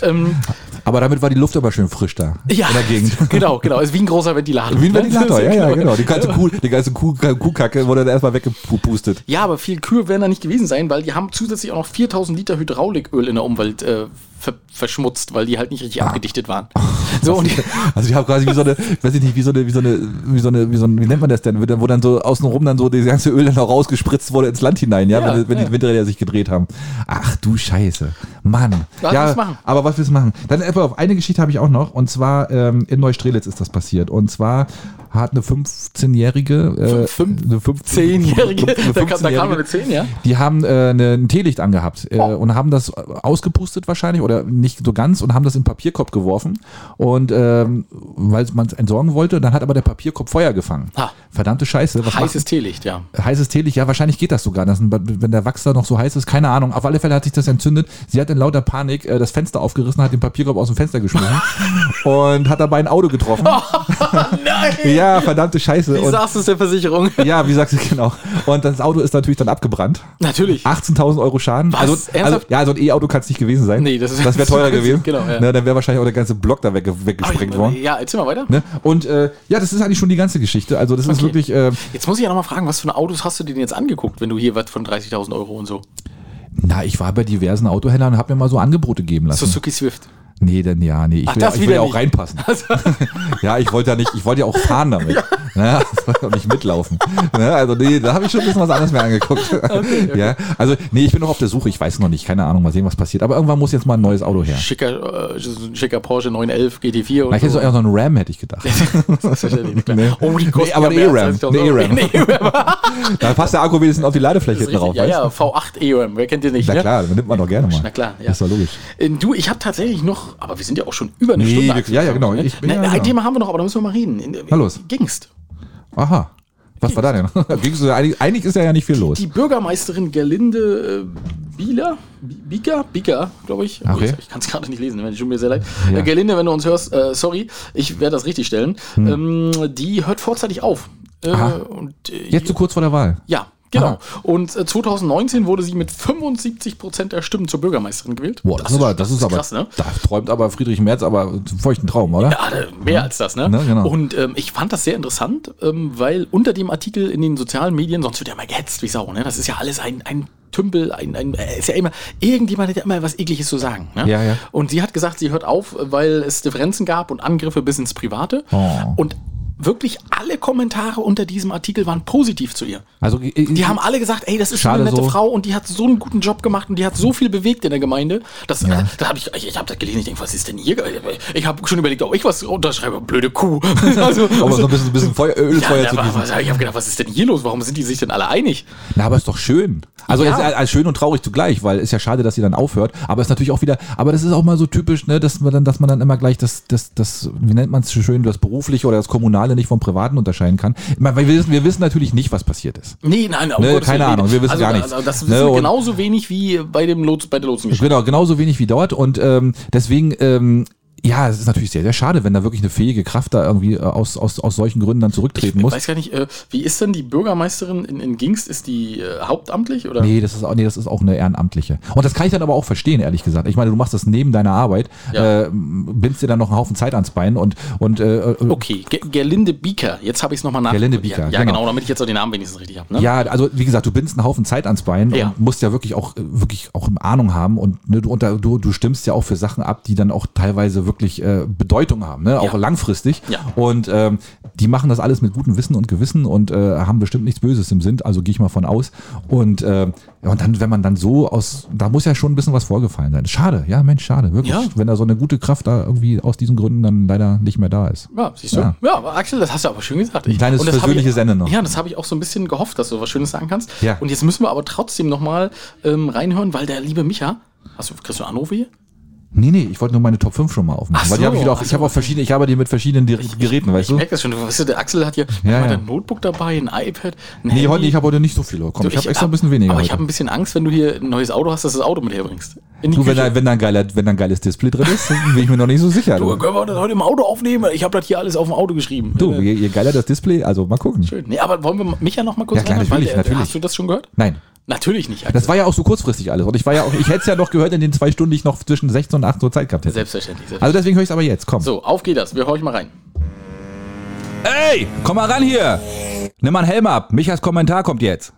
Speaker 1: ähm,
Speaker 2: aber damit war die Luft aber schön frisch da.
Speaker 1: ja,
Speaker 2: In der Gegend.
Speaker 1: genau, genau. Ist wie ein großer Ventilator.
Speaker 2: Wie ein Ventilator, ja, ja,
Speaker 1: Genau.
Speaker 2: genau. Die ganze, Kuh, die ganze Kuh, Kuhkacke wurde dann erstmal weggepustet.
Speaker 1: Ja, aber viel Kühe werden da nicht gewesen sein, weil die haben zusätzlich auch noch 4000 Liter Hydrauliköl in der Umwelt äh, ver verschmutzt, weil die halt nicht richtig
Speaker 2: Ah.
Speaker 1: abgedichtet waren. So, und die,
Speaker 2: Also ich habe quasi wie so eine, weiß ich nicht, wie so eine, wie so eine, wie so eine, wie so ein, wie nennt man das denn, Wo dann- wo dann so außenrum dann so das ganze Öl dann auch rausgespritzt wurde ins Land hinein, ja,
Speaker 1: Ja,
Speaker 2: wenn, wenn die
Speaker 1: ja.
Speaker 2: Windräder sich gedreht haben. Ach du Scheiße. Mann.
Speaker 1: Was willst du machen?
Speaker 2: aber was willst du machen? Dann etwa auf eine Geschichte habe ich auch noch und zwar ähm, in Neustrelitz ist das passiert und zwar hat eine 15-jährige äh,
Speaker 1: Fünf-
Speaker 2: eine 15
Speaker 1: Zehnjährige, da, kam- da kam man
Speaker 2: 15-jährige,
Speaker 1: mit 10, ja?
Speaker 2: die haben äh, ne, ein Teelicht angehabt äh,
Speaker 1: Oh.
Speaker 2: und haben das ausgepustet wahrscheinlich oder nicht so ganz und haben das in den Papierkorb geworfen und ähm, weil man es entsorgen wollte, dann hat aber der Papierkorb Feuer gefangen.
Speaker 1: Ha.
Speaker 2: Verdammte Scheiße. Was
Speaker 1: Heißes Teelicht, ja.
Speaker 2: macht- heißes Teelicht, ja wahrscheinlich geht das sogar, das, ist ein- wenn der Wachs da noch so heiß ist, keine Ahnung. Auf alle Fälle hat sich das entzündet. Sie hat in lauter Panik äh, das Fenster aufgerissen, hat den Papierkorb aus dem Fenster geschmissen und hat dabei ein Auto getroffen.
Speaker 1: Nein!
Speaker 2: Ja, verdammte Scheiße.
Speaker 1: Oh, Wie
Speaker 2: Und,
Speaker 1: sagst du es der Versicherung?
Speaker 2: ja, wie sagst du genau? Und das Auto ist natürlich dann abgebrannt.
Speaker 1: Natürlich.
Speaker 2: 18.000 Euro Schaden.
Speaker 1: Was?
Speaker 2: Also, also,
Speaker 1: Ernsthaft?
Speaker 2: ja, so ein E-Auto kann es nicht gewesen sein.
Speaker 1: Nee, das ist-
Speaker 2: das wäre teurer gewesen.
Speaker 1: Genau, ja.
Speaker 2: Ne, dann wäre wahrscheinlich auch der ganze Block da wegge weggesprengt worden.
Speaker 1: ja, erzähl mal weiter.
Speaker 2: Ne? Und äh, ja, das ist eigentlich schon die ganze Geschichte. Also das ist
Speaker 1: Okay.
Speaker 2: wirklich, äh,
Speaker 1: Jetzt muss ich ja nochmal fragen, was für ein Autos hast du denn jetzt angeguckt, wenn du hier was von 30.000 Euro und so?
Speaker 2: na, ich war bei diversen Autohändlern und habe mir mal so Angebote geben lassen.
Speaker 1: Suzuki Swift.
Speaker 2: nee, denn ja, nee, ich will,
Speaker 1: das
Speaker 2: ich will
Speaker 1: wieder
Speaker 2: ja auch
Speaker 1: nicht.
Speaker 2: reinpassen.
Speaker 1: Also,
Speaker 2: Ja, ich wollte ja nicht, ich wollte ja auch fahren damit. Ne? Ich wollte auch nicht mitlaufen. Ne? Also nee, da habe ich schon ein bisschen was anderes mehr angeguckt. Ja, also nee, ich bin noch auf der Suche, ich weiß noch nicht, keine Ahnung, mal sehen, was passiert. Aber irgendwann muss jetzt mal ein neues Auto her.
Speaker 1: schicker, äh, so ein schicker Porsche 911 GT4
Speaker 2: Na, ich
Speaker 1: und
Speaker 2: hätte so
Speaker 1: so.
Speaker 2: eher so einen Ram, hätte ich gedacht.
Speaker 1: Selbstverständlich, klar. Oh, die kosten
Speaker 2: Nee, aber
Speaker 1: ja
Speaker 2: ein
Speaker 1: mehr als
Speaker 2: E-Ram.
Speaker 1: 30.000
Speaker 2: Ein
Speaker 1: Euro.
Speaker 2: E-Ram.
Speaker 1: Ein E-Ram.
Speaker 2: Da passt der Akku wenigstens auf die Ladefläche hinten
Speaker 1: Also Richtig,
Speaker 2: drauf,
Speaker 1: ja,
Speaker 2: weißt
Speaker 1: ja, V8 EOM, wer kennt den nicht?
Speaker 2: Na
Speaker 1: ne?
Speaker 2: klar, nimmt man doch gerne mal.
Speaker 1: Na klar, ja.
Speaker 2: Ist doch logisch.
Speaker 1: Äh, Du, ich habe tatsächlich noch, aber wir sind ja auch schon über eine
Speaker 2: Nee,
Speaker 1: Stunde.
Speaker 2: wir-
Speaker 1: aktuell,
Speaker 2: ja, ja, genau.
Speaker 1: ne?
Speaker 2: Ich bin-
Speaker 1: Na,
Speaker 2: ja,
Speaker 1: ein
Speaker 2: genau.
Speaker 1: Thema haben wir noch, aber da müssen wir mal reden. In-
Speaker 2: Na los.
Speaker 1: Gingst.
Speaker 2: Aha. Was war da denn? Gingst du, eigentlich, eigentlich ist ja ja nicht viel los.
Speaker 1: Die Bürgermeisterin Gerlinde äh, Bieler, Bi- Bieker, Bieker, glaube ich. Oh,
Speaker 2: Okay.
Speaker 1: Ich, ich kann es gerade nicht lesen, wenn tut mir sehr leid.
Speaker 2: Ja.
Speaker 1: Äh, Gelinde, wenn du uns hörst, äh, sorry, ich werde das richtig stellen. Ähm, die hört vorzeitig auf. Äh,
Speaker 2: Hm. Aha.
Speaker 1: und, äh,
Speaker 2: Jetzt so kurz vor der Wahl.
Speaker 1: Ja, genau.
Speaker 2: Aha.
Speaker 1: Und äh, 2019 wurde sie mit 75 Prozent der Stimmen zur Bürgermeisterin gewählt.
Speaker 2: Boah, das, ist aber, das ist aber,
Speaker 1: krass, ne?
Speaker 2: da träumt aber Friedrich Merz aber einen feuchten Traum, oder?
Speaker 1: Ja, da- mehr als das, ne?
Speaker 2: Ne, genau.
Speaker 1: Und ähm, ich fand das sehr interessant, ähm, weil unter dem Artikel in den sozialen Medien, sonst wird ja mal gehetzt wie Sau, ne? Das ist ja alles ein, ein Tümpel, ein, ein, äh, ist ja immer, irgendjemand hat ja immer was Ekliges zu sagen, ne?
Speaker 2: Ja, ja.
Speaker 1: Und sie hat gesagt, sie hört auf, weil es Differenzen gab und Angriffe bis ins Private.
Speaker 2: Oh.
Speaker 1: Und wirklich alle Kommentare unter diesem Artikel waren positiv zu ihr.
Speaker 2: Also,
Speaker 1: Die haben alle gesagt, ey, das ist
Speaker 2: Schade
Speaker 1: eine nette
Speaker 2: so.
Speaker 1: Frau und die hat so einen guten Job gemacht und die hat so viel bewegt in der Gemeinde. Das, äh, da habe ich, ich, ich habe das gelesen, ich denke, was ist denn hier? Ich habe schon überlegt, ob ich was unterschreibe, blöde Kuh. also,
Speaker 2: aber um so ein bisschen, ein bisschen Feuer, Ölfeuer
Speaker 1: ja,
Speaker 2: zu
Speaker 1: da war,
Speaker 2: gießen.
Speaker 1: was, ich habe gedacht, was ist denn hier los? Warum sind die sich denn alle einig?
Speaker 2: Na, aber ist doch schön. Also
Speaker 1: Ja.
Speaker 2: es ist äh, schön und traurig zugleich, weil ist ja schade, dass sie dann aufhört. Aber es ist natürlich auch wieder, aber das ist auch mal so typisch, ne, dass man dann, dass man dann immer gleich das, das, das, wie nennt man es schön, das berufliche oder das kommunale nicht vom privaten unterscheiden kann. Ich meine, Weil wir wissen, wir wissen natürlich nicht, was passiert ist.
Speaker 1: Nee, nein, um
Speaker 2: Ne,
Speaker 1: Gottes
Speaker 2: keine
Speaker 1: Willen.
Speaker 2: Ahnung, wir wissen
Speaker 1: also,
Speaker 2: gar
Speaker 1: da-
Speaker 2: nichts.
Speaker 1: da- Das
Speaker 2: Ne,
Speaker 1: wissen wir
Speaker 2: und-
Speaker 1: genauso wenig wie bei dem Lots, bei der Lotsengeschichte.
Speaker 2: Genau, genauso wenig wie dort. Und ähm, deswegen, ähm, ja, es ist natürlich sehr, sehr schade, wenn da wirklich eine fähige Kraft da irgendwie äh, aus, aus, aus solchen Gründen dann zurücktreten
Speaker 1: Ich
Speaker 2: muss.
Speaker 1: weiß gar nicht, äh, wie ist denn die Bürgermeisterin in, in Gingst? Ist die äh, hauptamtlich oder?
Speaker 2: Nee, das ist auch, nee, das ist auch eine ehrenamtliche. Und das kann ich dann aber auch verstehen, ehrlich gesagt. Ich meine, du machst das neben deiner Arbeit,
Speaker 1: Ja.
Speaker 2: äh, bindst dir dann noch einen Haufen Zeit ans Bein und, und äh,
Speaker 1: Okay, Ge- Gerlinde Bieker. Jetzt habe ich es nochmal nach.
Speaker 2: Gerlinde Bieker,
Speaker 1: ja, ja
Speaker 2: genau.
Speaker 1: genau. damit ich jetzt auch den Namen wenigstens richtig habe. Ne?
Speaker 2: Ja, also wie gesagt, du bindst einen Haufen Zeit ans Bein
Speaker 1: Ja.
Speaker 2: und musst ja wirklich auch äh, wirklich auch eine Ahnung haben und, ne, du, und da, du, du stimmst ja auch für Sachen ab, die dann auch teilweise wirklich äh, Bedeutung haben, ne? auch
Speaker 1: Ja.
Speaker 2: langfristig.
Speaker 1: Ja.
Speaker 2: Und ähm, die machen das alles mit gutem Wissen und Gewissen und äh, haben bestimmt nichts Böses im Sinn, also gehe ich mal von aus. Und, äh, ja, und dann, wenn man dann so aus, da muss ja schon ein bisschen was vorgefallen sein. Schade, ja, Mensch, schade, wirklich.
Speaker 1: Ja.
Speaker 2: Wenn da so eine gute Kraft da irgendwie aus diesen Gründen dann leider nicht mehr da ist.
Speaker 1: Ja, siehst du?
Speaker 2: Ja.
Speaker 1: Ja. aber Axel, das hast du aber schön gesagt.
Speaker 2: Ein kleines
Speaker 1: Und das hab
Speaker 2: persönliches
Speaker 1: ich,
Speaker 2: Ende noch.
Speaker 1: Ja, das habe ich auch so ein bisschen gehofft, dass du was Schönes sagen kannst.
Speaker 2: Ja.
Speaker 1: Und jetzt müssen wir aber trotzdem nochmal ähm, reinhören, weil der liebe Micha. Hast du, kriegst du Anrufe hier?
Speaker 2: Nee, nee, ich wollte nur meine Top 5 schon mal aufmachen.
Speaker 1: Ach
Speaker 2: weil die
Speaker 1: so,
Speaker 2: habe ich wieder auf,
Speaker 1: ach
Speaker 2: ich
Speaker 1: so.
Speaker 2: habe auch verschiedene, ich habe die mit verschiedenen Dir- Geräten,
Speaker 1: Ich
Speaker 2: weißt du?
Speaker 1: merke das schon. Du Weißt du, der Axel hat hier
Speaker 2: Ja,
Speaker 1: hat
Speaker 2: ja.
Speaker 1: ein Notebook dabei, ein iPad. Ein
Speaker 2: Nee,
Speaker 1: Handy.
Speaker 2: heute, ich habe heute nicht so viele. Komm,
Speaker 1: Du,
Speaker 2: ich habe extra ein bisschen
Speaker 1: hab-
Speaker 2: weniger.
Speaker 1: Aber
Speaker 2: heute.
Speaker 1: ich habe ein bisschen Angst, wenn du hier ein neues Auto hast, dass du das Auto mit herbringst. In die
Speaker 2: du, wenn
Speaker 1: Küche.
Speaker 2: da, wenn, da ein geiler, wenn da ein geiles Display drin ist, bin ich mir noch nicht so sicher.
Speaker 1: du, oh
Speaker 2: Du,
Speaker 1: können wir das heute im Auto aufnehmen? Ich habe das hier alles auf dem Auto geschrieben.
Speaker 2: du
Speaker 1: Äh,
Speaker 2: je, je geiler das Display, also mal gucken.
Speaker 1: schön. Nee, aber wollen wir Micha noch mal kurz
Speaker 2: Ja, klar,
Speaker 1: reinhören? Weil
Speaker 2: natürlich,
Speaker 1: der-
Speaker 2: natürlich.
Speaker 1: Hast du das schon gehört?
Speaker 2: Nein.
Speaker 1: Natürlich nicht, Axel.
Speaker 2: Das war ja auch so kurzfristig alles. Und ich war ja auch, ich hätte es ja noch gehört in den zwei Stunden, die ich noch zwischen 16 und 18 Uhr Zeit gehabt hätte.
Speaker 1: Selbstverständlich. selbstverständlich.
Speaker 2: Also deswegen höre ich es aber jetzt. Komm.
Speaker 1: So, auf geht das. Wir horchen mal rein.
Speaker 2: Ey, komm mal ran hier. Nimm mal einen Helm ab. Michas Kommentar kommt jetzt.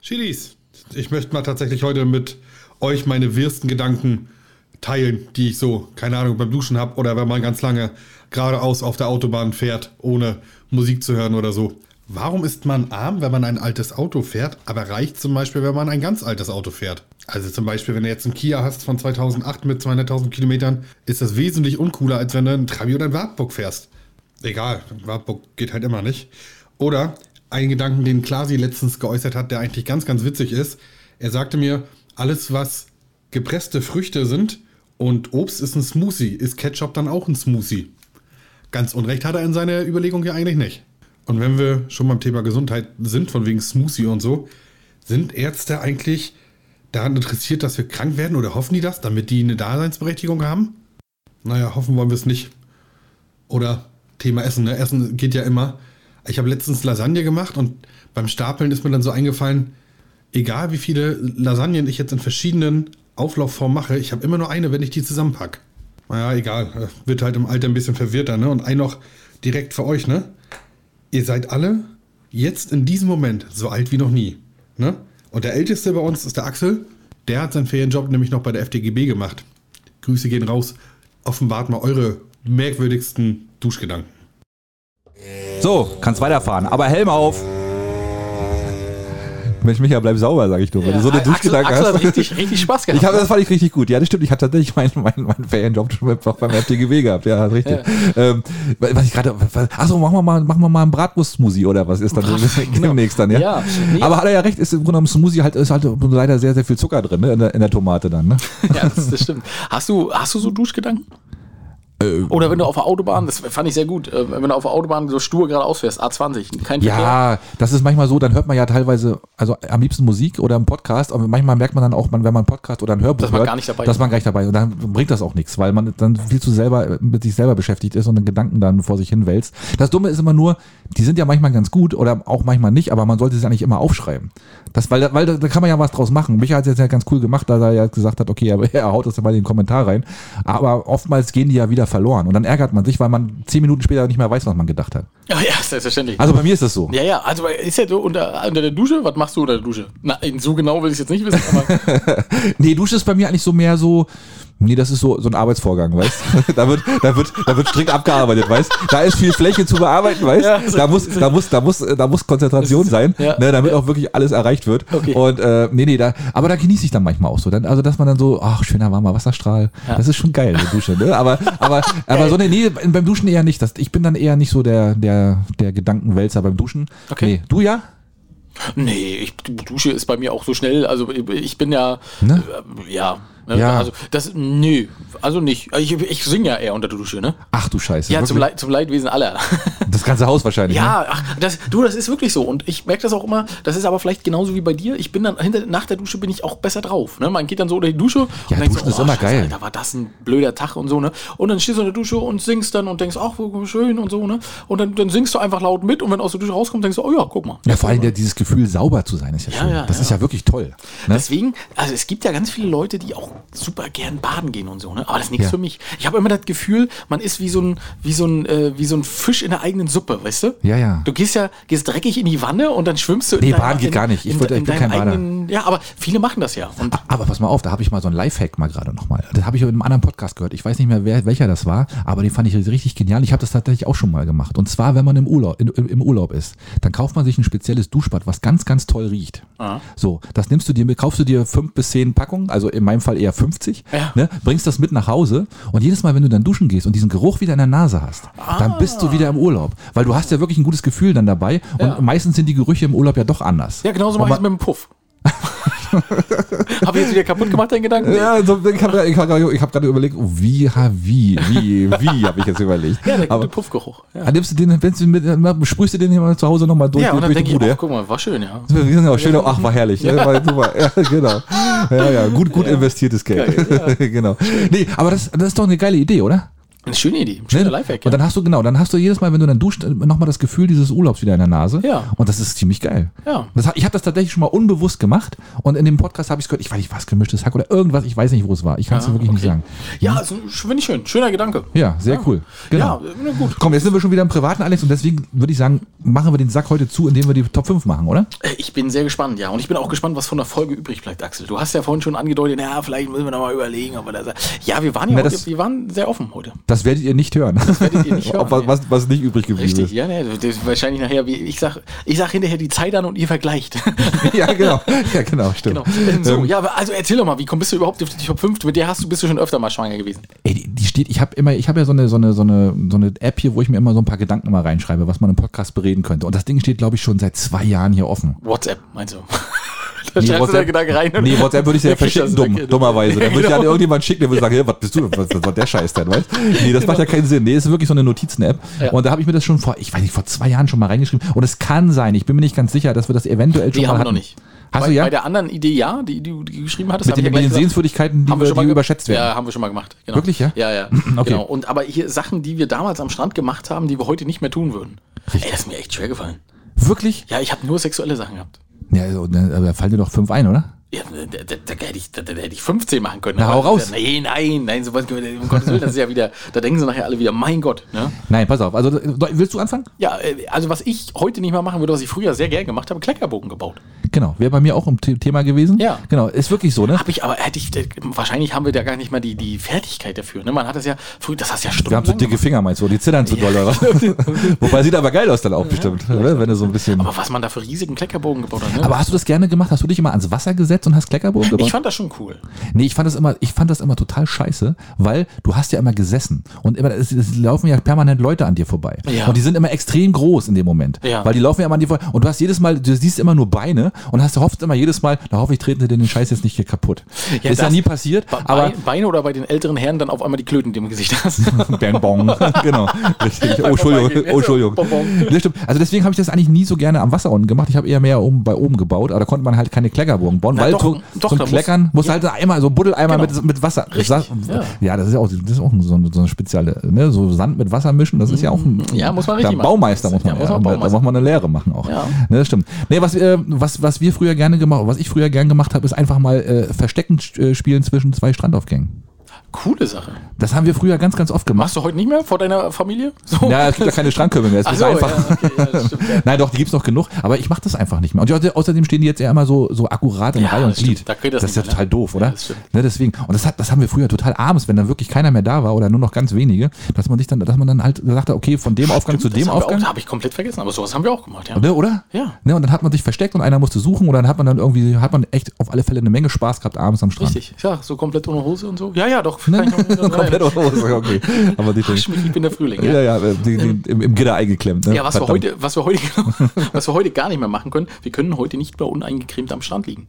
Speaker 3: Chilis, ich möchte mal tatsächlich heute mit euch meine wirsten Gedanken teilen, die ich so, keine Ahnung, beim Duschen habe oder wenn man ganz lange geradeaus auf der Autobahn fährt, ohne Musik zu hören oder so. Warum ist man arm, wenn man ein altes Auto fährt, aber reich zum Beispiel, wenn man ein ganz altes Auto fährt? Also zum Beispiel, wenn du jetzt einen Kia hast von 2008 mit 200.000 Kilometern, ist das wesentlich uncooler, als wenn du einen Trabi oder einen Wartburg fährst. Egal, Wartburg geht halt immer nicht. Oder einen Gedanken, den Klasi letztens geäußert hat, der eigentlich ganz, ganz witzig ist. Er sagte mir, alles, was gepresste Früchte sind und Obst ist ein Smoothie, ist Ketchup dann auch ein Smoothie? Ganz Unrecht hat er in seiner Überlegung ja eigentlich nicht. Und wenn wir schon beim Thema Gesundheit sind, von wegen Smoothie und so, sind Ärzte eigentlich daran interessiert, dass wir krank werden oder hoffen die das, damit die eine Daseinsberechtigung haben? Naja, hoffen wollen wir es nicht. Oder Thema Essen, ne? Essen geht ja immer. Ich habe letztens Lasagne gemacht und beim Stapeln ist mir dann so eingefallen, egal wie viele Lasagnen ich jetzt in verschiedenen Auflaufformen mache, ich habe immer nur eine, wenn ich die zusammenpacke. Naja, egal. äh, Wird halt im Alter ein bisschen verwirrter, ne? Und ein noch direkt für euch, ne? Ihr seid alle jetzt in diesem Moment so alt wie noch nie. Ne? Und der Älteste bei uns ist der Axel. Der hat seinen Ferienjob nämlich noch bei der FDGB gemacht. Grüße gehen raus. Offenbart mal eure merkwürdigsten Duschgedanken.
Speaker 2: So, kannst weiterfahren, aber Helm auf. Mensch, Micha, bleib sauber, sag ich nur, weil du so eine
Speaker 1: Axel,
Speaker 2: Duschgedanken
Speaker 1: Axel hat
Speaker 2: hast.
Speaker 1: richtig, richtig Spaß gehabt.
Speaker 2: Ich hab, das fand ich richtig gut. Ja, das stimmt. Ich habe tatsächlich meinen meinen meinen Ferienjob schon beim- beim FDGB gehabt. Ja, richtig. Ähm, was ich gerade, achso, machen wir mal, machen wir mal einen Bratwurst-Smoothie oder was ist dann demnächst dann, ja?
Speaker 1: genau. Ja, nee.
Speaker 2: Aber hat er ja recht, ist im Grunde genommen Smoothie halt, ist halt leider sehr, sehr viel Zucker drin, ne, in der, in der Tomate dann, ne?
Speaker 1: ja, das, das stimmt. Hast du, hast du so Duschgedanken?
Speaker 2: Ähm.
Speaker 1: Oder wenn du auf der Autobahn, das fand ich sehr gut, äh, wenn du auf der Autobahn so stur geradeaus fährst, A20, kein
Speaker 2: Ja, das ist manchmal so, dann hört man ja teilweise, also am liebsten Musik oder einen Podcast, aber manchmal merkt man dann auch, man- wenn man einen Podcast oder ein Hörbuch
Speaker 1: Dass man
Speaker 2: hört,
Speaker 1: gar nicht dabei
Speaker 2: dass
Speaker 1: ist.
Speaker 2: man gar nicht dabei ist. Und dann bringt das auch nichts, weil man dann viel zu selber mit sich selber beschäftigt ist und den Gedanken dann vor sich hin wälzt. Das Dumme ist immer nur, die sind ja manchmal ganz gut oder auch manchmal nicht, aber man sollte sie eigentlich immer aufschreiben. Das, weil, weil da, da kann man ja was draus machen. Micha hat es jetzt ja ganz cool gemacht, da er ja gesagt hat, okay, er, er haut das ja mal in den Kommentar rein. Aber oftmals gehen die ja wieder verloren und dann ärgert man sich, weil man zehn Minuten später nicht mehr weiß, was man gedacht hat.
Speaker 1: Thema. Ja, selbstverständlich.
Speaker 2: Also bei mir ist das so.
Speaker 1: Ja, ja, also ist ja so unter, unter der Dusche, was machst du unter der Dusche? Nein, so genau will ich jetzt nicht wissen, aber
Speaker 2: Nee, Dusche ist bei mir eigentlich so mehr so. Nee, das ist so, so ein Arbeitsvorgang, weißt Da wird, da wird, da wird strikt abgearbeitet, weißt Da ist viel Fläche zu bearbeiten, weißt
Speaker 1: Ja, so-
Speaker 2: da, muss, da muss, da muss, da muss Konzentration sein,
Speaker 1: ja.
Speaker 2: ne, damit auch wirklich alles erreicht wird.
Speaker 1: Okay.
Speaker 2: Und äh, nee, nee, da, aber da genieße ich dann manchmal auch so. Dann, also dass man dann so, ach, schöner warmer Wasserstrahl, das ist schon geil, eine Dusche, ne? Aber, aber, aber so, nee, nee, beim Duschen eher nicht. Das, ich bin dann eher nicht so der, der, der Gedankenwälzer beim Duschen.
Speaker 1: Okay.
Speaker 2: Nee, du ja?
Speaker 1: nee, ich, Dusche ist bei mir auch so schnell, also ich bin ja,
Speaker 2: Ne?
Speaker 1: äh, ja, ne,
Speaker 2: Ja.
Speaker 1: also das, nee, also nicht, ich, ich singe ja eher unter der Dusche, ne?
Speaker 2: Ach du Scheiße.
Speaker 1: Ja, zum,
Speaker 2: wirklich?
Speaker 1: Leid, zum Leidwesen aller.
Speaker 2: das ganze Haus wahrscheinlich. ne?
Speaker 1: Ja, ach, das, du, das ist wirklich so. Und ich merke das auch immer, das ist aber vielleicht genauso wie bei dir. Ich bin dann hinter, nach der Dusche bin ich auch besser drauf. Ne? Man geht dann so unter die Dusche
Speaker 2: Ja,
Speaker 1: denkt
Speaker 2: Duschen ist immer
Speaker 1: Scheiße,
Speaker 2: geil.
Speaker 1: Alter, war das ein blöder Tag und so, ne? Und dann stehst du in der Dusche und singst dann und denkst, ach, wo schön und so, ne? Und dann, dann singst du einfach laut mit und wenn du aus der Dusche rauskommst, denkst du, oh ja, guck mal.
Speaker 2: Ja, vor allem der, dieses Gefühl, sauber zu sein, ist ja, schön.
Speaker 1: ja,
Speaker 2: das
Speaker 1: ja.
Speaker 2: ist ja wirklich toll. Ne?
Speaker 1: Deswegen, also es gibt ja ganz viele Leute, die auch super gern baden gehen und so, ne? Aber das ist nichts
Speaker 2: Ja.
Speaker 1: für mich. Ich habe immer das Gefühl, man ist wie so ein, wie so ein, äh, wie so ein Fisch in der eigenen Suppe, weißt du?
Speaker 2: Ja, ja.
Speaker 1: Du gehst ja, gehst dreckig in die Wanne und dann schwimmst du in
Speaker 2: Nee,
Speaker 1: deinem-
Speaker 2: baden geht
Speaker 1: in-
Speaker 2: gar nicht. Ich
Speaker 1: in-
Speaker 2: wollte- ich
Speaker 1: in
Speaker 2: bin
Speaker 1: deinem
Speaker 2: kein Bader.
Speaker 1: eigenen- Ja, aber viele machen das ja. Und
Speaker 2: Ah, Aber pass mal auf, da habe ich mal so einen Lifehack mal gerade nochmal. Das habe ich in einem anderen Podcast gehört. Ich weiß nicht mehr, wer, welcher das war, aber den fand ich richtig genial. Ich habe das tatsächlich auch schon mal gemacht. Und zwar, wenn man im Urlaub, in, im im Urlaub ist, dann kauft man sich ein spezielles Duschbad, was ganz, ganz toll riecht.
Speaker 1: Ah.
Speaker 2: So, das nimmst du dir mit, kaufst du dir fünf bis zehn Packungen, also in meinem Fall eher 50,
Speaker 1: Ja.
Speaker 2: ne, bringst das mit nach Hause und jedes Mal, wenn du dann duschen gehst und diesen Geruch wieder in der Nase hast, dann bist
Speaker 1: Ah.
Speaker 2: du wieder im Urlaub. Weil du hast ja wirklich ein gutes Gefühl dann dabei und meistens sind die Gerüche im Urlaub ja doch anders.
Speaker 1: ja, genauso
Speaker 2: Und
Speaker 1: mache ich es
Speaker 2: man-
Speaker 1: mit dem Puff. habe ich jetzt wieder kaputt gemacht, deinen Gedanken?
Speaker 2: Ja, so, ich habe ich hab, gerade- ich hab gerade überlegt, oh, wie, ha, wie, wie, wie habe ich jetzt überlegt.
Speaker 1: Ja, der gute
Speaker 2: Aber
Speaker 1: Puffgeruch. Ja,
Speaker 2: dann nimmst du den, wenn du mit, dann sprühst du den hier mal zu Hause nochmal durch,
Speaker 1: ja und dann
Speaker 2: durch
Speaker 1: denke
Speaker 2: die
Speaker 1: ich,
Speaker 2: Bude.
Speaker 1: auch,
Speaker 2: ja?
Speaker 1: guck mal, war schön, ja.
Speaker 2: Das ist ja auch schön, ach, war herrlich. Ja. War super. Ja, genau. Ja, ja, gut, gut investiertes Geld. genau. Nee, aber das, das ist doch eine geile Idee, oder?
Speaker 1: Eine schöne Idee, ein schöner
Speaker 2: Ne?
Speaker 1: Lifehack.
Speaker 2: Und
Speaker 1: Ja.
Speaker 2: dann hast du, genau, dann hast du jedes Mal, wenn du dann duscht, nochmal das Gefühl dieses Urlaubs wieder in der Nase.
Speaker 1: Ja.
Speaker 2: Und das ist ziemlich geil.
Speaker 1: Ja.
Speaker 2: Das, ha- ich habe das tatsächlich schon mal unbewusst gemacht und in dem Podcast habe ich es gehört, ich weiß nicht, was gemischtes Hack oder irgendwas, ich weiß nicht, wo es war. Ich
Speaker 1: Ah,
Speaker 2: kann es dir wirklich nicht sagen.
Speaker 1: Ja, also, finde ich schön, schöner Gedanke.
Speaker 2: Ja, sehr cool. Genau.
Speaker 1: Ah. Ja, äh, na gut.
Speaker 2: Komm, jetzt sind wir schon wieder im privaten Alex und deswegen würde ich sagen, machen wir den Sack heute zu, indem wir die Top 5 machen, oder?
Speaker 1: Äh, Ich bin sehr gespannt, ja. Und ich bin auch gespannt, was von der Folge übrig bleibt, Axel. Du hast ja vorhin schon angedeutet, naja, vielleicht müssen wir nochmal überlegen. Aber das, ja, wir waren ja
Speaker 2: Na,
Speaker 1: heute,
Speaker 2: das-
Speaker 1: wir waren sehr offen heute.
Speaker 2: Das werdet ihr nicht hören. Das
Speaker 1: werdet ihr nicht hören,
Speaker 2: Ob, was-
Speaker 1: nee.
Speaker 2: was, was nicht übrig geblieben
Speaker 1: Richtig,
Speaker 2: ist.
Speaker 1: ja, ne, das ist wahrscheinlich nachher, wie ich sag, ich sag hinterher die Zeit an und ihr vergleicht.
Speaker 2: Ja, genau. Ja, genau, stimmt.
Speaker 1: genau. Ähm, So,
Speaker 2: Ähm,
Speaker 1: ja, aber also erzähl doch mal, wie komm, bist du überhaupt auf die Top 5? Mit der hast du, bist du schon öfter mal schwanger gewesen.
Speaker 2: Ey, die, die steht, ich habe immer, ich habe ja so eine, so, eine, so, eine, so eine App hier, wo ich mir immer so ein paar Gedanken mal reinschreibe, was man im Podcast bereden könnte. Und das Ding steht, glaube ich, schon seit zwei Jahren hier offen.
Speaker 1: WhatsApp, meinst du? da schreibst du deinen Gedanken rein. und-
Speaker 2: nee, WhatsApp würde ich ja
Speaker 1: Dann kriegst du
Speaker 2: verschicken,
Speaker 1: das
Speaker 2: dumm,
Speaker 1: weg.
Speaker 2: dummerweise. Dann würde ich ja an
Speaker 1: Genau.
Speaker 2: irgendjemand schicken, der würde sagen, hey, was bist du, denn? was, was war der Scheiß denn, weißt Nee, das macht ja keinen Sinn. Nee, das ist wirklich so eine Notizen-App.
Speaker 1: Genau. Ja.
Speaker 2: Und da habe ich mir das schon vor, ich weiß nicht, vor zwei Jahren schon mal reingeschrieben. Und es kann sein, ich bin mir nicht ganz sicher, dass wir das eventuell schon
Speaker 1: Die
Speaker 2: mal
Speaker 1: haben wir
Speaker 2: hatten.
Speaker 1: noch nicht.
Speaker 2: Hast
Speaker 1: bei,
Speaker 2: du ja?
Speaker 1: bei der anderen Idee ja, die, die du die du geschrieben hattest.
Speaker 2: Mit
Speaker 1: hab ich
Speaker 2: den,
Speaker 1: ja
Speaker 2: mit
Speaker 1: gleich
Speaker 2: den
Speaker 1: gesagt,
Speaker 2: Sehenswürdigkeiten, die,
Speaker 1: Haben wir
Speaker 2: wir,
Speaker 1: schon mal
Speaker 2: die
Speaker 1: ge-
Speaker 2: überschätzt werden.
Speaker 1: Ja, haben wir schon mal gemacht. Genau.
Speaker 2: Wirklich, ja?
Speaker 1: Ja, ja.
Speaker 2: Okay.
Speaker 1: Genau. Und aber hier Sachen, die wir damals am Strand gemacht haben, die wir heute nicht mehr tun würden. Ey, das ist mir echt schwer gefallen.
Speaker 2: Wirklich?
Speaker 1: Ja, ich habe nur sexuelle Sachen gehabt.
Speaker 2: Ja, also, da da fallen dir doch fünf ein, oder?
Speaker 1: Ja, da, da, da, hätte ich, da, da hätte ich 15 machen können.
Speaker 2: Na, hau
Speaker 1: Aber-
Speaker 2: raus.
Speaker 1: Nein, nein, nein, sowas, um Gottes Willen, das ist ja wieder, da denken sie nachher alle wieder, mein Gott. Ne?
Speaker 2: Nein, pass auf. Also, willst du anfangen?
Speaker 1: Ja, äh, also was ich heute nicht mehr machen würde, was ich früher sehr gern gemacht habe, Kleckerbogen gebaut.
Speaker 2: Genau. Wäre bei mir auch im The- Thema gewesen.
Speaker 1: Ja.
Speaker 2: Genau. Ist wirklich so, ne?
Speaker 1: Habe ich aber, hätte ich, äh, wahrscheinlich haben wir da gar nicht mal die, die Fertigkeit dafür. Ne? Man hat das ja, früher, das hast du ja
Speaker 2: Wir
Speaker 1: stundenlang
Speaker 2: haben so dicke Finger, meinst du? Die zittern zu doll, oder? Wobei sieht aber geil aus dann auch bestimmt, oder? Wenn du so ein bisschen.
Speaker 1: Aber was man da für riesigen Kleckerbogen gebaut hat, ne?
Speaker 2: Aber hast du das gerne gemacht? Hast du dich immer ans Wasser gesetzt und hast Kleckerbogen
Speaker 1: ich
Speaker 2: gebaut?
Speaker 1: fand das schon cool.
Speaker 2: nee, ich fand das immer, ich fand das immer total scheiße, weil du hast ja immer gesessen und immer, es, es laufen ja permanent Leute an dir vorbei.
Speaker 1: Ja.
Speaker 2: Und die sind immer extrem groß in dem Moment.
Speaker 1: Ja.
Speaker 2: Weil die laufen ja immer an dir vorbei. Und du hast jedes Mal, du siehst immer nur Beine und hast du hoffst immer jedes Mal, da hoffe ich, treten sie den Scheiß jetzt nicht hier kaputt.
Speaker 1: Ja,
Speaker 2: ist ja
Speaker 1: das-
Speaker 2: nie passiert,
Speaker 1: Bei,
Speaker 2: aber
Speaker 1: Beine oder bei den älteren Herren dann auf einmal die Klöten, die im Gesicht hast.
Speaker 2: Bang Bong. genau. Richtig. Oh, Entschuldigung.
Speaker 1: Vorbeigehen.
Speaker 2: Oh, Entschuldigung.
Speaker 1: Bong, bong.
Speaker 2: Das stimmt. Also deswegen habe ich das eigentlich nie so gerne am Wasser unten gemacht. Ich habe eher mehr oben bei oben gebaut, aber da konnte man halt keine Kleckerburgen bauen,
Speaker 1: Na
Speaker 2: weil
Speaker 1: doch,
Speaker 2: zu-
Speaker 1: doch,
Speaker 2: zum
Speaker 1: da muss-
Speaker 2: Kleckern muss halt einmal so ein Buddeleimer
Speaker 1: Genau.
Speaker 2: mit, mit Wasser.
Speaker 1: Richtig,
Speaker 2: Sa-
Speaker 1: ja.
Speaker 2: ja. das ist ja auch, das ist auch so, eine, so eine spezielle, ne? so Sand mit Wasser mischen, das ist ja auch ein
Speaker 1: Mm, Ja, muss man
Speaker 2: da
Speaker 1: richtig machen.
Speaker 2: Baumeister muss man,
Speaker 1: Ja, muss man
Speaker 2: ja,
Speaker 1: Baumeister.
Speaker 2: Da muss man eine Lehre machen auch.
Speaker 1: Ja.
Speaker 2: Ne, das stimmt. Nee, was, äh, was, was wir früher gerne gemacht, was ich früher gerne gemacht habe, ist einfach mal äh, Verstecken äh, spielen zwischen zwei Strandaufgängen.
Speaker 1: Coole Sache.
Speaker 2: Das haben wir früher ganz, ganz oft gemacht.
Speaker 1: Machst du heute nicht mehr vor deiner Familie? So.
Speaker 2: Ja, es gibt ja keine Strandkürbel mehr. Es
Speaker 1: Ach
Speaker 2: ist
Speaker 1: so,
Speaker 2: einfach.
Speaker 1: ja, okay, ja, das stimmt, ja.
Speaker 2: Nein, doch, die gibt's noch genug. Aber ich mache das einfach nicht mehr. Und die, außerdem stehen die jetzt eher immer so, so akkurat in
Speaker 1: Ja,
Speaker 2: Reihe und
Speaker 1: das stimmt.
Speaker 2: Glied.
Speaker 1: Da geht das
Speaker 2: das ist ja
Speaker 1: nicht mehr,
Speaker 2: total
Speaker 1: ne?
Speaker 2: doof, oder?
Speaker 1: Ja, das stimmt.
Speaker 2: ne, deswegen. Und das, hat, das haben wir früher total abends, wenn dann wirklich keiner mehr da war oder nur noch ganz wenige, dass man sich dann, dass man dann halt sagte, okay, von dem Aufgang zu
Speaker 1: Stimmt,
Speaker 2: dem
Speaker 1: das haben wir
Speaker 2: Aufgang.
Speaker 1: auch- Hab ich komplett vergessen, aber sowas haben wir auch gemacht, ja.
Speaker 2: Ne, oder?
Speaker 1: Ja.
Speaker 2: Ne, und dann hat man sich versteckt und einer musste suchen und dann hat man dann irgendwie, hat man echt auf alle Fälle eine Menge Spaß gehabt abends am Strand.
Speaker 1: Richtig, ja, so komplett ohne Hose und so. Ja, ja, doch.
Speaker 2: Ne?
Speaker 1: kann ich noch wieder dran
Speaker 2: Komplett
Speaker 1: erinnern.
Speaker 2: auf okay. Aber die
Speaker 1: Ach, Schmick, ich bin der Frühling. Ja,
Speaker 2: Ja, ja, die, die, im, im Gitter eingeklemmt. Ne?
Speaker 1: ja was, wir
Speaker 2: Verdammt.
Speaker 1: heute, was, wir heute, genau- was wir heute gar nicht mehr machen können, wir können heute nicht mehr uneingecremt am Strand liegen.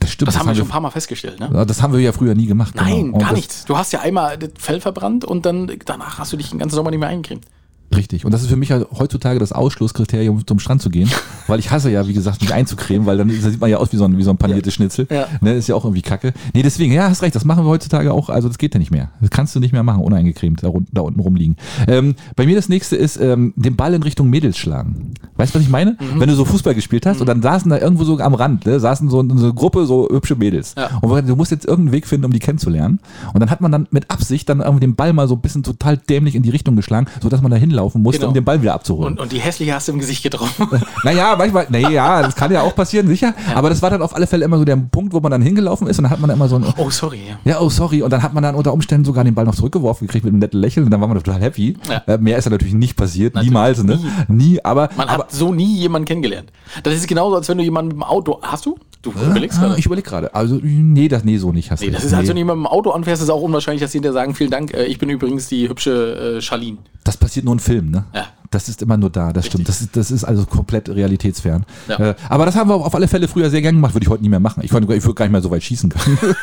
Speaker 2: Das stimmt,
Speaker 1: Das, haben wir schon ein
Speaker 2: wir-
Speaker 1: paar Mal festgestellt, ne?
Speaker 2: Ja, Das haben wir ja früher nie gemacht.
Speaker 1: Nein,
Speaker 2: genau. Und
Speaker 1: gar
Speaker 2: das-
Speaker 1: nichts. Du hast ja einmal das Fell verbrannt und dann danach hast du dich den ganzen Sommer nicht mehr eingecremt.
Speaker 2: Richtig. Und das ist für mich halt heutzutage das Ausschlusskriterium, zum Strand zu gehen. Weil ich hasse ja, wie gesagt, mich einzucremen, weil dann ist- sieht man ja aus wie so ein, wie so ein paniertes Schnitzel.
Speaker 1: Ja.
Speaker 2: Ne, ist ja auch irgendwie kacke. Nee, deswegen, ja, hast recht, das machen wir heutzutage auch. Also das geht ja nicht mehr. Das kannst du nicht mehr machen, uneingecremt, da, run- da unten rumliegen. Ähm, bei mir das nächste ist, ähm, den Ball in Richtung Mädels schlagen. Weißt du, was ich meine?
Speaker 1: Mhm.
Speaker 2: Wenn du so Fußball gespielt hast und dann saßen da irgendwo so am Rand, ne, saßen so eine so eine Gruppe so hübsche Mädels.
Speaker 1: Ja.
Speaker 2: Und wir- du musst jetzt irgendeinen Weg finden, um die kennenzulernen. Und dann hat man dann mit Absicht dann irgendwie den Ball mal so ein bisschen total dämlich in die Richtung geschlagen, sodass man da hinlaufen musste,
Speaker 1: Genau.
Speaker 2: um den Ball wieder abzuholen.
Speaker 1: Und, und die hässliche hast du im Gesicht getroffen.
Speaker 2: Naja, manchmal, naja, das kann ja auch passieren, sicher. Aber das war dann auf alle Fälle immer so der Punkt, wo man dann hingelaufen ist und dann hat man dann immer so ein,
Speaker 1: Oh, sorry. ja.
Speaker 2: ja, oh sorry. Und dann hat man dann unter Umständen sogar den Ball noch zurückgeworfen gekriegt mit einem netten Lächeln und dann war man total happy.
Speaker 1: Ja.
Speaker 2: Äh, mehr ist ja natürlich nicht passiert, niemals, ne? Nie, aber,
Speaker 1: Man
Speaker 2: aber
Speaker 1: hat so nie jemanden kennengelernt. Das ist genauso, als wenn du jemanden mit dem Auto. Hast du? Du überlegst
Speaker 2: Ah,
Speaker 1: gerade.
Speaker 2: ich überlege gerade. Also, nee, das, nee, so nicht. Hast
Speaker 1: Nee,
Speaker 2: recht.
Speaker 1: das ist halt, wenn du jemanden mit dem Auto anfährst, ist es auch unwahrscheinlich, dass die hinterher sagen, vielen Dank, äh, ich bin übrigens die hübsche äh, Charlene.
Speaker 2: Das passiert nur in Filmen, ne?
Speaker 1: Ja.
Speaker 2: Das ist immer nur da, das stimmt. Das ist, das ist also komplett realitätsfern.
Speaker 1: Ja.
Speaker 2: Äh, aber das haben wir auf alle Fälle früher sehr gern gemacht, würde ich heute nie mehr machen. Ich, konnte, ich würde gar nicht mehr so weit schießen können.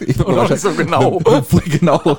Speaker 2: ich würde
Speaker 1: Oder
Speaker 2: wahrscheinlich-
Speaker 1: nicht so genau.
Speaker 2: genau,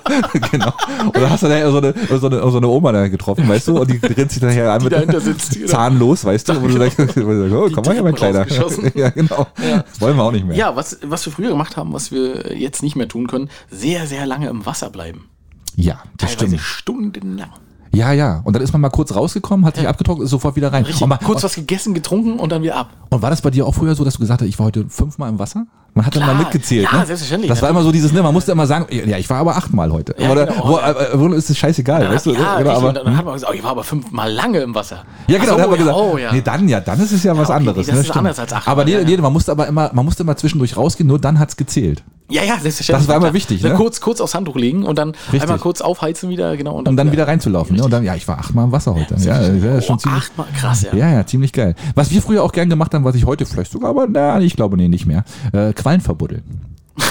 Speaker 2: genau. Und dann hast du da so eine, so eine, so eine Oma da getroffen, weißt du? Und die rennt sich daher an
Speaker 1: dahinter sitzt, genau.
Speaker 2: zahnlos, weißt du? Wo du denkst, oh, komm mal her,
Speaker 1: Treppen
Speaker 2: mein Kleiner.
Speaker 1: rausgeschossen.
Speaker 2: ja, genau. Das wollen wir auch nicht mehr.
Speaker 1: Ja, was, was wir früher gemacht haben, was wir jetzt nicht mehr tun können, sehr, sehr lange im Wasser bleiben.
Speaker 2: ja das
Speaker 1: Teilweise
Speaker 2: stimmt.
Speaker 1: stundenlang.
Speaker 2: Ja, ja. Und dann ist man mal kurz rausgekommen, hat sich abgetrocknet, ist sofort wieder rein.
Speaker 1: Richtig,
Speaker 2: Und mal-
Speaker 1: kurz was gegessen, getrunken und dann wieder ab.
Speaker 2: Und war das bei dir auch früher so, dass du gesagt hast, ich war heute fünfmal im Wasser? Man hat dann
Speaker 1: Klar.
Speaker 2: mal mitgezählt.
Speaker 1: Ja,
Speaker 2: ne?
Speaker 1: selbstverständlich,
Speaker 2: Das war immer so dieses, ne, man musste immer sagen, ja, ich war aber achtmal heute.
Speaker 1: Ja,
Speaker 2: Oder
Speaker 1: genau.
Speaker 2: wo, äh, äh, wo ist es scheißegal, weißt du? ne?
Speaker 1: ja,
Speaker 2: oder,
Speaker 1: richtig.
Speaker 2: aber, hm.
Speaker 1: und dann hat man gesagt, oh, ich war aber fünfmal lange im Wasser.
Speaker 2: ja, genau,
Speaker 1: Ach
Speaker 2: da hat man
Speaker 1: ja,
Speaker 2: gesagt,
Speaker 1: oh, ja.
Speaker 2: nee, dann ja, dann ist es ja, was
Speaker 1: okay,
Speaker 2: anderes.
Speaker 1: nee, das
Speaker 2: ne,
Speaker 1: ist
Speaker 2: stimmt.
Speaker 1: anders als achtmal,
Speaker 2: Aber nee,
Speaker 1: ja, ja.
Speaker 2: nee, man musste aber immer, man musste immer zwischendurch rausgehen, nur dann hat's gezählt.
Speaker 1: ja, ja, selbstverständlich.
Speaker 2: Das war immer
Speaker 1: Klar.
Speaker 2: wichtig,
Speaker 1: Na,
Speaker 2: ne?
Speaker 1: Kurz, kurz aufs Handtuch legen und dann
Speaker 2: Richtig.
Speaker 1: einmal kurz aufheizen wieder, genau.
Speaker 2: Um dann wieder reinzulaufen. Ne? Und dann, ja, ich war achtmal im Wasser heute. ne? Ja, ja schon
Speaker 1: oh,
Speaker 2: ziemlich,
Speaker 1: achtmal, krass, ja.
Speaker 2: ja, ja, ziemlich geil. Was wir früher auch gern gemacht haben, was ich heute vielleicht sogar, aber na, ich glaube, nee, nicht mehr. Äh, Quallen verbuddeln.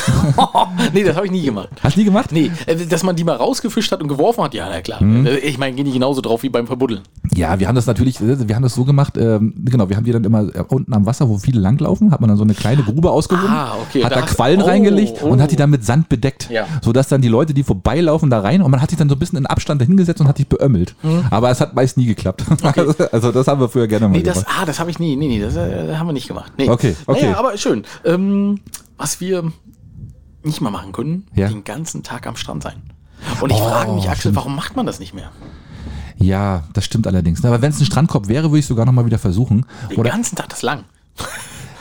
Speaker 1: nee, das habe ich nie gemacht.
Speaker 2: Hast du nie gemacht?
Speaker 1: Nee, äh, dass man die mal rausgefischt hat und geworfen hat, ja, na klar.
Speaker 2: Mhm.
Speaker 1: Äh, Ich meine, gehen die genauso drauf wie beim Verbuddeln.
Speaker 2: Ja, wir haben das natürlich, äh, wir haben das so gemacht, ähm, genau, wir haben die dann immer äh, unten am Wasser, wo viele langlaufen, hat man dann so eine kleine Grube ausgehoben,
Speaker 1: Ah, okay,
Speaker 2: hat da,
Speaker 1: da-
Speaker 2: Quallen
Speaker 1: oh,
Speaker 2: reingelegt und
Speaker 1: oh.
Speaker 2: hat die dann mit Sand bedeckt,
Speaker 1: Ja.
Speaker 2: sodass dann die Leute, die vorbeilaufen, da rein und man hat sich dann so ein bisschen in Abstand dahingesetzt und hat sich beömmelt. Aber es hat meist nie geklappt. also das haben wir früher gerne mal
Speaker 1: Mhm. Nee, das,
Speaker 2: gemacht.
Speaker 1: ah, das habe ich nie. Nee, nee, das äh, haben wir nicht gemacht. Nee.
Speaker 2: Okay, okay.
Speaker 1: Naja, aber schön. Ähm, was wir nicht mal machen können,
Speaker 2: Ja. Oh,
Speaker 1: den ganzen Tag am Strand sein. Und ich frage mich, Axel, warum macht man das nicht mehr?
Speaker 2: Ja, das stimmt allerdings. ne? Aber wenn es ein Strandkorb wäre, würde ich sogar nochmal wieder versuchen.
Speaker 1: Den
Speaker 2: Oder,
Speaker 1: ganzen Tag, das ist lang.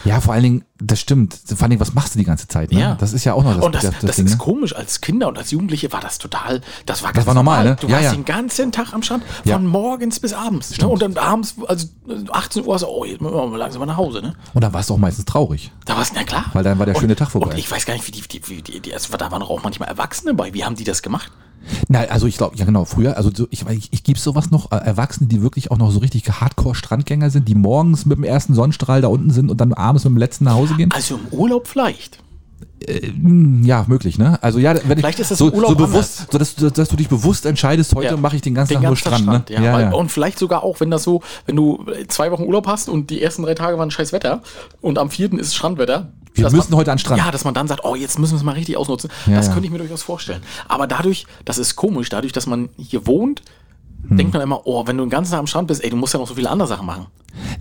Speaker 2: ja, vor allen Dingen, das stimmt. Vor allen Dingen, was machst du die ganze Zeit? Ne?
Speaker 1: Ja.
Speaker 2: Das ist ja auch noch
Speaker 1: und das, das,
Speaker 2: Ding,
Speaker 1: ist
Speaker 2: ne?
Speaker 1: komisch. Als Kinder und als Jugendliche war das total, das war
Speaker 2: war normal, ne?
Speaker 1: Du
Speaker 2: Ja,
Speaker 1: warst
Speaker 2: ja.
Speaker 1: den ganzen Tag am Strand, von
Speaker 2: Ja.
Speaker 1: morgens bis abends. Ne? Und dann abends, also äh, 18 Uhr, so, oh, jetzt müssen wir mal langsam mal nach Hause. Ne?
Speaker 2: Und dann warst du auch meistens traurig.
Speaker 1: Da war es, na klar.
Speaker 2: Weil dann war der
Speaker 1: und,
Speaker 2: schöne Tag vorbei.
Speaker 1: Und ich weiß gar nicht, wie die, die, wie die, die also da waren doch auch manchmal Erwachsene bei. Wie haben die das gemacht?
Speaker 2: Na, also ich glaube, ja genau, früher, also so, ich, ich, ich gebe sowas noch, äh, Erwachsene, die wirklich auch noch so richtig Hardcore-Strandgänger sind, die
Speaker 1: Ah.
Speaker 2: morgens mit dem ersten Sonnenstrahl da unten sind und dann abends mit dem letzten nach Hause gehen.
Speaker 1: Also im Urlaub vielleicht.
Speaker 2: äh, mh, ja, möglich, ne? Also ja, wenn
Speaker 1: Vielleicht
Speaker 2: ich
Speaker 1: ist das
Speaker 2: so,
Speaker 1: im Urlaub
Speaker 2: so bewusst,
Speaker 1: anders.
Speaker 2: so dass, du- dass du dich bewusst entscheidest, heute
Speaker 1: Ja.
Speaker 2: mache ich den ganzen
Speaker 1: Den
Speaker 2: Tag nur
Speaker 1: ganzen Tag
Speaker 2: Strand, ne?
Speaker 1: ja. Weil, Und vielleicht sogar auch, wenn das so, wenn du zwei Wochen Urlaub hast und die ersten drei Tage waren scheiß Wetter und am vierten ist Strandwetter.
Speaker 2: Wir
Speaker 1: dass
Speaker 2: müssen
Speaker 1: man,
Speaker 2: heute an den Strand.
Speaker 1: Ja, dass man dann sagt, oh, jetzt müssen wir es mal richtig ausnutzen.
Speaker 2: Ja,
Speaker 1: das
Speaker 2: ja.
Speaker 1: könnte ich mir durchaus vorstellen. Aber dadurch, das ist komisch, dadurch, dass man hier wohnt,
Speaker 2: Hm.
Speaker 1: denkt man immer, oh, wenn du den ganzen Tag am Strand bist, ey, du musst ja noch so viele andere Sachen machen.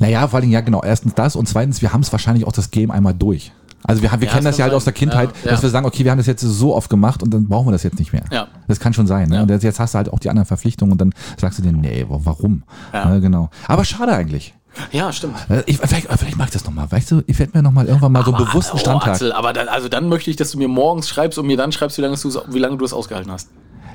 Speaker 2: Naja, vor allem, ja, genau. Erstens das und zweitens, wir haben es wahrscheinlich auch das Game einmal durch. Also wir, haben, wir
Speaker 1: Ja,
Speaker 2: kennen
Speaker 1: das
Speaker 2: das ja
Speaker 1: kann
Speaker 2: halt aus der
Speaker 1: sein.
Speaker 2: Kindheit,
Speaker 1: Ja,
Speaker 2: dass
Speaker 1: ja.
Speaker 2: wir sagen, okay, wir haben das jetzt so oft gemacht und dann brauchen wir das jetzt nicht mehr.
Speaker 1: Ja.
Speaker 2: Das kann schon sein. Ne? Und jetzt hast du halt auch die anderen Verpflichtungen und dann sagst du dir, nee, wa- warum?
Speaker 1: Ja.
Speaker 2: Ne, genau. Aber schade eigentlich.
Speaker 1: Ja, stimmt.
Speaker 2: Äh, Ich, vielleicht, vielleicht mach ich das nochmal. Weißt du, ich werde mir nochmal irgendwann mal so einen
Speaker 1: Aber,
Speaker 2: bewussten
Speaker 1: Oh,
Speaker 2: Strandtag.
Speaker 1: Axel, aber dann, also dann möchte ich, dass du mir morgens schreibst und mir dann schreibst, wie lange, du's- wie lange du es ausgehalten hast.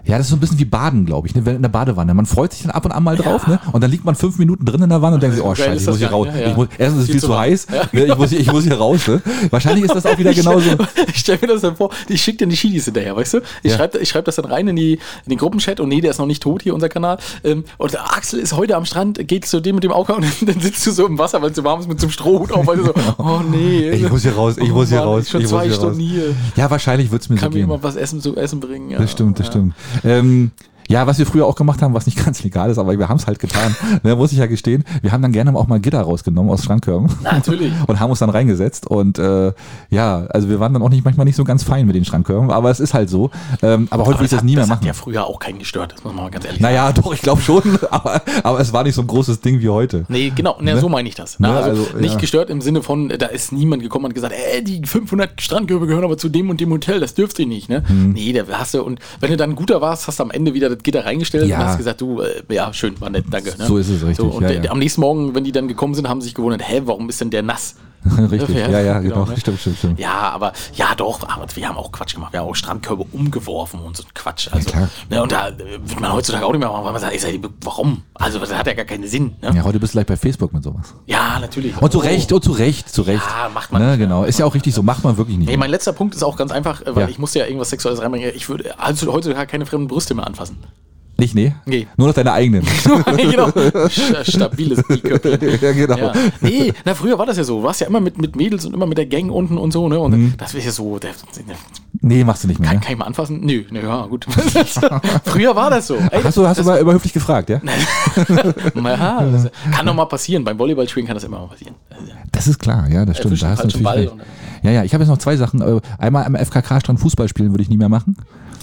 Speaker 2: Ja, das ist so ein bisschen wie Baden, glaube ich, ne? wenn in der Badewanne. Man freut sich dann ab und an mal drauf, ne? Und dann liegt man fünf Minuten drin in der Wanne und denkt sich, oh
Speaker 1: geil
Speaker 2: scheiße,
Speaker 1: ist
Speaker 2: ich
Speaker 1: das
Speaker 2: muss hier
Speaker 1: gar
Speaker 2: raus.
Speaker 1: nicht, ja, ja.
Speaker 2: Ich muss, erstens ist es
Speaker 1: Viel
Speaker 2: viel
Speaker 1: zu
Speaker 2: zu,
Speaker 1: warm.
Speaker 2: heiß, ne? ich, muss, hier- ich muss hier raus. Ne? Wahrscheinlich ist das auch wieder genauso.
Speaker 1: Ich stelle mir das dann vor, ich schicke dir die Schiedis hinterher, weißt du? Ich
Speaker 2: Ja.
Speaker 1: schreibe ich schreib das dann rein in, die, in den Gruppenchat und nee, der ist noch nicht tot hier, unser Kanal. Ähm, und Axel ist heute am Strand, geht zu dem mit dem Auge und dann, dann sitzt du so im Wasser, weil es so warm ist mit so einem Strohhut auf, weil du so, oh nee. Oh
Speaker 2: Ich muss hier raus, ich muss hier
Speaker 1: Mann,
Speaker 2: raus,
Speaker 1: Schon
Speaker 2: ich muss
Speaker 1: zwei
Speaker 2: hier raus.
Speaker 1: Stunden hier.
Speaker 2: Ja, wahrscheinlich wird's mir
Speaker 1: Kann
Speaker 2: so
Speaker 1: mir
Speaker 2: gehen.
Speaker 1: jemand was essen, zu essen bringen? Ja.
Speaker 2: Das stimmt, das stimmt. Ähm, ja, was wir früher auch gemacht haben, was nicht ganz legal ist, aber wir haben es halt getan, ne, muss ich ja gestehen. Wir haben dann gerne auch mal Gitter rausgenommen aus Strandkörben
Speaker 1: Natürlich.
Speaker 2: und haben uns dann reingesetzt. Und äh, ja, also wir waren dann auch nicht manchmal nicht so ganz fein mit den Strandkörben, aber es ist halt so. Ähm, aber heute
Speaker 1: Aber
Speaker 2: will ich das
Speaker 1: hat-
Speaker 2: nie mehr
Speaker 1: das hat
Speaker 2: machen.
Speaker 1: ja früher auch keinen gestört, das muss man mal ganz ehrlich sagen.
Speaker 2: Naja, doch, ich glaube schon, aber, aber es war nicht so ein großes Ding wie heute.
Speaker 1: Nee, genau, ne, so meine ich das.
Speaker 2: Ne,
Speaker 1: Na, also,
Speaker 2: also,
Speaker 1: nicht
Speaker 2: ja.
Speaker 1: gestört im Sinne von, äh, da ist niemand gekommen und gesagt, ey, die 500 Strandkörbe gehören aber zu dem und dem Hotel, das dürft ihr nicht, ne?
Speaker 2: Hm.
Speaker 1: Nee, da hast du, und wenn du dann ein guter warst, hast du am Ende wieder das Gitter reingestellt
Speaker 2: Ja.
Speaker 1: und hast gesagt, du, äh, ja, schön, war nett, danke. Ne?
Speaker 2: So ist es richtig,
Speaker 1: und
Speaker 2: ja,
Speaker 1: der-
Speaker 2: ja.
Speaker 1: am nächsten Morgen, wenn die dann gekommen sind, haben sie sich gewundert, hä, warum ist denn der nass?
Speaker 2: Richtig,
Speaker 1: Ja,
Speaker 2: ja, ja,
Speaker 1: genau,
Speaker 2: genau.
Speaker 1: ne?
Speaker 2: Stimmt, stimmt, stimmt.
Speaker 1: Ja, aber ja doch, aber wir haben auch Quatsch gemacht. Wir haben auch Strandkörbe umgeworfen und so ein Quatsch. Also,
Speaker 2: klar.
Speaker 1: ne, und da äh, wird man heutzutage auch nicht mehr machen, weil man sagt, ich sag, warum? Also das hat ja gar keinen Sinn. Ne?
Speaker 2: Ja, heute bist du gleich bei Facebook mit sowas.
Speaker 1: Ja, natürlich.
Speaker 2: Und zu
Speaker 1: Oh.
Speaker 2: Recht, und zu Recht, zu Recht.
Speaker 1: Ja, macht man
Speaker 2: Ne,
Speaker 1: nicht,
Speaker 2: genau, ist ja auch richtig so, macht man wirklich nicht.
Speaker 1: Ey, mein letzter Punkt ist auch ganz einfach, äh, weil
Speaker 2: Ja.
Speaker 1: ich musste ja irgendwas Sexuelles reinbringen. Ich würde also heutzutage keine fremden Brüste mehr anfassen.
Speaker 2: Nicht, nee?
Speaker 1: Nee.
Speaker 2: Nur noch deine eigenen.
Speaker 1: genau. Sch- Stabiles Biköpfchen.
Speaker 2: ja, genau.
Speaker 1: Ja. Nee, na früher war das ja so. Du warst ja immer mit, mit Mädels und immer mit der Gang unten und so, ne? Und
Speaker 2: Mhm.
Speaker 1: das wäre ja so, der, der,
Speaker 2: Nee, machst du nicht mehr.
Speaker 1: kann,
Speaker 2: Ne?
Speaker 1: kann ich mal anfassen? Nö, nö, ja, gut. früher war das so. Ey,
Speaker 2: Hast du, hast du mal überhöflich gefragt, ja?
Speaker 1: ja, das kann doch mal passieren. Beim Volleyballspielen kann das immer mal passieren.
Speaker 2: Das ist klar, ja, das stimmt.
Speaker 1: Erwischt
Speaker 2: Da
Speaker 1: den
Speaker 2: hast du
Speaker 1: falschen
Speaker 2: natürlich
Speaker 1: Äh, Ball
Speaker 2: recht.
Speaker 1: und
Speaker 2: Ja, ja, ich habe jetzt noch zwei Sachen. Äh, Einmal am FKK-Strand Fußball spielen würde ich nie mehr machen.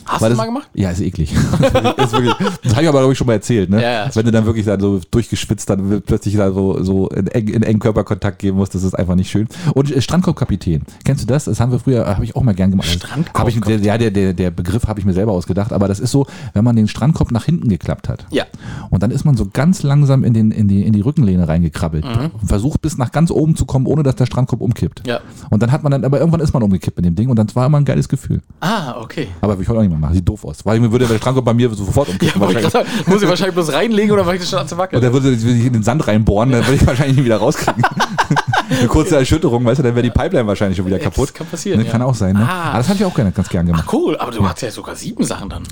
Speaker 1: Hast
Speaker 2: Weil
Speaker 1: du
Speaker 2: das-
Speaker 1: mal gemacht?
Speaker 2: Ja, ist eklig. das ist wirklich, das habe ich aber, glaube ich, schon mal erzählt. Ne?
Speaker 1: Ja, ja, das
Speaker 2: Wenn du dann wirklich dann so durchgeschwitzt, dann wird plötzlich da so, so in, eng, in engen Körperkontakt geben musst, das ist einfach nicht schön. Und äh, Strandkorbkapitän, kennst du das? Das haben wir früher, habe ich auch mal gern gemacht. Das
Speaker 1: Strandkorb-
Speaker 2: Habe ich, der, ja, der, der, der Begriff habe ich mir selber ausgedacht, aber das ist so, wenn man den Strandkorb nach hinten geklappt hat.
Speaker 1: Ja.
Speaker 2: Und dann ist man so ganz langsam in, den, in, die, in die Rückenlehne reingekrabbelt. Und Versucht bis nach ganz oben zu kommen, ohne dass der Strandkorb umkippt.
Speaker 1: Mhm. Ja.
Speaker 2: Und dann hat man dann, aber irgendwann ist man umgekippt mit dem Ding und dann war immer ein geiles Gefühl.
Speaker 1: Ah, okay.
Speaker 2: Aber würde ich heute auch nicht mehr machen. Sieht doof aus. Weil mir würde der Strandkorb bei mir sofort
Speaker 1: Ja,
Speaker 2: umkippen.
Speaker 1: wollte ich
Speaker 2: wahrscheinlich.
Speaker 1: grad sagen, muss ich wahrscheinlich bloß reinlegen oder fange ich schon an zu wackeln?
Speaker 2: und dann würde ich in den Sand reinbohren, dann würde ich wahrscheinlich nie wieder rauskriegen. Eine kurze Erschütterung, weißt du, dann wäre die Pipeline wahrscheinlich schon wieder
Speaker 1: Ja,
Speaker 2: kaputt.
Speaker 1: das kann passieren,
Speaker 2: Ne, Kann
Speaker 1: ja.
Speaker 2: auch sein. Ne?
Speaker 1: Ah.
Speaker 2: Aber das habe ich auch gerne, ganz gern gemacht.
Speaker 1: Cool, aber du hast ja sogar sieben Sachen dann.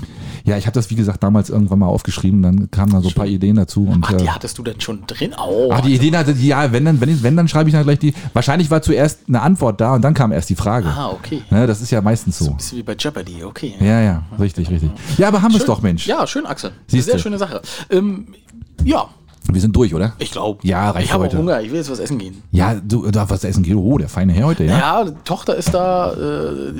Speaker 2: Ja, ich habe das, wie gesagt, damals irgendwann mal aufgeschrieben, dann kamen da so ein paar Ideen dazu. Und,
Speaker 1: Ach,
Speaker 2: äh,
Speaker 1: die hattest du denn schon drin? Oh,
Speaker 2: Ah, die Ideen hatte, die- ja, wenn dann, wenn, ich- wenn dann schreibe ich dann gleich die. Wahrscheinlich war zuerst eine Antwort da und dann kam erst die Frage.
Speaker 1: Ah, okay.
Speaker 2: Ne, das ist ja meistens so.
Speaker 1: Bisschen wie bei Jeopardy, okay.
Speaker 2: Ja, ja, richtig, richtig. Ja, aber haben wir es
Speaker 1: Schön.
Speaker 2: doch, Mensch.
Speaker 1: Ja, schön, Axel.
Speaker 2: Siehste.
Speaker 1: Sehr schöne Sache. Ähm, ja,
Speaker 2: Wir sind durch, oder?
Speaker 1: ich glaube.
Speaker 2: Ja, reicht
Speaker 1: Ich habe auch
Speaker 2: heute.
Speaker 1: Hunger, ich will jetzt was essen gehen.
Speaker 2: Ja, du darfst was essen gehen. Oh, der feine Herr heute, ja?
Speaker 1: Ja, die Tochter ist da, äh,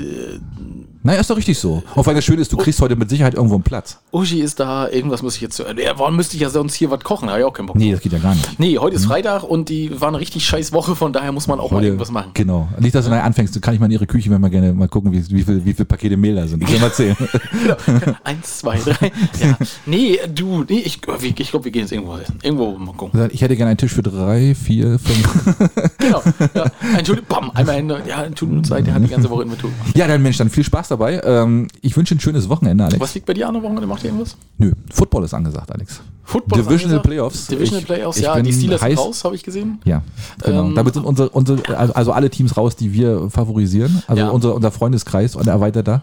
Speaker 2: Naja, ist doch richtig so. Auf weil das Schöne ist,
Speaker 1: Oh.
Speaker 2: du kriegst heute mit Sicherheit irgendwo einen Platz.
Speaker 1: Uschi ist da, irgendwas muss ich jetzt. Äh, warum müsste ich ja sonst hier was kochen? Habe ich auch keinen Bock.
Speaker 2: Nee, Mhm. das geht ja gar nicht.
Speaker 1: Nee, heute ist Freitag und die war eine richtig scheiß Woche, von daher muss man auch mal irgendwas machen.
Speaker 2: Genau. Nicht, dass du nachher anfängst. Du kann ich mal in ihre Küche, wenn wir gerne mal gucken, wie, wie viele wie viel Pakete Mehl da sind. Ich will mal zählen.
Speaker 1: Genau. Eins, zwei, drei. Ja. Nee, du, nee, ich, ich glaube, wir gehen jetzt irgendwo essen. Irgendwo mal gucken.
Speaker 2: Also, Ich hätte gerne einen Tisch für drei, vier, fünf.
Speaker 1: Genau. Ja. Entschuldigung, bam, einmal hin. Ja, tut uns leid, der hat die ganze Woche Inventur gemacht.
Speaker 2: Ja, dann Mensch, dann viel Spaß dabei. Ähm, ich wünsche ein schönes Wochenende, Alex.
Speaker 1: Was liegt bei dir an am Wochenende? Macht ihr irgendwas?
Speaker 2: Nö, Football ist angesagt, Alex.
Speaker 1: Football ist
Speaker 2: Divisional
Speaker 1: angesagt.
Speaker 2: Playoffs.
Speaker 1: Divisional
Speaker 2: Ich-
Speaker 1: Playoffs,
Speaker 2: ich
Speaker 1: ja,
Speaker 2: bin
Speaker 1: die Steelers sind
Speaker 2: heiß.
Speaker 1: raus, habe ich gesehen.
Speaker 2: Ja, genau.
Speaker 1: Ähm,
Speaker 2: Damit sind unsere, unsere, also also alle Teams raus, die wir favorisieren. Also
Speaker 1: Ja.
Speaker 2: unser, unser Freundeskreis und erweiterter.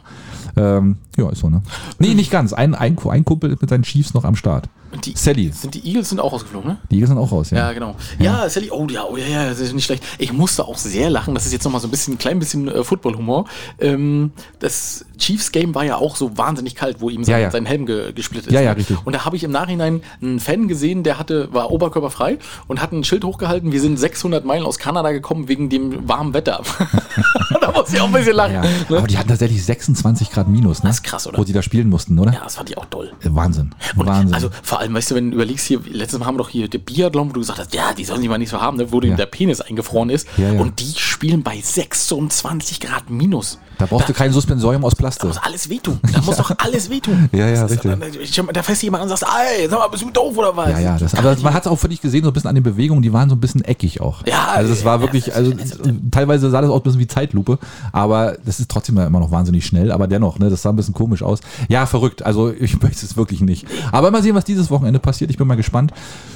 Speaker 2: Ähm, ja, ist so, ne? Nee, nicht ganz. Ein, ein, Ku- ein Kumpel ist mit seinen Chiefs noch am Start.
Speaker 1: Und die,
Speaker 2: Sally.
Speaker 1: sind die Eagles sind auch ausgeflogen, ne?
Speaker 2: Die sind auch raus, ja.
Speaker 1: Ja, genau. Ja, Sally, oh ja, oh ja, ja, das ist nicht schlecht. Ich musste auch sehr lachen. Das ist jetzt nochmal so ein bisschen, ein klein bisschen äh, Football-Humor. Ähm, das Chiefs-Game war ja auch so wahnsinnig kalt, wo ihm sein,
Speaker 2: Ja, ja.
Speaker 1: sein Helm ge gesplittet ist.
Speaker 2: Ja, ja,
Speaker 1: ne?
Speaker 2: richtig.
Speaker 1: Und da habe ich im Nachhinein einen Fan gesehen, der hatte, war oberkörperfrei und hat ein Schild hochgehalten. Wir sind 600 Meilen aus Kanada gekommen wegen dem warmen Wetter. da muss ich auch ein bisschen lachen.
Speaker 2: Ja.
Speaker 1: ne?
Speaker 2: Aber die hatten tatsächlich 26 Grad minus, ne?
Speaker 1: Das ist krass, oder?
Speaker 2: Wo die da spielen mussten, oder?
Speaker 1: Ja, das fand ich auch toll.
Speaker 2: Wahnsinn.
Speaker 1: Und
Speaker 2: Wahnsinn.
Speaker 1: Also vor allem, weißt du, wenn du überlegst hier, letztes Mal haben wir doch hier der Biathlon, wo du gesagt hast, ja, die sollen die mal nicht so haben, ne? wo dem
Speaker 2: Ja.
Speaker 1: der Penis eingefroren ist.
Speaker 2: Ja, ja.
Speaker 1: Und die spielen bei 26 Grad minus.
Speaker 2: da brauchst du kein Suspensorium aus Plastik.
Speaker 1: muss alles wehtun. Da muss doch alles wehtun.
Speaker 2: Ja, ja,
Speaker 1: Das ist- äh, Da, da fährst du jemanden und sagst, ey, sag mal, bist du doof oder was?
Speaker 2: Ja, ja, das, aber man hat es auch völlig gesehen, so ein bisschen an den Bewegungen, die waren so ein bisschen eckig auch.
Speaker 1: Ja,
Speaker 2: also es
Speaker 1: ja,
Speaker 2: war
Speaker 1: ja,
Speaker 2: wirklich, also teilweise sah das auch ein bisschen wie Zeitlupe, aber das ist trotzdem ja immer noch wahnsinnig schnell, aber dennoch, ne, das sah ein bisschen komisch aus. Ja, verrückt, also ich möchte es wirklich nicht. Aber mal sehen, was dieses Wochenende passiert, ich bin mal gespannt.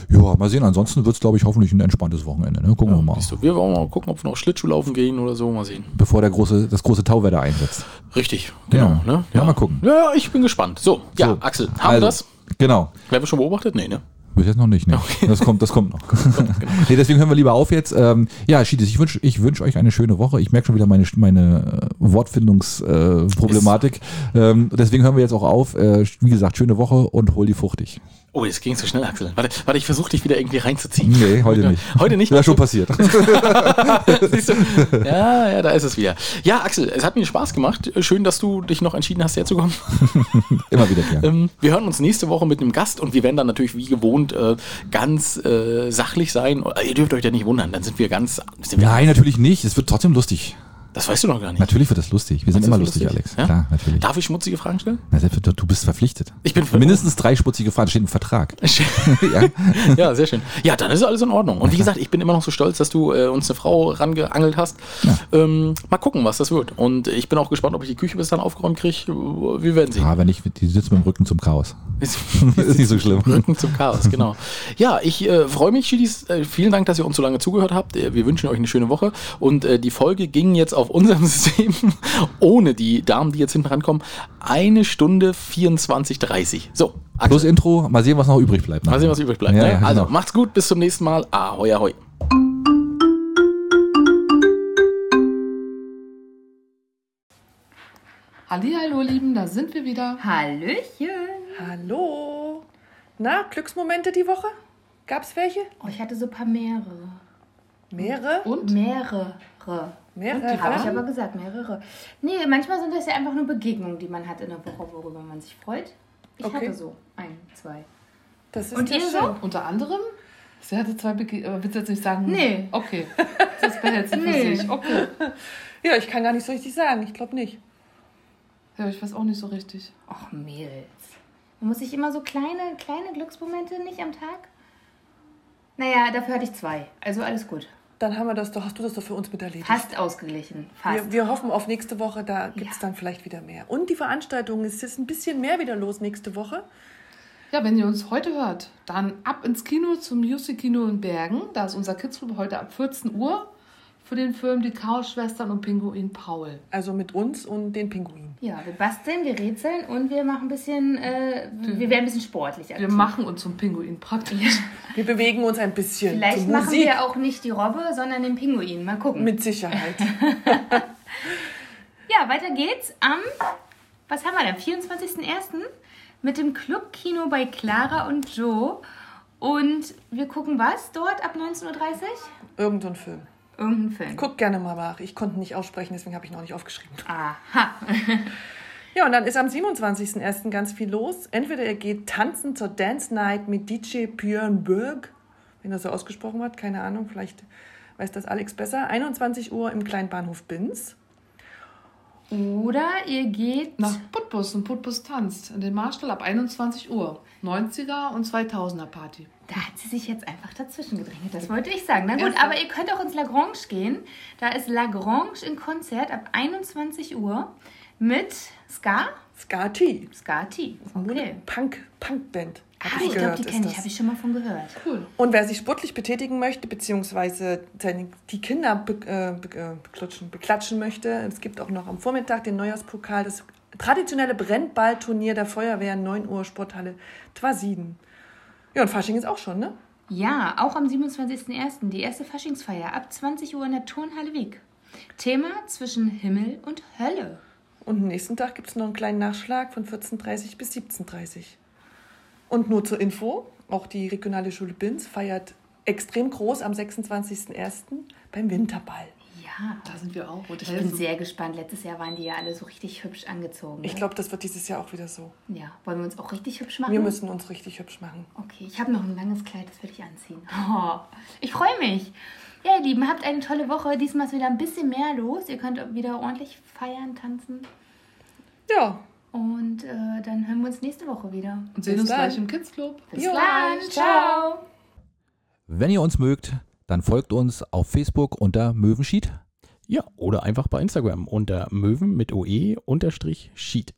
Speaker 2: Ja, mal sehen, ansonsten wird es, glaube ich, hoffentlich ein entspanntes Wochenende, ne? gucken wir mal,
Speaker 1: Siehst du, wir wollen mal gucken, ob wir noch Schlittschuh laufen gehen oder so, mal sehen.
Speaker 2: bevor der große, das große Tauwetter einsetzt.
Speaker 1: Richtig,
Speaker 2: Ja.
Speaker 1: genau. Ne?
Speaker 2: Ja, mal gucken.
Speaker 1: Ja, ja, ich bin gespannt. So, ja,
Speaker 2: So,
Speaker 1: Axel, haben wir
Speaker 2: also,
Speaker 1: das?
Speaker 2: Genau.
Speaker 1: Haben wir schon beobachtet? Nee, ne?
Speaker 2: Bis jetzt noch nicht, ne? Das kommt, das kommt noch.
Speaker 1: genau.
Speaker 2: nee, deswegen hören wir lieber auf jetzt. Ähm, ja, Schiedis, ich wünsche ich wünsch euch eine schöne Woche. Ich merke schon wieder meine, meine Wortfindungsproblematik. Äh, Problematik. ähm, deswegen hören wir jetzt auch auf. Äh, wie gesagt, schöne Woche und hol die fruchtig.
Speaker 1: Oh, jetzt ging es so schnell, Axel. Warte, warte ich versuche dich wieder irgendwie reinzuziehen.
Speaker 2: Nee, heute nicht.
Speaker 1: Heute nicht.
Speaker 2: Das ist schon passiert.
Speaker 1: Siehst du? Ja, ja, da ist es wieder. Ja, Axel, es hat mir Spaß gemacht. Schön, dass du dich noch entschieden hast, herzukommen.
Speaker 2: Immer wieder gern.
Speaker 1: Ähm, wir hören uns nächste Woche mit einem Gast und wir werden dann natürlich wie gewohnt äh, ganz äh, sachlich sein. Äh, Ihr dürft euch ja nicht wundern, dann sind wir ganz. Sind wir,
Speaker 2: Nein, natürlich nicht. Es wird trotzdem lustig.
Speaker 1: Das weißt du noch gar nicht.
Speaker 2: Natürlich wird das lustig. Wir sind
Speaker 1: Ist das
Speaker 2: immer lustig, Alex.
Speaker 1: Ja?
Speaker 2: Klar, natürlich.
Speaker 1: Darf ich schmutzige Fragen stellen?
Speaker 2: Na, selbst, du bist verpflichtet.
Speaker 1: Ich bin ver-
Speaker 2: Mindestens drei schmutzige Fragen. Steht im Vertrag. ja.
Speaker 1: ja, sehr schön. Ja, dann ist alles in Ordnung. Und wie gesagt, ich bin immer noch so stolz, dass du äh, uns eine Frau rangeangelt hast. Ähm, mal gucken, was das wird. Und ich bin auch gespannt, ob ich die Küche bis dann aufgeräumt kriege. Wir werden sehen.
Speaker 2: Aber nicht, die sitzen mit dem Rücken zum Chaos.
Speaker 1: Ist-
Speaker 2: ist nicht so schlimm.
Speaker 1: Rücken zum Chaos, genau. Ja, ich äh, freue mich, Schiedis. Äh, vielen Dank, dass ihr uns so lange zugehört habt. Äh, wir wünschen euch eine schöne Woche. Und äh, die Folge ging jetzt auf unserem System, ohne die Damen, die jetzt hinten rankommen, eine Stunde 24,30. So, Axel,
Speaker 2: Plus Intro, mal sehen, was noch übrig bleibt.
Speaker 1: mal sehen, was übrig bleibt.
Speaker 2: Ja,
Speaker 1: ne?
Speaker 2: ja,
Speaker 1: also,
Speaker 2: genau.
Speaker 1: macht's gut, bis zum nächsten Mal. Ahoi, ahoi.
Speaker 4: Hallihallo, Lieben, da sind wir wieder.
Speaker 5: Hallöchen!
Speaker 6: Hallo. Na, Glücksmomente die Woche? Gab's welche?
Speaker 5: Oh, ich hatte so ein paar mehrere.
Speaker 6: Mehrere?
Speaker 4: Und?
Speaker 5: Mehrere.
Speaker 6: Mehrere?
Speaker 5: Die habe ich
Speaker 6: ja?
Speaker 5: aber gesagt, mehrere. Nee, manchmal sind das ja einfach nur Begegnungen, die man hat in der Woche, worüber man sich freut. Ich
Speaker 6: Okay.
Speaker 5: hatte so ein, zwei.
Speaker 6: das ist
Speaker 5: Und
Speaker 6: ja
Speaker 5: ihr so?
Speaker 6: schön.
Speaker 4: Unter anderem? Sie hatte zwei Bege aber willst du jetzt nicht sagen?
Speaker 5: Nee.
Speaker 4: Okay. Das behält sie für
Speaker 5: Nee.
Speaker 4: sich. Okay.
Speaker 6: Ja, ich kann gar nicht so richtig sagen. Ich glaube nicht.
Speaker 4: Ja, ich weiß auch nicht so richtig.
Speaker 5: Och, Mädels. Man muss sich immer so kleine, kleine Glücksmomente nicht am Tag? Naja, dafür hatte ich zwei. Also alles gut.
Speaker 6: Dann haben wir das doch, hast du das doch für uns miterlebt.
Speaker 5: Fast ausgeglichen. Fast.
Speaker 6: Wir, wir hoffen auf nächste Woche, da gibt's dann vielleicht wieder mehr. Und die Veranstaltung ist jetzt ein bisschen mehr wieder los nächste Woche.
Speaker 4: Ja, wenn ihr uns heute hört, dann ab ins Kino zum Music Kino in Bergen. Da ist unser Kids Club heute ab 14 Uhr für den Film Die Chaos-Schwestern und Pinguin Paul.
Speaker 6: Also mit uns und den Pinguinen.
Speaker 5: Ja, wir basteln, wir rätseln und wir machen ein bisschen, äh, wir werden ein bisschen sportlich.
Speaker 4: Wir
Speaker 5: aktiv.
Speaker 4: machen uns zum Pinguin praktisch.
Speaker 6: Wir bewegen uns ein bisschen.
Speaker 5: Vielleicht
Speaker 6: zur
Speaker 5: machen
Speaker 6: Musik.
Speaker 5: wir auch nicht die Robbe, sondern den Pinguin. Mal gucken.
Speaker 6: Mit Sicherheit.
Speaker 5: ja, weiter geht's am, was haben wir denn, 24.01. mit dem Clubkino bei Clara und Joe. Und wir gucken was dort ab 19.30 Uhr?
Speaker 6: Irgend so ein Film.
Speaker 5: Irgendeinen Film.
Speaker 6: Guck gerne mal nach. Ich konnte ihn nicht aussprechen, deswegen habe ich ihn auch nicht aufgeschrieben.
Speaker 5: Aha.
Speaker 6: Ja, und dann ist am 27.01. ganz viel los. Entweder ihr geht tanzen zur Dance Night mit DJ Björn Bürg, wenn er so ausgesprochen hat, keine Ahnung, vielleicht weiß das Alex besser. 21 Uhr im Kleinbahnhof Binz.
Speaker 5: Oder ihr geht
Speaker 4: Nach Putbus und Putbus tanzt in den Marstall ab 21 Uhr. 90er und 2000er Party.
Speaker 5: Da hat sie sich jetzt einfach dazwischen gedrängelt, das wollte ich sagen. Na gut, aber ihr könnt auch ins Lagrange gehen. Da ist Lagrange im Konzert ab 21 Uhr mit Ska.
Speaker 6: Skati.
Speaker 5: Ska T. Okay.
Speaker 6: ne? Punk, Punkband. Hab
Speaker 5: Ah, ich glaube,
Speaker 6: gehört,
Speaker 5: die
Speaker 6: ist
Speaker 5: kenne ich,
Speaker 6: das.
Speaker 5: habe ich schon mal von gehört.
Speaker 4: Cool.
Speaker 6: Und wer sich sportlich betätigen möchte, beziehungsweise seine, die Kinder be, äh, be, äh, beklatschen, beklatschen möchte, es gibt auch noch am Vormittag den Neujahrspokal, das traditionelle Brennballturnier der Feuerwehr, 9 Uhr, Sporthalle Twasiden. Ja, und Fasching ist auch schon, ne?
Speaker 5: Ja, auch am 27.01. die erste Faschingsfeier ab 20 Uhr in der Turnhalle Wieg. Thema zwischen Himmel und Hölle.
Speaker 6: Und am nächsten Tag gibt es noch einen kleinen Nachschlag von 14.30 bis 17.30 Und nur zur Info, auch die regionale Schule Binz feiert extrem groß am 26.01. beim Winterball.
Speaker 5: Ja,
Speaker 4: Da sind wir auch.
Speaker 5: ich bin sehr gespannt. Letztes Jahr waren die ja alle so richtig hübsch angezogen.
Speaker 6: Ich
Speaker 5: ne?
Speaker 6: glaube, das wird dieses Jahr auch wieder so.
Speaker 5: Ja, wollen wir uns auch richtig hübsch machen?
Speaker 6: Wir müssen uns richtig hübsch machen.
Speaker 5: Okay, ich habe noch ein langes Kleid, das will ich anziehen. Oh, ich freue mich. Ja, ihr Lieben, habt eine tolle Woche. Diesmal ist wieder ein bisschen mehr los. Ihr könnt wieder ordentlich feiern, tanzen.
Speaker 6: Ja,
Speaker 5: Und äh, dann hören wir uns nächste Woche wieder.
Speaker 4: Und sehen
Speaker 6: Bis
Speaker 4: uns
Speaker 6: dann.
Speaker 4: gleich im Kids Club.
Speaker 5: Bis
Speaker 6: Jo,
Speaker 5: dann.
Speaker 6: ciao.
Speaker 5: Ciao.
Speaker 2: Wenn ihr uns mögt, dann folgt uns auf Facebook unter Möwenschied. E
Speaker 1: Ja, oder einfach bei Instagram unter Möwen mit OE unterstrich Sheet.